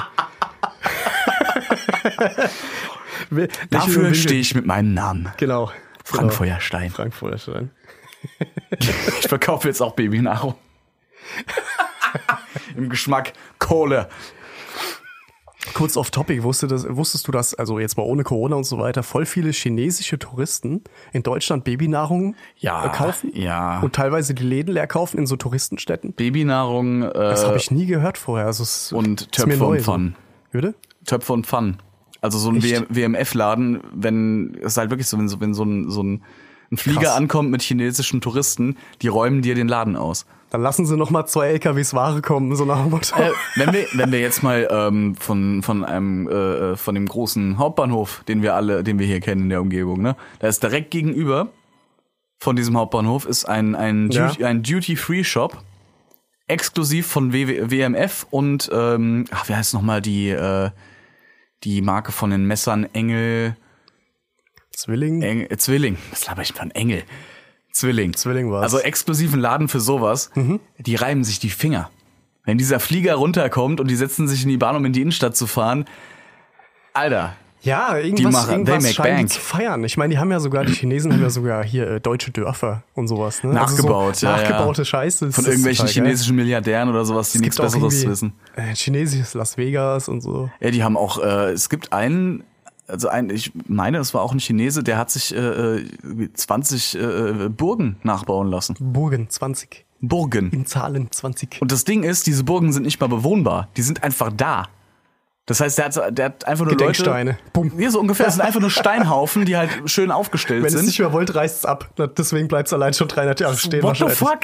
Wel- welche
Dafür
Winkel-
stehe ich mit meinem Namen.
Genau.
Frank
genau.
Feuerstein.
Frank Feuerstein.
Ich verkaufe jetzt auch Babynahrung. Im Geschmack Kohle.
Kurz off topic, wusstest du, das, wusstest du, dass, also jetzt mal ohne Corona und so weiter, voll viele chinesische Touristen in Deutschland Babynahrung
Ja,
äh, kaufen?
ja.
Und teilweise die Läden leer kaufen in so Touristenstädten?
Babynahrung äh,
Das habe ich nie gehört vorher. Also es,
und
ist mir
Töpfe und
neu so.
Pfannen.
Würde?
Töpfe und Pfannen. Also so ein
Echt?
WMF-Laden, wenn es ist halt wirklich so, wenn so, wenn so ein, so ein ein Flieger
Krass.
ankommt mit chinesischen Touristen, die räumen dir den Laden aus.
Dann lassen sie noch mal zwei LKWs Ware kommen, so nach dem Motto.
Äh, wenn wir wenn wir jetzt mal ähm, von von einem äh, von dem großen Hauptbahnhof, den wir alle, den wir hier kennen in der Umgebung, ne, da ist direkt gegenüber von diesem Hauptbahnhof ist ein ein
Ja.
Duty, ein Duty Free Shop exklusiv von WW, WMF und ähm, ach, wie heißt noch mal die äh, die Marke von den Messern Engel
Zwilling.
Engel, äh, Zwilling. Was laber ich von Engel? Zwilling.
Zwilling war's. Mhm.
Also exklusiven Laden für sowas. Die reiben sich die Finger. Wenn dieser Flieger runterkommt und die setzen sich in die Bahn, um in die Innenstadt zu fahren. Alter,
Ja,
Die
irgendwas,
machen- they
irgendwas
make
scheinen
bank.
die zu feiern. Ich meine, die haben ja sogar, die Chinesen haben ja sogar hier äh, deutsche Dörfer und sowas. Ne?
Nachgebaut,
also so
ja, ja.
Nachgebaute Scheiße.
von irgendwelchen chinesischen Milliardären oder sowas, die nichts Besseres wissen.
Äh, chinesisches Las Vegas und so.
Ja, die haben auch, äh, es gibt einen, also einen, ich meine, es war auch ein Chinese, der hat sich äh, äh, 20 äh, Burgen nachbauen lassen.
Burgen 20.
Burgen.
In Zahlen 20.
Und das Ding ist, diese Burgen sind nicht mal bewohnbar. Die sind einfach da. Das heißt, der hat, der hat einfach nur
Gedenksteine.
Leute.
Bumm.
Ja, so ungefähr. Das sind einfach nur Steinhaufen, die halt schön aufgestellt
Wenn es
sind.
nicht mehr wollt, reißt es ab. Na, Deswegen bleibt es allein schon 300 Jahre stehen.
What the
wahrscheinlich.
fuck?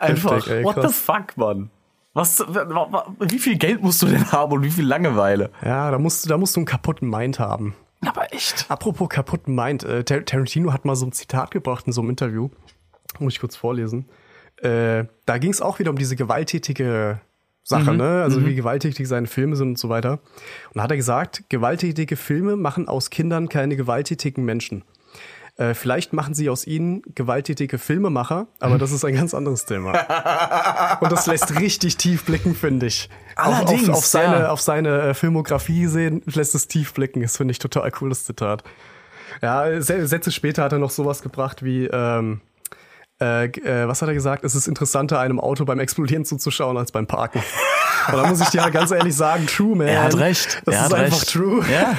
Einfach.
Heftig, ey,
What the
krass.
fuck, Mann? Was, wa- wa- wie viel Geld musst du denn haben und wie viel Langeweile?
Ja, da musst, du- da musst du einen kaputten Mind haben.
Aber echt.
Apropos kaputten Mind, äh, Tar Tarantino hat mal so ein Zitat gebracht in so einem Interview. Muss ich kurz vorlesen. Äh, da ging es auch wieder um diese gewalttätige
Mhm.
Sache, ne? Also wie gewalttätig seine Filme sind und so weiter. Und da hat er gesagt, gewalttätige Filme machen aus Kindern keine gewalttätigen Menschen. Äh, vielleicht machen sie aus ihnen gewalttätige Filmemacher, aber das ist ein ganz anderes Thema. Und das lässt richtig tief blicken, finde ich. Auch
Allerdings,
auf, auf seine,
ja.
auf seine äh, Filmografie sehen, lässt es tief blicken. Das finde ich total cooles Zitat. Ja, se- Sätze später hat er noch sowas gebracht wie, ähm, äh, g- äh, was hat er gesagt? Es ist interessanter, einem Auto beim Explodieren zuzuschauen als beim Parken. Und da muss ich dir halt ganz ehrlich sagen, true, man.
Er hat recht.
Ähm, Das
er
ist
hat
einfach
recht.
true.
Ja.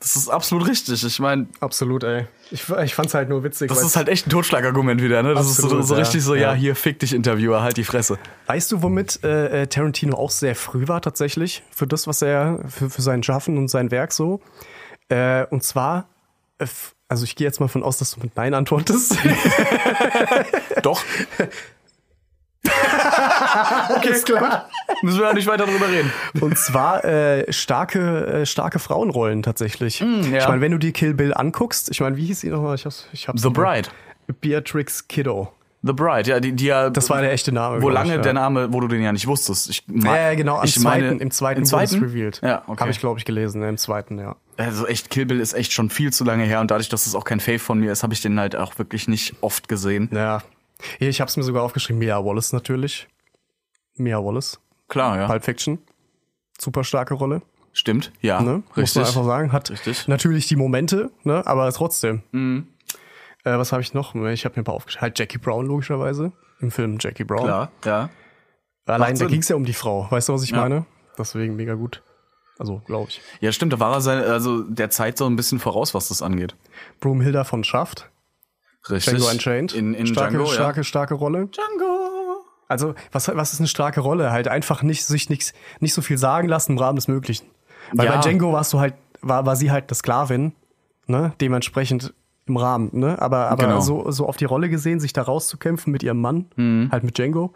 Das ist absolut richtig. Ich meine,
Absolut, ey. Ich, ich fand's halt nur witzig.
das
weil-
ist halt echt ein Totschlagargument wieder, ne? Das
Absolut,
ist so, so
ja.
richtig so, ja.
Ja.
hier fick dich Interviewer, halt die Fresse.
weißt du, womit äh, äh, Tarantino auch sehr früh war tatsächlich? Für das, was er, für, für sein Schaffen und sein Werk so. Äh, und zwar, äh, f- also ich gehe jetzt mal von aus, dass du mit Nein antwortest.
Doch.
okay, ist klar.
Müssen wir ja nicht weiter drüber reden.
Und zwar äh, starke, äh, starke Frauenrollen tatsächlich.
Mm, ja.
Ich meine, wenn du dir Kill Bill anguckst, ich meine, wie hieß sie nochmal? Ich hab's, ich hab's
The Bride.
Beatrix Kiddo.
The Bride, ja, die, die ja.
Das war der echte Name.
Wo
glaub
lange
ich, ja.
der Name, wo du den ja nicht wusstest. Ich,
Ja,
ma-
ja, genau, am
ich
zweiten,
meine,
im zweiten,
im zweiten?
wurde es revealed.
Ja, okay.
Habe ich, glaube ich, gelesen, ne, im zweiten, ja.
Also echt, Kill Bill ist echt schon viel zu lange her und dadurch, dass es auch kein Fave von mir ist, habe ich den halt auch wirklich nicht oft gesehen.
Ja. Hier, Ich hab's mir sogar aufgeschrieben. Mia Wallace natürlich. Mia Wallace,
Klar, ja.
Pulp Fiction. Super starke Rolle,
Stimmt. Ja.
ne? Muss
Richtig.
man einfach sagen. Hat
Richtig. Mhm.
natürlich die Momente, ne? Aber trotzdem. Äh, was habe ich noch? Ich habe mir ein paar aufgeschrieben. Halt Jackie Brown, logischerweise. Im Film Jackie Brown.
Klar, ja.
Allein
Macht
da
Sinn.
ging es ja um die Frau, weißt du, was ich meine? Deswegen mega gut. Also, glaube ich.
Ja, stimmt, da war er sein, also der Zeit so ein bisschen voraus, was das angeht.
Broomhilda von Schaft,
Richtig.
Django Unchained.
In, in
starke,
Django,
starke, starke Rolle.
ja. Django.
Also, was, was ist eine starke Rolle? Halt einfach nicht, sich nix, nicht so viel sagen lassen im Rahmen des Möglichen. Weil
Ja.
bei Django warst du halt, war, war sie halt eine Sklavin, ne? Dementsprechend im Rahmen, ne? Aber, aber
Genau.
so, so auf die Rolle gesehen, sich da rauszukämpfen mit ihrem Mann,
Mhm.
halt mit Django,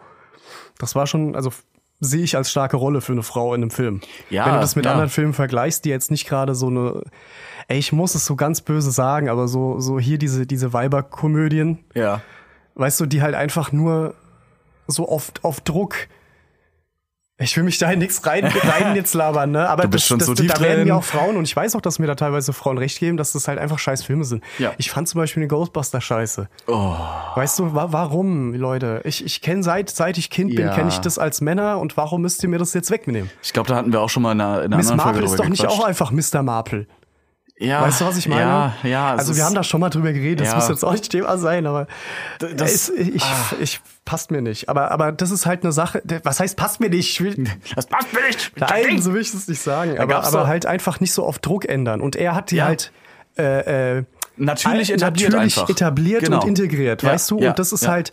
das war schon, also f- sehe ich als starke Rolle für eine Frau in einem Film.
Ja,
Wenn du das mit
ja.
anderen Filmen vergleichst, die jetzt nicht gerade so eine, ey, ich muss es so ganz böse sagen, aber so, so hier diese, diese Weiberkomödien,
Ja.
weißt du, die halt einfach nur so oft auf Druck. Ich will mich da in nichts rein, rein jetzt labern, ne? Aber
Du bist
das,
schon
das,
so
da
tief
werden
drin.
ja auch Frauen und ich weiß auch, dass mir da teilweise Frauen recht geben, dass das halt einfach scheiß Filme sind.
Ja.
Ich fand zum Beispiel den Ghostbuster scheiße.
Oh.
Weißt du, wa warum, Leute? Ich, ich kenne seit, seit ich Kind bin,
Ja.
kenne ich das als Männer und warum müsst ihr mir das jetzt wegnehmen?
Ich glaube, da hatten wir auch schon mal in einer, in einer
Miss
anderen
Marple
Folge
ist
drüber
doch nicht
gequatscht.
auch einfach Mr. Marple.
ja,
Weißt du, was ich meine?
Ja, ja. es
Also
ist-
wir haben da schon mal drüber geredet, das
Ja.
muss jetzt auch nicht Thema sein, aber
das- Ah.
es- ich, ich passt mir nicht. Aber, aber das ist halt eine Sache, der- was heißt passt mir nicht? Ich will,
Das passt mir nicht!
nein, so will ich es nicht sagen. Aber,
gab's
aber
doch-
halt einfach nicht so auf Druck ändern. Und er hat die
Ja.
halt äh, äh,
natürlich
ein-
etabliert
natürlich
einfach.
etabliert
Genau.
und integriert,
Ja,
weißt du?
ja,
und das ist
ja.
halt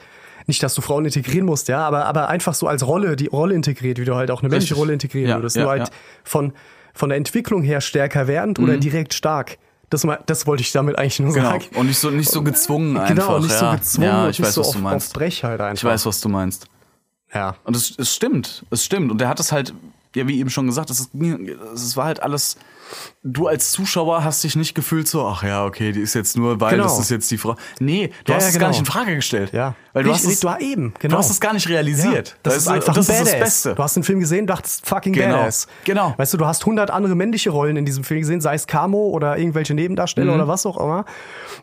nicht, dass du Frauen integrieren musst, ja, aber, aber einfach so als Rolle, die Rolle integriert, wie du halt auch eine männliche
Richtig.
Rolle integrieren
Ja,
würdest.
ja,
Nur halt
ja. Mhm.
von, von der Entwicklung her stärker werdend oder direkt stark. Das, mal- das wollte ich damit eigentlich nur
Genau.
sagen.
Und nicht so, nicht so gezwungen einfach.
Genau, nicht so
ja.
gezwungen
Ja,
und
ich
nicht
weiß,
so
was
auf,
du
auf
meinst.
Brech halt einfach.
Ich weiß, was du meinst.
Ja.
Und es, es stimmt, es stimmt. Und der hat es halt, ja, wie eben schon gesagt, es, ist- es war halt alles du als Zuschauer hast dich nicht gefühlt so, ach ja, okay, die ist jetzt nur, weil
Genau.
das ist jetzt die Frau. Nee, du
Ja,
hast
ja,
es gar
genau.
nicht in Frage gestellt.
Ja.
Weil du
Ich-
hast es,
du war eben, genau.
du hast es gar nicht realisiert.
Ja, das
Weißt
ist
du,
einfach
das
ein
ist
Badass.
das Beste.
Du hast einen Film gesehen, dachtest fucking
Genau,
Badass.
genau.
Weißt du, du hast hundert andere männliche Rollen in diesem Film gesehen, sei es Camo oder irgendwelche Nebendarsteller
Mhm.
oder was auch immer,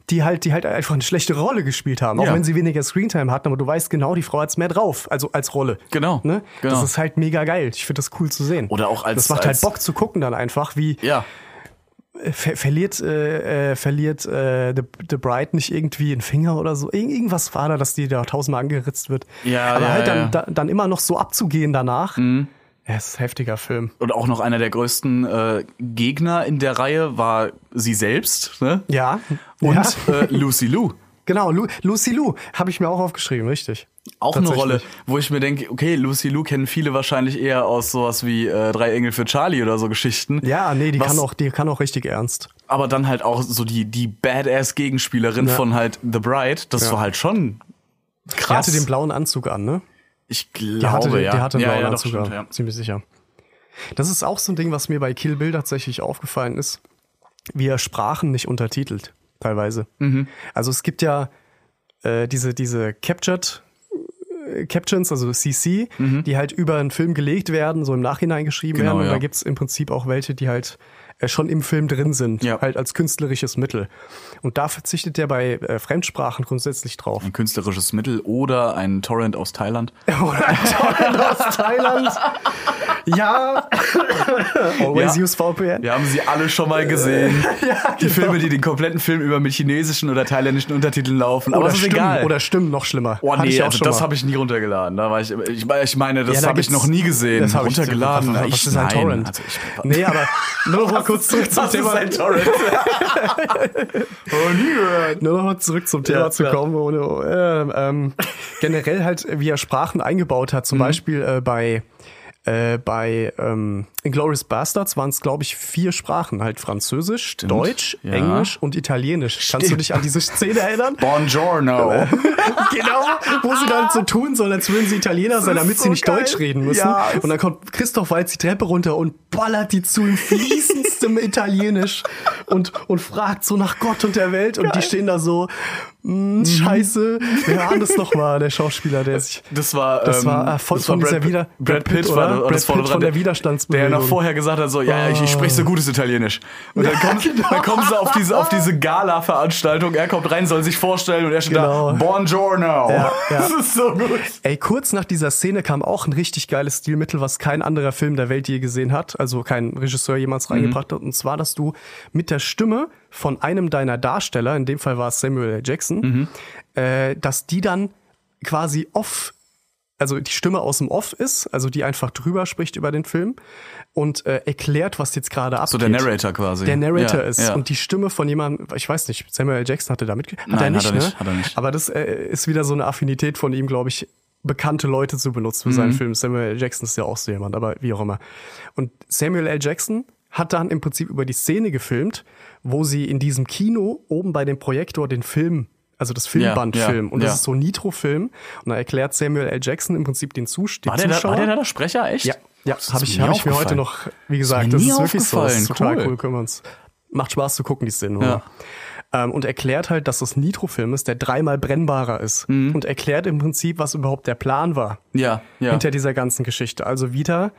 die halt, die halt einfach eine schlechte Rolle gespielt haben, auch
Ja.
wenn sie weniger Screentime hatten, aber du weißt genau, die Frau hat's mehr drauf, also als Rolle.
Genau,
Ne?
genau.
Das ist halt mega geil. Ich finde das cool zu sehen.
Oder auch als-
Das macht
als-
halt Bock zu gucken dann einfach, wie
ja.
ver verliert, äh, äh, verliert äh, The, The Bride nicht irgendwie einen Finger oder so. Ir irgendwas war da, dass die da tausendmal angeritzt wird.
Ja,
Aber
ja,
halt dann,
ja. Mhm.
Da, dann immer noch so abzugehen danach. Ja, es ist ein heftiger Film.
Und auch noch einer der größten äh, Gegner in der Reihe war sie selbst, ne?
Ja.
Und
ja.
äh, Lucy Lou.
genau, Lu Lucy Lou habe ich mir auch aufgeschrieben, richtig.
Auch eine
Tatsächlich.
Rolle, wo ich mir denke, okay, Lucy Lou kennen viele wahrscheinlich eher aus sowas wie äh, Drei Engel für Charlie oder so Geschichten.
Ja, nee, die
Was-
kann, auch, die kann auch richtig ernst.
Aber dann halt auch so die, die Badass-Gegenspielerin
Ja.
von halt The Bride, das
Ja.
war halt schon
Die
krass.
hatte den blauen Anzug an, ne?
ich
Die
glaube,
hatte, den-
ja.
die hatte einen
ja,
blauen
ja, doch,
Anzug
stimmt,
an,
ja.
ziemlich sicher. Das ist auch so ein Ding, was mir bei Kill Bill tatsächlich aufgefallen ist. Wir sprachen nicht untertitelt, teilweise.
Mhm.
Also es gibt ja äh, diese, diese Captured äh, Captions, also CC, die halt über einen Film gelegt werden, so im Nachhinein geschrieben
Mhm. Genau,
werden. Und
ja.
da gibt's im Prinzip auch welche, die halt äh, schon im Film drin sind,
Ja.
halt als künstlerisches Mittel. Und da verzichtet der bei äh, Fremdsprachen grundsätzlich drauf.
Ein künstlerisches Mittel oder ein Torrent aus Thailand.
Oder ein Torrent aus Thailand. Ja. Always
Ja.
use VPN.
Wir haben sie alle schon mal gesehen. die
genau.
Filme, die den kompletten Film über mit chinesischen oder thailändischen Untertiteln laufen. Aber
Oder
es ist
stimmen,
egal.
oder stimmen noch schlimmer.
Oh
Hatte
nee,
ich auch
also
schon
das
mal.
habe ich nie runtergeladen. Da war ich, ich, ich meine, das
Ja, da
habe ich
gibt's-
noch nie gesehen.
Das habe ich
runtergeladen.
Was,
ich,
was ist ein
nein.
Torrent?
Also ich,
nee, aber nur noch mal kurz zurück zum
was ist
Thema.
ein Torrent? oh, nie gehört.
Nur noch mal zurück zum Thema
Ja,
zu
klar.
kommen, ohne ähm, ähm, generell halt, wie er Sprachen eingebaut hat.
Mhm.
Zum Beispiel äh, bei äh, bei ähm, Inglourious Bastards waren es, glaube ich, vier Sprachen. Halt Französisch, Deutsch,
Ja.
Englisch und Italienisch. Kannst du dich an diese Szene erinnern?
Buongiorno.
genau, wo sie dann so tun soll, als würden sie Italiener sein,
ist
damit sie
so
nicht
geil.
Deutsch reden müssen.
Ja, es-
und dann kommt Christoph Waltz die Treppe runter und ballert die zu im fließendsten Italienisch und, und fragt so nach Gott und der Welt. Und die stehen da so, "Mm, scheiße, wir haben das nochmal, der Schauspieler, der sich...
Das war,
Das war, äh, von- von dieser
Pitt-
Wider- Brad
Brad Pitt,
Pitt,
war
oder?
das-
Brad
das vorne
Pitt
dran,
von der
der-
Widerstandsbewegung.
Der noch vorher gesagt hat, so, ja, ich, ich spreche so gutes Italienisch. Und dann,
Ja,
kommt,
genau.
dann kommen sie auf diese, auf diese Gala-Veranstaltung, er kommt rein, soll sich vorstellen und er steht
Genau.
da, Buongiorno.
Ja, ja.
Das ist so gut.
Ey, kurz nach dieser Szene kam auch ein richtig geiles Stilmittel, was kein anderer Film der Welt je gesehen hat, also kein Regisseur
Mhm.
jemals reingebracht hat. Und zwar, dass du mit der Stimme von einem deiner Darsteller, in dem Fall war es Samuel L.
Mhm.
Jackson, äh, dass die dann quasi off, also die Stimme aus dem Off ist, also die einfach drüber spricht über den Film und äh, erklärt, was jetzt gerade abgeht.
So der Narrator quasi.
Der Narrator
Ja,
ist
ja.
und die Stimme von jemandem, ich weiß nicht, Samuel L. Jackson hatte da mitge- Hat
Nein,
er nicht,
hat er
ne?
nicht, hat er nicht.
Aber das äh, ist wieder so eine Affinität von ihm, glaube ich, bekannte Leute zu benutzen für
Mhm.
seinen Film. Samuel L. Jackson ist ja auch so jemand, aber wie auch immer. Und Samuel L. Jackson hat dann im Prinzip über die Szene gefilmt, wo sie in diesem Kino oben bei dem Projektor den Film, also das Filmband
ja,
filmen. Und das
ja.
ist so Nitro-Film. Und da erklärt Samuel L. Jackson im Prinzip den Zustieg.
war, der da, war der da der Sprecher, echt?
Ja, ja
Das ist
habe ich,
mir
hab ich mir
aufgefallen.
heute noch, wie gesagt,
mir
das
nie
ist wirklich so. Das ist
aufgefallen.
total
Cool.
cool, können wir uns. Macht Spaß zu gucken, die Szene.
Ja.
oder? Ähm, und erklärt halt, dass das ein Nitro-Film ist, der dreimal brennbarer ist. Und erklärt im Prinzip, was überhaupt der Plan war
Ja, Mhm. ja.
hinter dieser ganzen Geschichte. Also wieder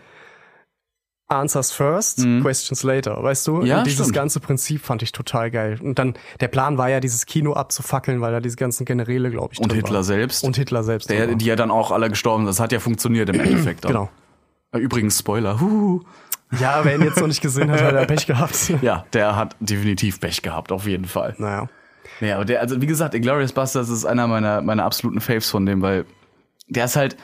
Answers first, questions later, weißt du?
Mhm. Ja,
und dieses
stimmt.
ganze Prinzip fand ich total geil. Und dann, der Plan war ja, dieses Kino abzufackeln, weil da diese ganzen Generäle, glaube ich,
und
drin
Hitler
waren.
selbst.
Und Hitler selbst.
der,
drin waren.
die ja dann auch alle gestorben sind. Das hat ja funktioniert im Endeffekt. auch. Äh,
genau.
Übrigens, Spoiler. Huhu.
Ja, wer ihn jetzt noch nicht gesehen hat, hat er Pech gehabt.
Ja, der hat definitiv Pech gehabt, auf jeden Fall.
Naja.
Ja, aber der, also wie gesagt, Inglourious Basterds ist einer meiner, meiner absoluten Faves von dem, weil der ist halt,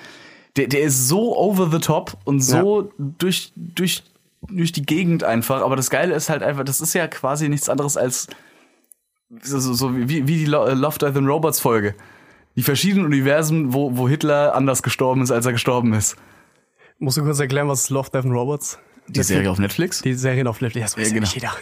der, der ist so over the top und so durch, durch, durch die Gegend einfach. Aber das Geile ist halt einfach, das ist ja quasi nichts anderes als so, so- so wie, wie die Lo- äh, Love, Death and Robots Folge. Die verschiedenen Universen, wo, wo Hitler anders gestorben ist, als er gestorben ist.
Musst du kurz erklären, was ist Love, Death and Robots?
Die Serie auf Netflix?
Die Serien auf Netflix, das weiß ja,
genau.
nicht jeder.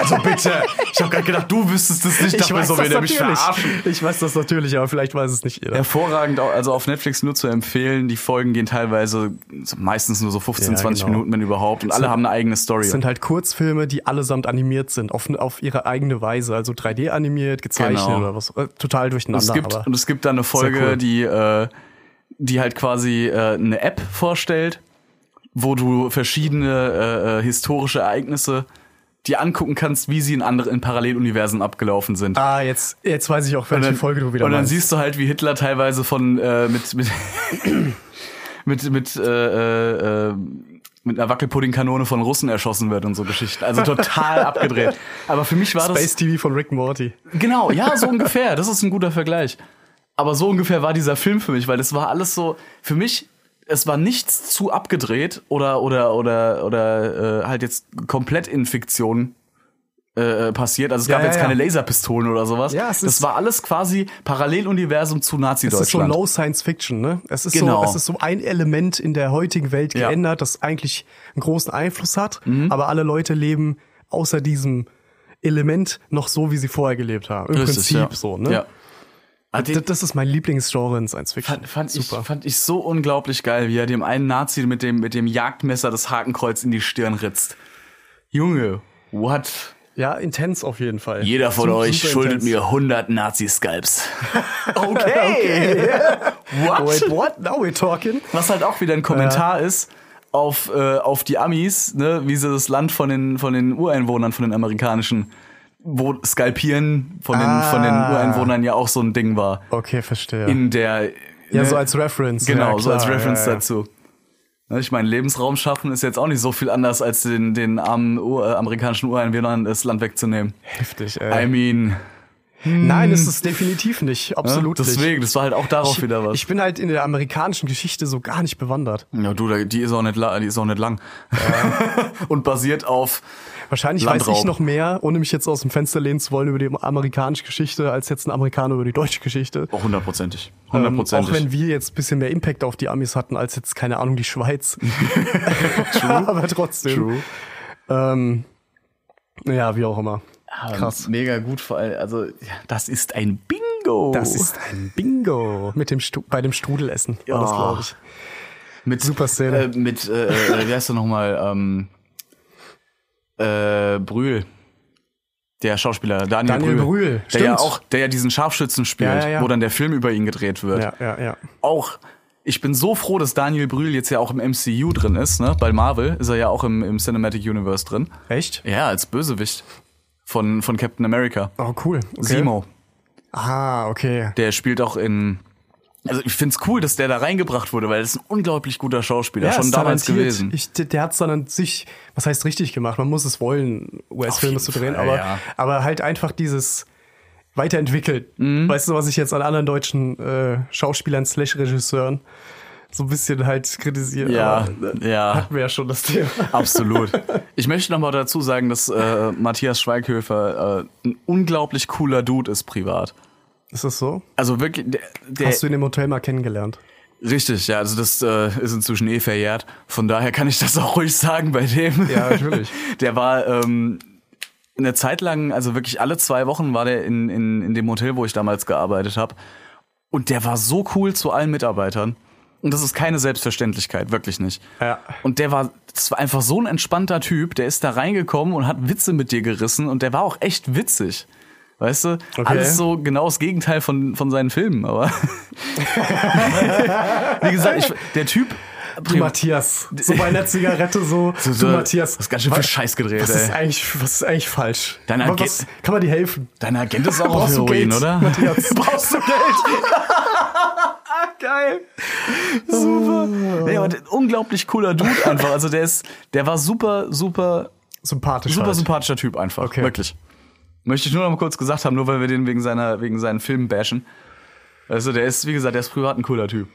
also bitte. Ich habe gerade gedacht, du wüsstest es nicht. dachte mir so, will der mich verarschen.
Ich weiß das natürlich, aber vielleicht weiß es nicht jeder.
Hervorragend, auch- also auf Netflix nur zu empfehlen. Die Folgen gehen teilweise so meistens nur so 15,
Ja,
20
genau.
Minuten, wenn überhaupt. Und alle haben eine eigene Story.
Es sind halt Kurzfilme, die allesamt animiert sind, auf, auf ihre eigene Weise. Also 3D animiert, gezeichnet
Genau.
oder was. Äh, total durcheinander.
es gibt,
aber
und es gibt da eine Folge,
cool.
die, äh, die halt quasi äh, eine App vorstellt, wo du verschiedene äh, äh, historische Ereignisse dir angucken kannst, wie sie in anderen in Paralleluniversen abgelaufen sind.
ah, jetzt, jetzt weiß ich auch, welche Folge du wieder
Und dann
meinst.
siehst du halt, wie Hitler teilweise von äh, mit mit mit mit äh, äh, mit einer Wackelpuddingkanone von Russen erschossen wird und so Geschichten. Also total abgedreht. Aber für mich war das
Space TV von Rick and Morty.
Genau, ja, so ungefähr. Das ist ein guter Vergleich. Aber so ungefähr war dieser Film für mich, weil das war alles so, für mich, es war nichts zu abgedreht oder, oder, oder, oder äh, halt jetzt komplett in Fiktion äh, äh, passiert. Also es
Ja,
gab
ja,
jetzt
ja.
keine Laserpistolen oder sowas.
Ja, es
das
ist-
war alles quasi Paralleluniversum
Es
zu
ist so
Nazi-Deutschland.
Low Science Fiction, ne? Es ist,
Genau.
so, es ist so ein Element in der heutigen Welt
Ja. Mhm.
geändert, das eigentlich einen großen Einfluss hat, aber alle Leute leben außer diesem Element noch so, wie sie vorher gelebt haben. Im Prinzip so, ne?
Ja. Ah, den-
Das, das ist mein Lieblingsgenre in Science Fiction.
Fand, fand, ich, fand ich so unglaublich geil, wie er dem einen Nazi mit dem, mit dem Jagdmesser das Hakenkreuz in die Stirn ritzt. Junge, what?
Ja, intens auf jeden Fall.
Jeder von
Super,
euch
super
schuldet
intens.
mir 100 Nazi-Scalps. okay.
Wait,
What?
what? Now we're talking.
Was halt auch wieder ein Kommentar ist auf, äh, auf die Amis, ne, wie sie das Land von den, von den Ureinwohnern, von den amerikanischen, wo Skalpieren von den, von den
Ah.
Ureinwohnern ja auch so ein Ding war.
Okay, verstehe.
In der.
ja,
ne,
so als Reference.
Genau,
ja,
so als
klar,
Reference
ja, ja.
dazu. Ne, Ich meine, Lebensraum schaffen ist jetzt auch nicht so viel anders, als den, den armen Ur äh, amerikanischen Ureinwohnern das Land wegzunehmen.
Heftig,
I
ey.
mean,
Nein, ist es definitiv nicht. Absolut
ne?
nicht.
Deswegen, das war halt auch darauf
ich,
wieder was.
Ich bin halt in der amerikanischen Geschichte so gar nicht bewandert.
ja, du, da- die ist auch nicht, la- die ist auch nicht lang. Und basiert auf,
Wahrscheinlich weiß ich
Landraub.
noch mehr, ohne mich jetzt aus dem Fenster lehnen zu wollen, über die amerikanische Geschichte, als jetzt ein Amerikaner über die deutsche Geschichte.
oh, hundertprozentig.
Ähm, auch
Hundertprozentig.
wenn wir jetzt ein bisschen mehr Impact auf die Amis hatten, als jetzt, keine Ahnung, die Schweiz. True. Aber trotzdem.
True.
Ähm, ja, wie auch immer. Ah, Krass.
Ähm, Mega gut, vor allem, also, ja, das ist ein Bingo.
Das ist ein Bingo. Mit dem Stu bei dem Strudelessen war das,
Ja.
glaube ich.
Mit,
Super Szene.
Äh, mit, äh, äh, wie heißt du nochmal? Ähm, äh, Brühl. Der Schauspieler, Daniel,
Daniel Brühl,
Der
stimmt.
ja auch, der ja diesen Scharfschützen spielt,
Ja, ja, ja.
wo dann der Film über ihn gedreht wird.
Ja, ja, ja.
Auch, ich bin so froh, dass Daniel Brühl jetzt ja auch im MCU drin ist, ne? Bei Marvel ist er ja auch im, im Cinematic Universe drin.
Echt?
Ja, als Bösewicht von, von Captain America.
Oh, cool. Okay.
Simo.
Ah, okay.
Der spielt auch in. Also ich find's cool, dass der da reingebracht wurde, weil das ist ein unglaublich guter Schauspieler, schon
ist
damals
talentiert.
gewesen.
Ich, der- der hat es dann an sich, was heißt richtig gemacht? Man muss es wollen, US-Filme
Auf
zu
jeden
drehen,
Fall,
aber,
ja.
aber halt einfach dieses weiterentwickelt.
Mhm.
Weißt du, was ich jetzt an anderen deutschen äh, Schauspielern slash Regisseuren so ein bisschen halt kritisiere?
ja,
aber, äh,
ja.
hatten wir ja schon das Thema.
Absolut. Ich möchte noch mal dazu sagen, dass äh, Matthias Schweighöfer äh, ein unglaublich cooler Dude ist privat.
Ist das so?
Also wirklich, der, der
Hast du ihn im Hotel mal kennengelernt?
richtig, ja. Also das äh, ist inzwischen eh verjährt. Von daher kann ich das auch ruhig sagen bei dem.
Ja, natürlich.
Der war ähm, eine Zeit lang, also wirklich alle zwei Wochen war der in, in, in dem Hotel, wo ich damals gearbeitet habe. Und der war so cool zu allen Mitarbeitern. Und das ist keine Selbstverständlichkeit, wirklich nicht.
Ja.
Und der war, das war einfach so ein entspannter Typ, der ist da reingekommen und hat Witze mit dir gerissen und der war auch echt witzig. Weißt du, alles so genau das Gegenteil von, von seinen Filmen, aber. Wie gesagt, ich, der Typ.
Du Matthias, so bei einer Zigarette so,
So, so,
du Matthias.
hast ganz schön viel
was-
Scheiß gedreht,
was ist
ey.
eigentlich, was ist eigentlich falsch?
Dein
Aber
Agent-
was, kann man dir helfen?
Dein Agent ist auch auf
Brauchst du
Heroin,
Geld,
oder?
Matthias?
Brauchst du Geld? Geil. Super. Nee, aber der- unglaublich cooler Dude einfach. Also der ist, der war super, super,
Sympathisch
super
halt.
sympathischer Typ einfach.
Okay.
Wirklich. Möchte ich nur noch mal kurz gesagt haben, nur weil wir den wegen seiner, wegen seinen Filmen bashen. Also der ist, wie gesagt, der ist privat ein cooler Typ.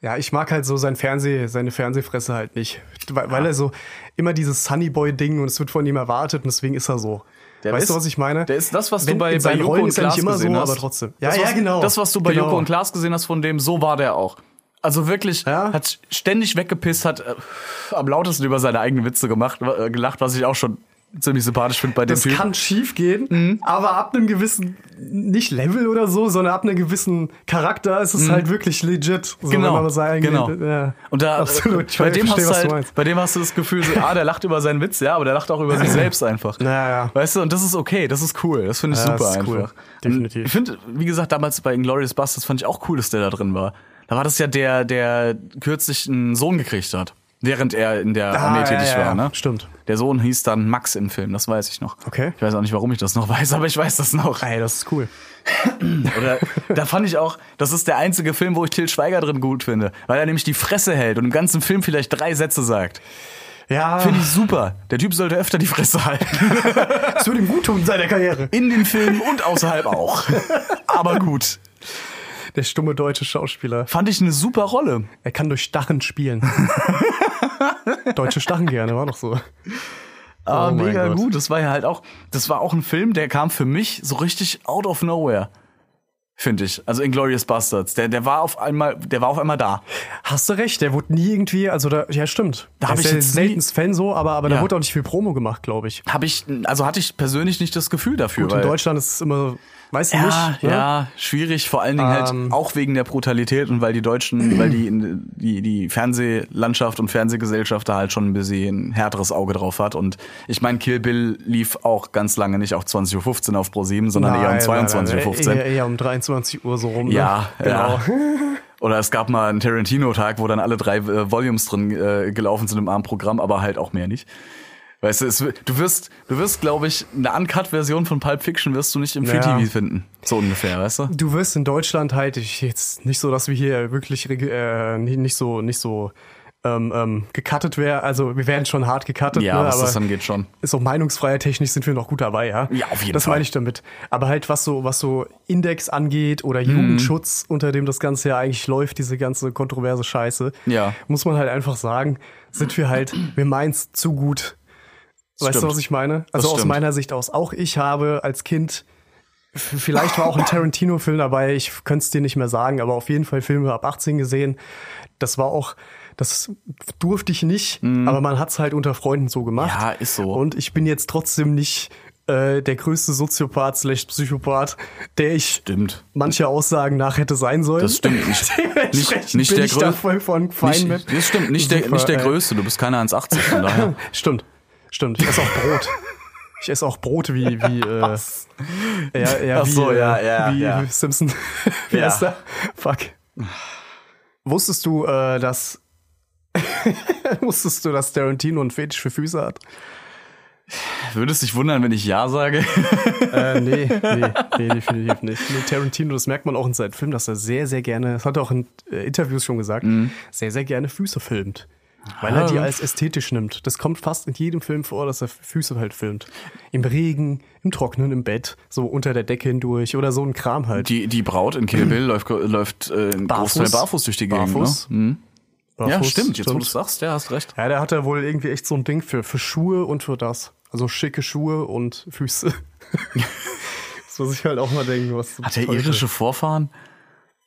Ja, ich mag halt so sein Fernseh, seine Fernsehfresse halt nicht. Weil, weil er so immer dieses Sunnyboy-Ding und es wird von ihm erwartet und deswegen ist er so.
Der
weißt
ist-
du, was ich meine?
Der ist das, was
Wenn-
du bei,
in
bei
seinen
Joko
Rollen
und
ist er nicht
Klaas
immer
gesehen
so,
hast.
aber trotzdem. Ja,
Das,
ja,
was,
genau.
Das, was du bei
Genau.
Joko und Klaas gesehen hast von dem, so war der auch. Also wirklich,
Ja?
hat ständig weggepisst, hat äh, am lautesten über seine eigenen Witze gemacht, äh, gelacht, was ich auch schon ziemlich sympathisch finde bei dem Mhm.
Das
Typen.
kann schief gehen, aber ab einem gewissen, nicht Level oder so, sondern ab einem gewissen Charakter ist es halt wirklich legit. So,
Mhm. Genau,
wenn man sein
genau.
Ja.
Und da,
Absolut, ich
bei, dem
verstehe,
hast du
was du
halt,
meinst.
bei dem hast du das Gefühl, so, ah, der lacht über seinen Witz, ja, aber der lacht auch über sich selbst einfach.
Ja, ja.
Weißt du, und das ist okay, das ist cool, das finde ich
Ja,
super
das ist cool.
einfach.
Definitiv.
Ich finde, wie gesagt, damals bei Inglourious Basterds fand ich auch cool, dass der da drin war. Da war das ja der, der kürzlich einen Sohn gekriegt hat, während er in der
Ah,
Armee
ja,
tätig
ja, ja.
war, ne?
Stimmt.
Der Sohn hieß dann Max im Film, das weiß ich noch.
Okay. Ah,
Ich weiß auch nicht, warum ich das noch weiß, aber ich weiß das noch.
Ey, das ist cool.
Oder da fand ich auch, das ist der einzige Film, wo ich Till Schweiger drin gut finde, weil er nämlich die Fresse hält und im ganzen Film vielleicht drei Sätze sagt.
Ja,
Finde ich super. Der Typ sollte öfter die Fresse halten.
es würde ihm gut tun in seiner Karriere.
In den Filmen und außerhalb auch. Aber gut.
Der stumme deutsche Schauspieler.
Fand ich eine super Rolle.
Er kann durch Stachen spielen. Deutsche Stachen gerne, war doch so.
Aber
Oh mein
Ah, mega
Gott.
gut. Das war ja halt auch, das war auch ein Film, der kam für mich so richtig out of nowhere. Finde ich. Also Inglourious Bastards. Der, der war auf einmal, der war auf einmal da.
Hast du recht, der wurde nie irgendwie, also da, ja stimmt.
Da hab
Er ist
ich
ja
jetzt
seltenst Fan so, aber, aber da
Ja.
wurde auch nicht viel Promo gemacht, glaube ich.
Habe ich, also hatte ich persönlich nicht das Gefühl dafür.
Gut, in
weil-
Deutschland ist es immer, weißt du
Ja,
nicht, ne?
ja, schwierig, vor allen Dingen halt
Ähm.
auch wegen der Brutalität und weil die Deutschen, weil die, die, die Fernsehlandschaft und Fernsehgesellschaft da halt schon ein bisschen härteres Auge drauf hat. Und ich meine, Kill Bill lief auch ganz lange nicht auf 20.15 Uhr auf Pro7, sondern eher um
Nein, nein, nein,
22.15 Uhr.
Eher, eher um 23 Uhr so rum. ne?
Ja,
genau.
ja. Oder es gab mal einen Tarantino-Tag, wo dann alle drei äh, Volumes drin äh, gelaufen sind im armen Programm, aber halt auch mehr nicht. Weißt du, es, wi- du wirst, du wirst, glaube ich, eine Uncut-Version von Pulp Fiction wirst du nicht im Free
Ja.
TV finden. So ungefähr, weißt du?
Du wirst in Deutschland halt ich, jetzt nicht so, dass wir hier wirklich reg- äh, nicht, nicht so nicht so ähm, ähm, gecuttet wäre. Also wir werden schon hart gecuttet,
Ja,
ne?
was
aber
das angeht schon.
Ist auch Meinungsfreiheit technisch sind wir noch gut dabei, ja.
Ja, auf jeden
das
Fall.
meine ich damit. Aber halt was so was so Index angeht oder
Mhm.
Jugendschutz, unter dem das Ganze ja eigentlich läuft, diese ganze kontroverse Scheiße,
Ja.
muss man halt einfach sagen, sind wir halt, wir meinen's zu gut. Weißt
stimmt.
du, was ich meine? Also aus
stimmt.
meiner Sicht aus. Auch ich habe als Kind, f- vielleicht war auch ein Tarantino-Film dabei, ich könnte es dir nicht mehr sagen, aber auf jeden Fall Filme ab 18 gesehen. Das war auch, das durfte ich nicht, aber man hat's halt unter Freunden so gemacht.
Mhm. Ja, ist so.
Und ich bin jetzt trotzdem nicht äh, der größte Soziopath slash Psychopath, der ich
Stimmt.
manche Aussagen nach hätte sein sollen.
Das stimmt nicht.
Dementsprechend
nicht
bin
der
ich da
Grö-
voll von fein
nicht,
mit.
Das stimmt, nicht der,
Super,
nicht der
äh,
Größte, du bist keiner 1,80 von daher.
Stimmt, stimmt. Ich esse auch Brot. Ich esse auch Brot wie, wie, äh, ja, ja,
Ach
wie,
so, ja,
äh,
ja,
wie
ja.
Simpson. wie
Ja.
heißt er? Fuck. Wusstest du, äh, dass, wusstest du, dass Tarantino einen Fetisch für Füße hat?
Würdest dich wundern, wenn ich Ja sage?
Äh, nee, nee, nee, definitiv nicht. Nee, Tarantino, das merkt man auch in seinen Filmen, dass er sehr, sehr gerne, das hat er auch in äh, Interviews schon gesagt, sehr, sehr gerne Füße filmt. Weil er die
Mhm. Ah.
als ästhetisch nimmt. Das kommt fast in jedem Film vor, dass er Füße halt filmt. Im Regen, im Trocknen, im Bett, so unter der Decke hindurch oder so ein Kram halt.
Die, die Braut in Kill Bill läuft, läuft äh, ein
Barfuß.
Großteil barfuß durch die Gegend.
Barfuß.
Ne? Mhm. Ja,
Barfuß,
stimmt, jetzt wo du sagst, ja, hast recht.
Ja, der hat ja wohl irgendwie echt so ein Ding für, für Schuhe und für das. Also schicke Schuhe und Füße. das muss ich halt auch mal denken. Was
Hat er irische Vorfahren?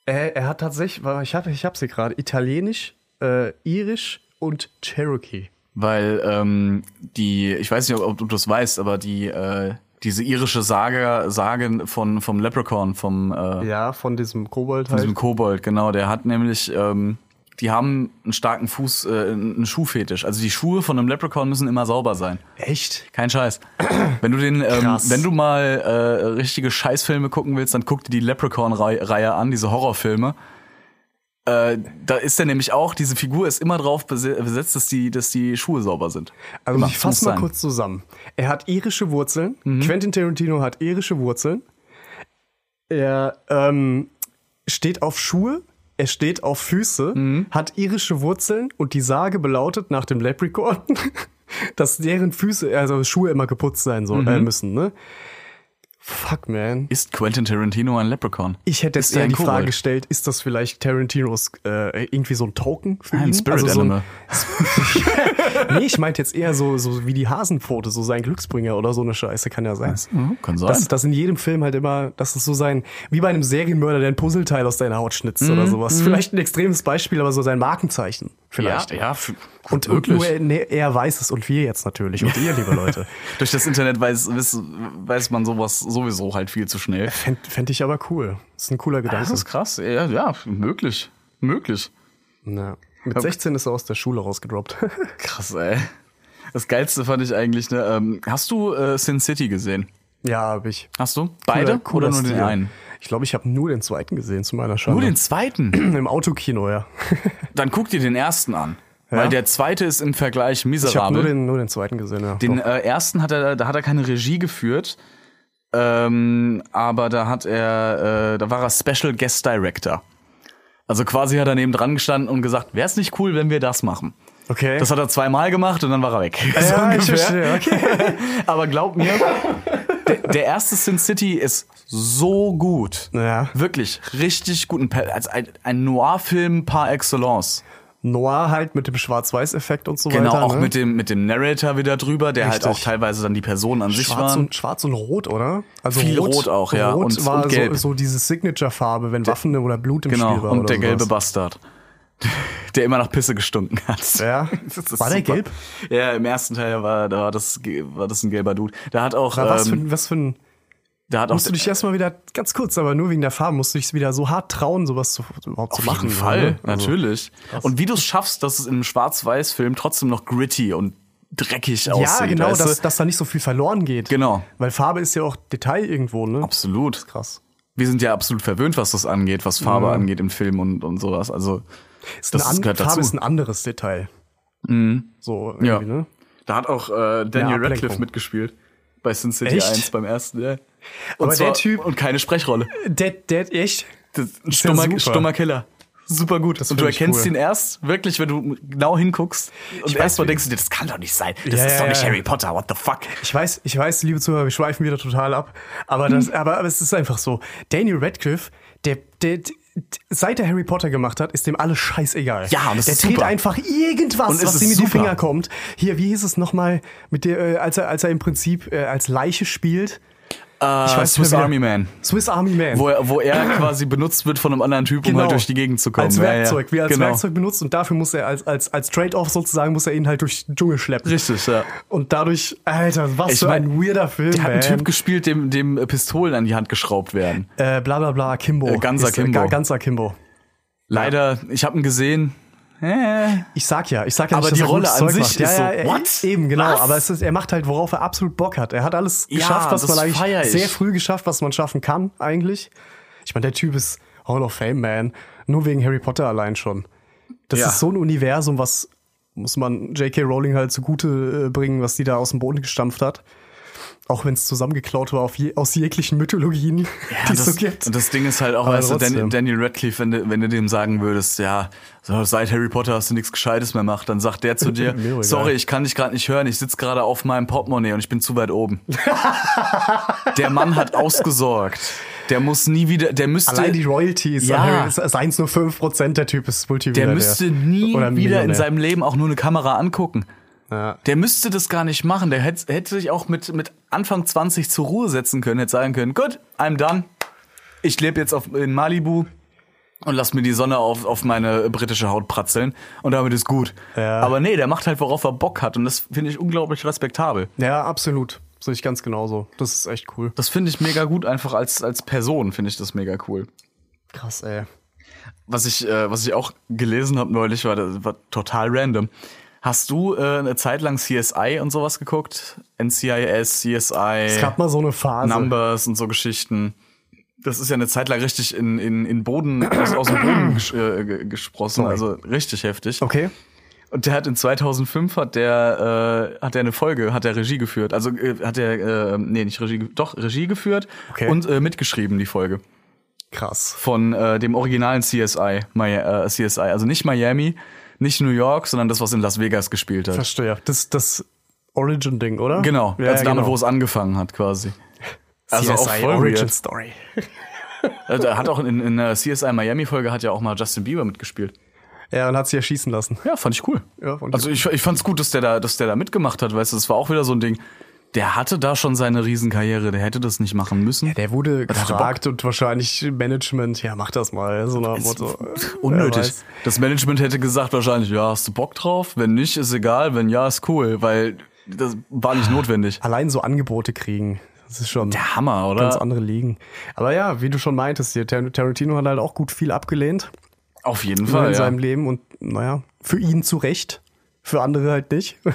Er, er hat tatsächlich, warte mal, ich habe ich hab sie gerade, italienisch, äh, irisch und Cherokee.
Weil ähm, die, ich weiß nicht, ob, ob du das weißt, aber die äh, diese irische Sage, Sagen von vom Leprechaun, vom äh,
Ja, von diesem Kobold
Mit
halt.
diesem Kobold, genau. Der hat nämlich, ähm, die haben einen starken Fuß, äh, einen Schuhfetisch. Also die Schuhe von einem Leprechaun müssen immer sauber sein.
Echt?
Kein Scheiß. Wenn du den, ähm,
Krass.
wenn du mal äh, richtige Scheißfilme gucken willst, dann guck dir die Leprechaun-Reihe an, diese Horrorfilme. Äh, da ist der nämlich auch, diese Figur ist immer drauf bese- besetzt, dass die, dass die Schuhe sauber sind.
Also
Immer.
ich
Das
fass
muss
mal
sein.
kurz zusammen. Er hat irische Wurzeln, Quentin Tarantino hat irische Wurzeln. Er ähm, steht auf Schuhe, er steht auf Füße, hat irische Wurzeln und die Sage belautet nach dem Leprechaun, dass deren Füße, also Schuhe immer geputzt sein soll, äh, müssen, ne? Fuck, man.
Ist Quentin Tarantino ein Leprechaun?
Ich hätte jetzt
Ist
eher
er ein
die Frage
Kobold?
gestellt, ist das vielleicht Tarantinos äh, irgendwie so ein Token für
Ah, ein
ihn?
Spirit
so
Animal.
nee, ich meinte jetzt eher so, so wie die Hasenpfote, so sein Glücksbringer oder so eine Scheiße, kann ja sein.
Mhm, kann sein.
Dass, dass in jedem Film halt immer, dass es so sein, wie bei einem Serienmörder, der ein Puzzleteil aus deiner Haut schnitzt
Mhm,
oder sowas. Vielleicht ein extremes Beispiel, aber so sein Markenzeichen. Vielleicht.
Ja, ja f-
Und, und nur er, nee, er weiß es und wir jetzt natürlich. Und ihr, liebe Leute.
Durch das Internet weiß, weiß, weiß man sowas sowieso halt viel zu schnell.
Fänd, fänd ich aber cool. Ist ein cooler Gedanke.
Das ist krass. Ja, ja, möglich. Möglich.
Na, Mit 16 ist er aus der Schule rausgedroppt.
Krass, ey. Das Geilste fand ich eigentlich, ne? Ähm, hast du äh, Sin City gesehen?
ja, hab ich.
Hast du? Beide?
Cooler-
Oder nur
cooler
den
Stil.
einen?
Ich glaube, ich habe nur den zweiten gesehen, zu meiner Schande.
Nur den zweiten?
Im Autokino, ja.
Dann guck dir den ersten an.
Ja?
Weil der zweite ist im Vergleich
Ich habe nur
miserabel.
den, nur den zweiten gesehen, ja.
Den äh, ersten hat er, da hat er keine Regie geführt. Ähm, aber da hat er, äh, da war er Special Guest Director. Also quasi hat er neben dran gestanden und gesagt, wäre es nicht cool, wenn wir das machen.
okay.
Das hat er zweimal gemacht und dann war er weg. So
ja, ich
ungefähr.
verstehe. Okay.
Aber glaub mir, der, der erste Sin City ist so gut.
Ja.
Wirklich, richtig gut. Ein, per- als ein, ein Noir-Film par excellence.
Noir halt mit dem Schwarz-Weiß-Effekt und so
Genau,
weiter.
auch
ne?
mit, dem, mit dem Narrator wieder drüber, der halt auch
Richtig.
teilweise dann die Personen an sich
Schwarz
waren.
und, Schwarz und Rot, oder? Also
Viel Rot auch, ja.
Rot
Und-
war
und Gelb.
So, so diese Signature-Farbe, wenn Waffen oder Blut im
genau,
Spiel war.
und
oder
der gelbe
sowas.
Bastard. Der immer nach Pisse gestunken hat.
Ja.
Das ist
War der
super.
gelb?
Ja, im ersten Teil war, da war, das, ge- war das ein gelber Dude. Da hat auch,
Na, was, für,
ähm, äh,
ein- was für ein.
da hat auch
Musst du dich erstmal wieder, ganz kurz, aber nur wegen der Farbe, musst du dich wieder so hart trauen, sowas zu, überhaupt zu
Auf
machen.
jeden Fall,
ne? Also,
natürlich. Und wie du es schaffst, dass es in einem Schwarz-Weiß-Film trotzdem noch gritty und dreckig aussieht.
Ja, genau,
weißt du?
dass, dass da nicht so viel verloren geht.
Genau.
Weil Farbe ist ja auch Detail irgendwo, ne?
Absolut.
Krass. Mhm.
Wir sind ja absolut verwöhnt, was das angeht, was Farbe angeht im Film und, und sowas. Also,
Ist
das
ein an-
gehört
Farbe
dazu. Mhm.
ist ein anderes Detail. So, irgendwie,
Ja.
ne?
Da hat auch äh,
Ja,
Daniel
Ablenkung.
Radcliffe mitgespielt. Bei Sin City
Echt?
1 beim ersten, ja. Und
Aber der Typ-
Und keine Sprechrolle.
Dead, dead, echt?
Das ist
ja
ein stummer,
super.
stummer Killer. Super gut.
Das
und du
find ich
erkennst
cool.
ihn erst, wirklich, wenn du genau hinguckst. Und
weiß,
erstmal
wie-
denkst du dir, das kann doch nicht sein. Das
Ja,
ist
ja,
doch nicht
ja.
Harry Potter, what the fuck?
Ich weiß, ich weiß, liebe Zuhörer, wir schweifen wieder total ab. Aber,
Hm.
das, aber, aber es ist einfach so. Daniel Radcliffe, der, der, der seit er Harry Potter gemacht hat, ist dem alles scheißegal.
Ja, und das
Der
ist
dreht
super.
einfach irgendwas,
Und es
was
ist
ihm in die
super.
Finger kommt. Hier, wie hieß es nochmal, mit der, äh, als er, als er im Prinzip äh, als Leiche spielt?
Ich
weiß nicht
Äh, Swiss
mehr, wie-
Army Man.
Swiss Army Man.
Wo er, wo er quasi benutzt wird von einem anderen Typ, um halt durch die Gegend zu kommen.
Genau. Als
Ja, ja.
Werkzeug, wie er als
genau.
Werkzeug benutzt und dafür muss er als, als, als Trade-off sozusagen, muss er ihn halt durch den Dschungel schleppen.
Richtig, ja.
Und dadurch, Alter, was
Ich
für ein
mein,
weirder Film,
Der hat einen
man.
Typ gespielt, dem, dem äh, Pistolen an die Hand geschraubt werden.
äh, bla bla bla, Kimbo.
Äh, Guns
Ist,
Akimbo.
Ga- Guns Akimbo.
Leider, ich habe ihn gesehen. Äh,
Ich sag ja, ich sag ja,
Aber
nicht,
die
dass er
Rolle
gutes
an
Zeug
sich
macht.
ist
ja,
so,
ja, er-
what?
Eben, genau.
Was?
Aber es ist, er macht halt, worauf er absolut Bock hat. Er hat alles
Ja,
geschafft, was
das
man eigentlich
feier ich.
sehr früh geschafft, was man schaffen kann eigentlich. Ich meine, der Typ ist Hall of Fame Man, nur wegen Harry Potter allein schon. Das
Ja.
ist so ein Universum, was muss man J.K. Rowling halt zugute äh, bringen, was die da aus dem Boden gestampft hat. Auch wenn es zusammengeklaut war auf je, aus jeglichen Mythologien, die es
das,
so gibt.
und das Ding ist halt auch,
Aber
weißt du,
trotzdem.
Dan- Daniel Radcliffe, wenn du, wenn du dem sagen würdest, ja, so, seit Harry Potter hast du nichts Gescheites mehr gemacht, dann sagt der zu dir,
Mir egal.
sorry, ich kann dich gerade nicht hören, ich sitze gerade auf meinem Portemonnaie und ich bin zu weit oben. der Mann hat ausgesorgt. Der muss nie wieder, der müsste...
Allein die Royalties,
Ja.
Harry, seien es nur 5%, der Typ ist Multimillionär.
Der müsste nie
Oder
wieder in
Millionär.
seinem Leben auch nur eine Kamera angucken.
Ja.
Der müsste das gar nicht machen. Der hätte, hätte sich auch mit, mit Anfang 20 zur Ruhe setzen können, hätte sagen können, gut, I'm done. Ich lebe jetzt auf, in Malibu und lass mir die Sonne auf, auf meine britische Haut pratzeln und damit ist gut.
Ja.
Aber nee, der macht halt, worauf er Bock hat und das finde ich unglaublich respektabel.
Ja, absolut. Sehe ich ganz genauso. Das ist echt cool.
Das finde ich mega gut, einfach als, als Person finde ich das mega cool.
Krass, ey.
was ich, äh, was ich auch gelesen habe neulich, war, das war total random. Hast du äh, eine Zeit lang CSI und sowas geguckt? NCIS,
Es
CSI,
gab mal so eine Phase.
Numbers und so Geschichten. Das ist ja eine Zeit lang richtig in, in, in Boden, aus, aus dem Boden gesch äh, ge- gesprossen, also richtig heftig.
Okay.
Und der hat in 2005 hat der äh, hat der eine Folge, hat der Regie geführt. Also äh, hat der äh, nee, nicht Regie, ge- doch Regie geführt
Okay.
und äh, mitgeschrieben die Folge
Krass.
von äh, dem originalen CSI, Mi äh, CSI, also nicht Miami, nicht New York, sondern das, was in Las Vegas gespielt hat.
Verstehe. Das, das Origin-Ding, oder?
genau,
Ja,
also damit,
genau.
wo es angefangen hat quasi. Also auch voll
Origin
weird.
Story.
Äh, Da hat auch in, in der CSI Miami-Folge hat ja auch mal Justin Bieber mitgespielt.
Ja, und hat sie erschießen lassen.
Ja, fand ich cool.
Ja, fand ich
also ich, ich fand's gut, dass der da, dass der da mitgemacht hat, weißt du, das war auch wieder so ein Ding. Der hatte da schon seine Riesenkarriere, der hätte das nicht machen müssen.
Der wurde
Hat er
gefragt und wahrscheinlich Management, ja, mach das mal, so nach dem Motto. äh, Wer
Unnötig.
weiß.
Das Management hätte gesagt wahrscheinlich, ja, hast du Bock drauf? Wenn nicht, ist egal. Wenn ja, ist cool, weil das war nicht notwendig.
Allein so Angebote kriegen, das ist schon
Der Hammer,
ganz
oder?
andere Ligen. Aber ja, wie du schon meintest, hier, Tar- Tarantino hat halt auch gut viel abgelehnt
Auf jeden
in
Fall. Ja.
seinem Leben und naja, für ihn zu Recht, für andere halt nicht.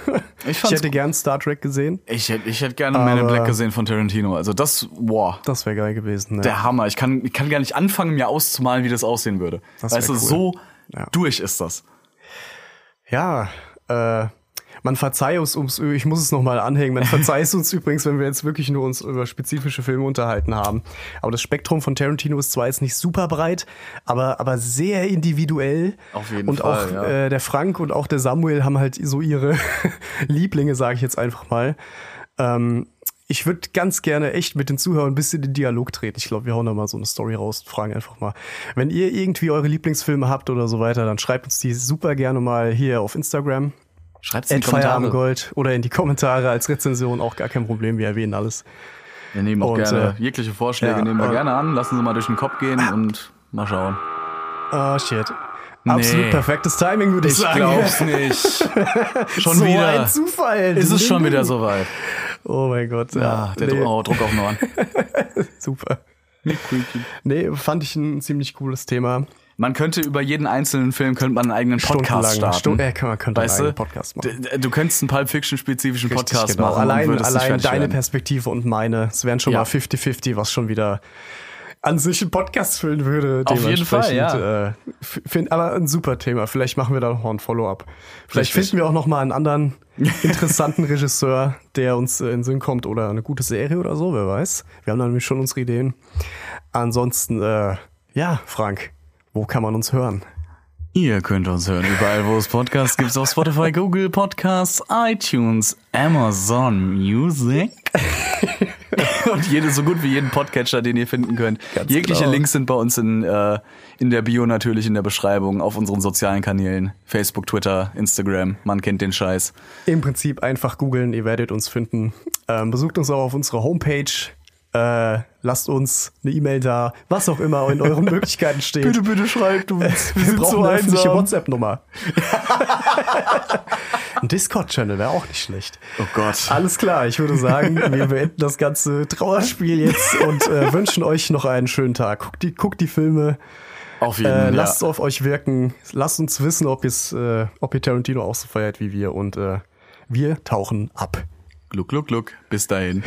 Ich
Ich,
fand's
hätte
gut.
gern Star Trek gesehen,
Ich hätte ich hätte gerne Man in
Aber-
Black gesehen von Tarantino. Also das, wow.
das wäre geil gewesen. Ne?
Der Hammer. Ich kann, ich kann gar nicht anfangen, mir auszumalen, wie das aussehen würde.
Das wär
weißt du,
cool.
so
Ja.
durch ist das.
Ja, äh, man verzeihe uns ums, ich muss es nochmal anhängen, man verzeihe es uns übrigens, wenn wir jetzt wirklich nur uns über spezifische Filme unterhalten haben. Aber das Spektrum von Tarantino ist zwar jetzt nicht super breit, aber, aber sehr individuell.
Auf jeden
und
Fall,
auch
ja.
äh, der Frank und auch der Samuel haben halt so ihre Lieblinge, sage ich jetzt einfach mal. Ähm, ich würde ganz gerne echt mit den Zuhörern ein bisschen in den Dialog treten. Ich glaube, wir hauen da mal so eine Story raus und fragen einfach mal. Wenn ihr irgendwie eure Lieblingsfilme habt oder so weiter, dann schreibt uns die super gerne mal hier auf Instagram.
Schreib's in die Kommentare.
Gold oder in die Kommentare als Rezension, auch gar kein Problem, wir erwähnen alles.
Wir nehmen auch
Und,
gerne
äh,
jegliche Vorschläge,
ja,
nehmen wir
äh,
gerne an, lassen sie mal durch den Kopf gehen und mal schauen.
Ah, shit. Absolut perfektes Timing, würde ich,
Ich
sagen.
glaub's nicht. Schon
so
wieder.
ein Zufall.
Ist es schon wieder soweit?
Oh mein Gott.
Ja, der
nee,
Druck, oh, Druck auf den Ohren.
Super. Nee, fand ich ein ziemlich cooles Thema.
Man könnte über jeden einzelnen Film könnte man einen eigenen Podcast
Stundenlang.
starten.
Stu- ja, kann man- könnte einen
weißt du?
eigenen Podcast machen.
D- d- Du könntest einen Pulp Fiction spezifischen
Richtig,
Podcast
genau.
machen und
Allein,
würdest nicht
allein
fertig
deine
werden.
Perspektive und meine. Es wären schon
Ja.
mal 50-50, was schon wieder an sich einen Podcast füllen würde.
Auf jeden Fall,
dementsprechend,
ja.
äh, f- find, aber ein super Thema. Vielleicht machen wir da noch mal ein Follow-up. Vielleicht
Richtig.
finden wir auch noch mal einen anderen interessanten Regisseur, der uns äh, in den Sinn kommt oder eine gute Serie oder so, wer weiß. Wir haben da nämlich schon unsere Ideen. Ansonsten, äh, ja, Frank, wo kann man uns hören?
Ihr könnt uns hören überall, wo es Podcasts gibt, auf Spotify, Google Podcasts, iTunes, Amazon Music. Und jede, so gut wie jeden Podcatcher, den ihr finden könnt.
Ganz
Jegliche
genau.
Links sind bei uns in, äh, in der Bio natürlich, in der Beschreibung, auf unseren sozialen Kanälen. Facebook, Twitter, Instagram. Man kennt den Scheiß.
Im Prinzip einfach googeln, ihr werdet uns finden. Ähm, besucht uns auch auf unserer Homepage. Äh, lasst uns eine E-Mail da, was auch immer in euren Möglichkeiten steht.
bitte schreibt uns.
Wir brauchen eine öffentliche WhatsApp-Nummer. Ein Discord-Channel wäre auch nicht schlecht.
Oh Gott.
Alles klar, ich würde sagen, wir beenden das ganze Trauerspiel jetzt und äh, wünschen euch noch einen schönen Tag. Guckt die, guckt die Filme,
Auf jeden
äh,
Fall.
lasst es auf euch wirken, lasst uns wissen, ob, ihr's, äh, ob ihr Tarantino auch so feiert wie wir und äh, wir tauchen ab.
Gluck, gluck, gluck. Bis dahin.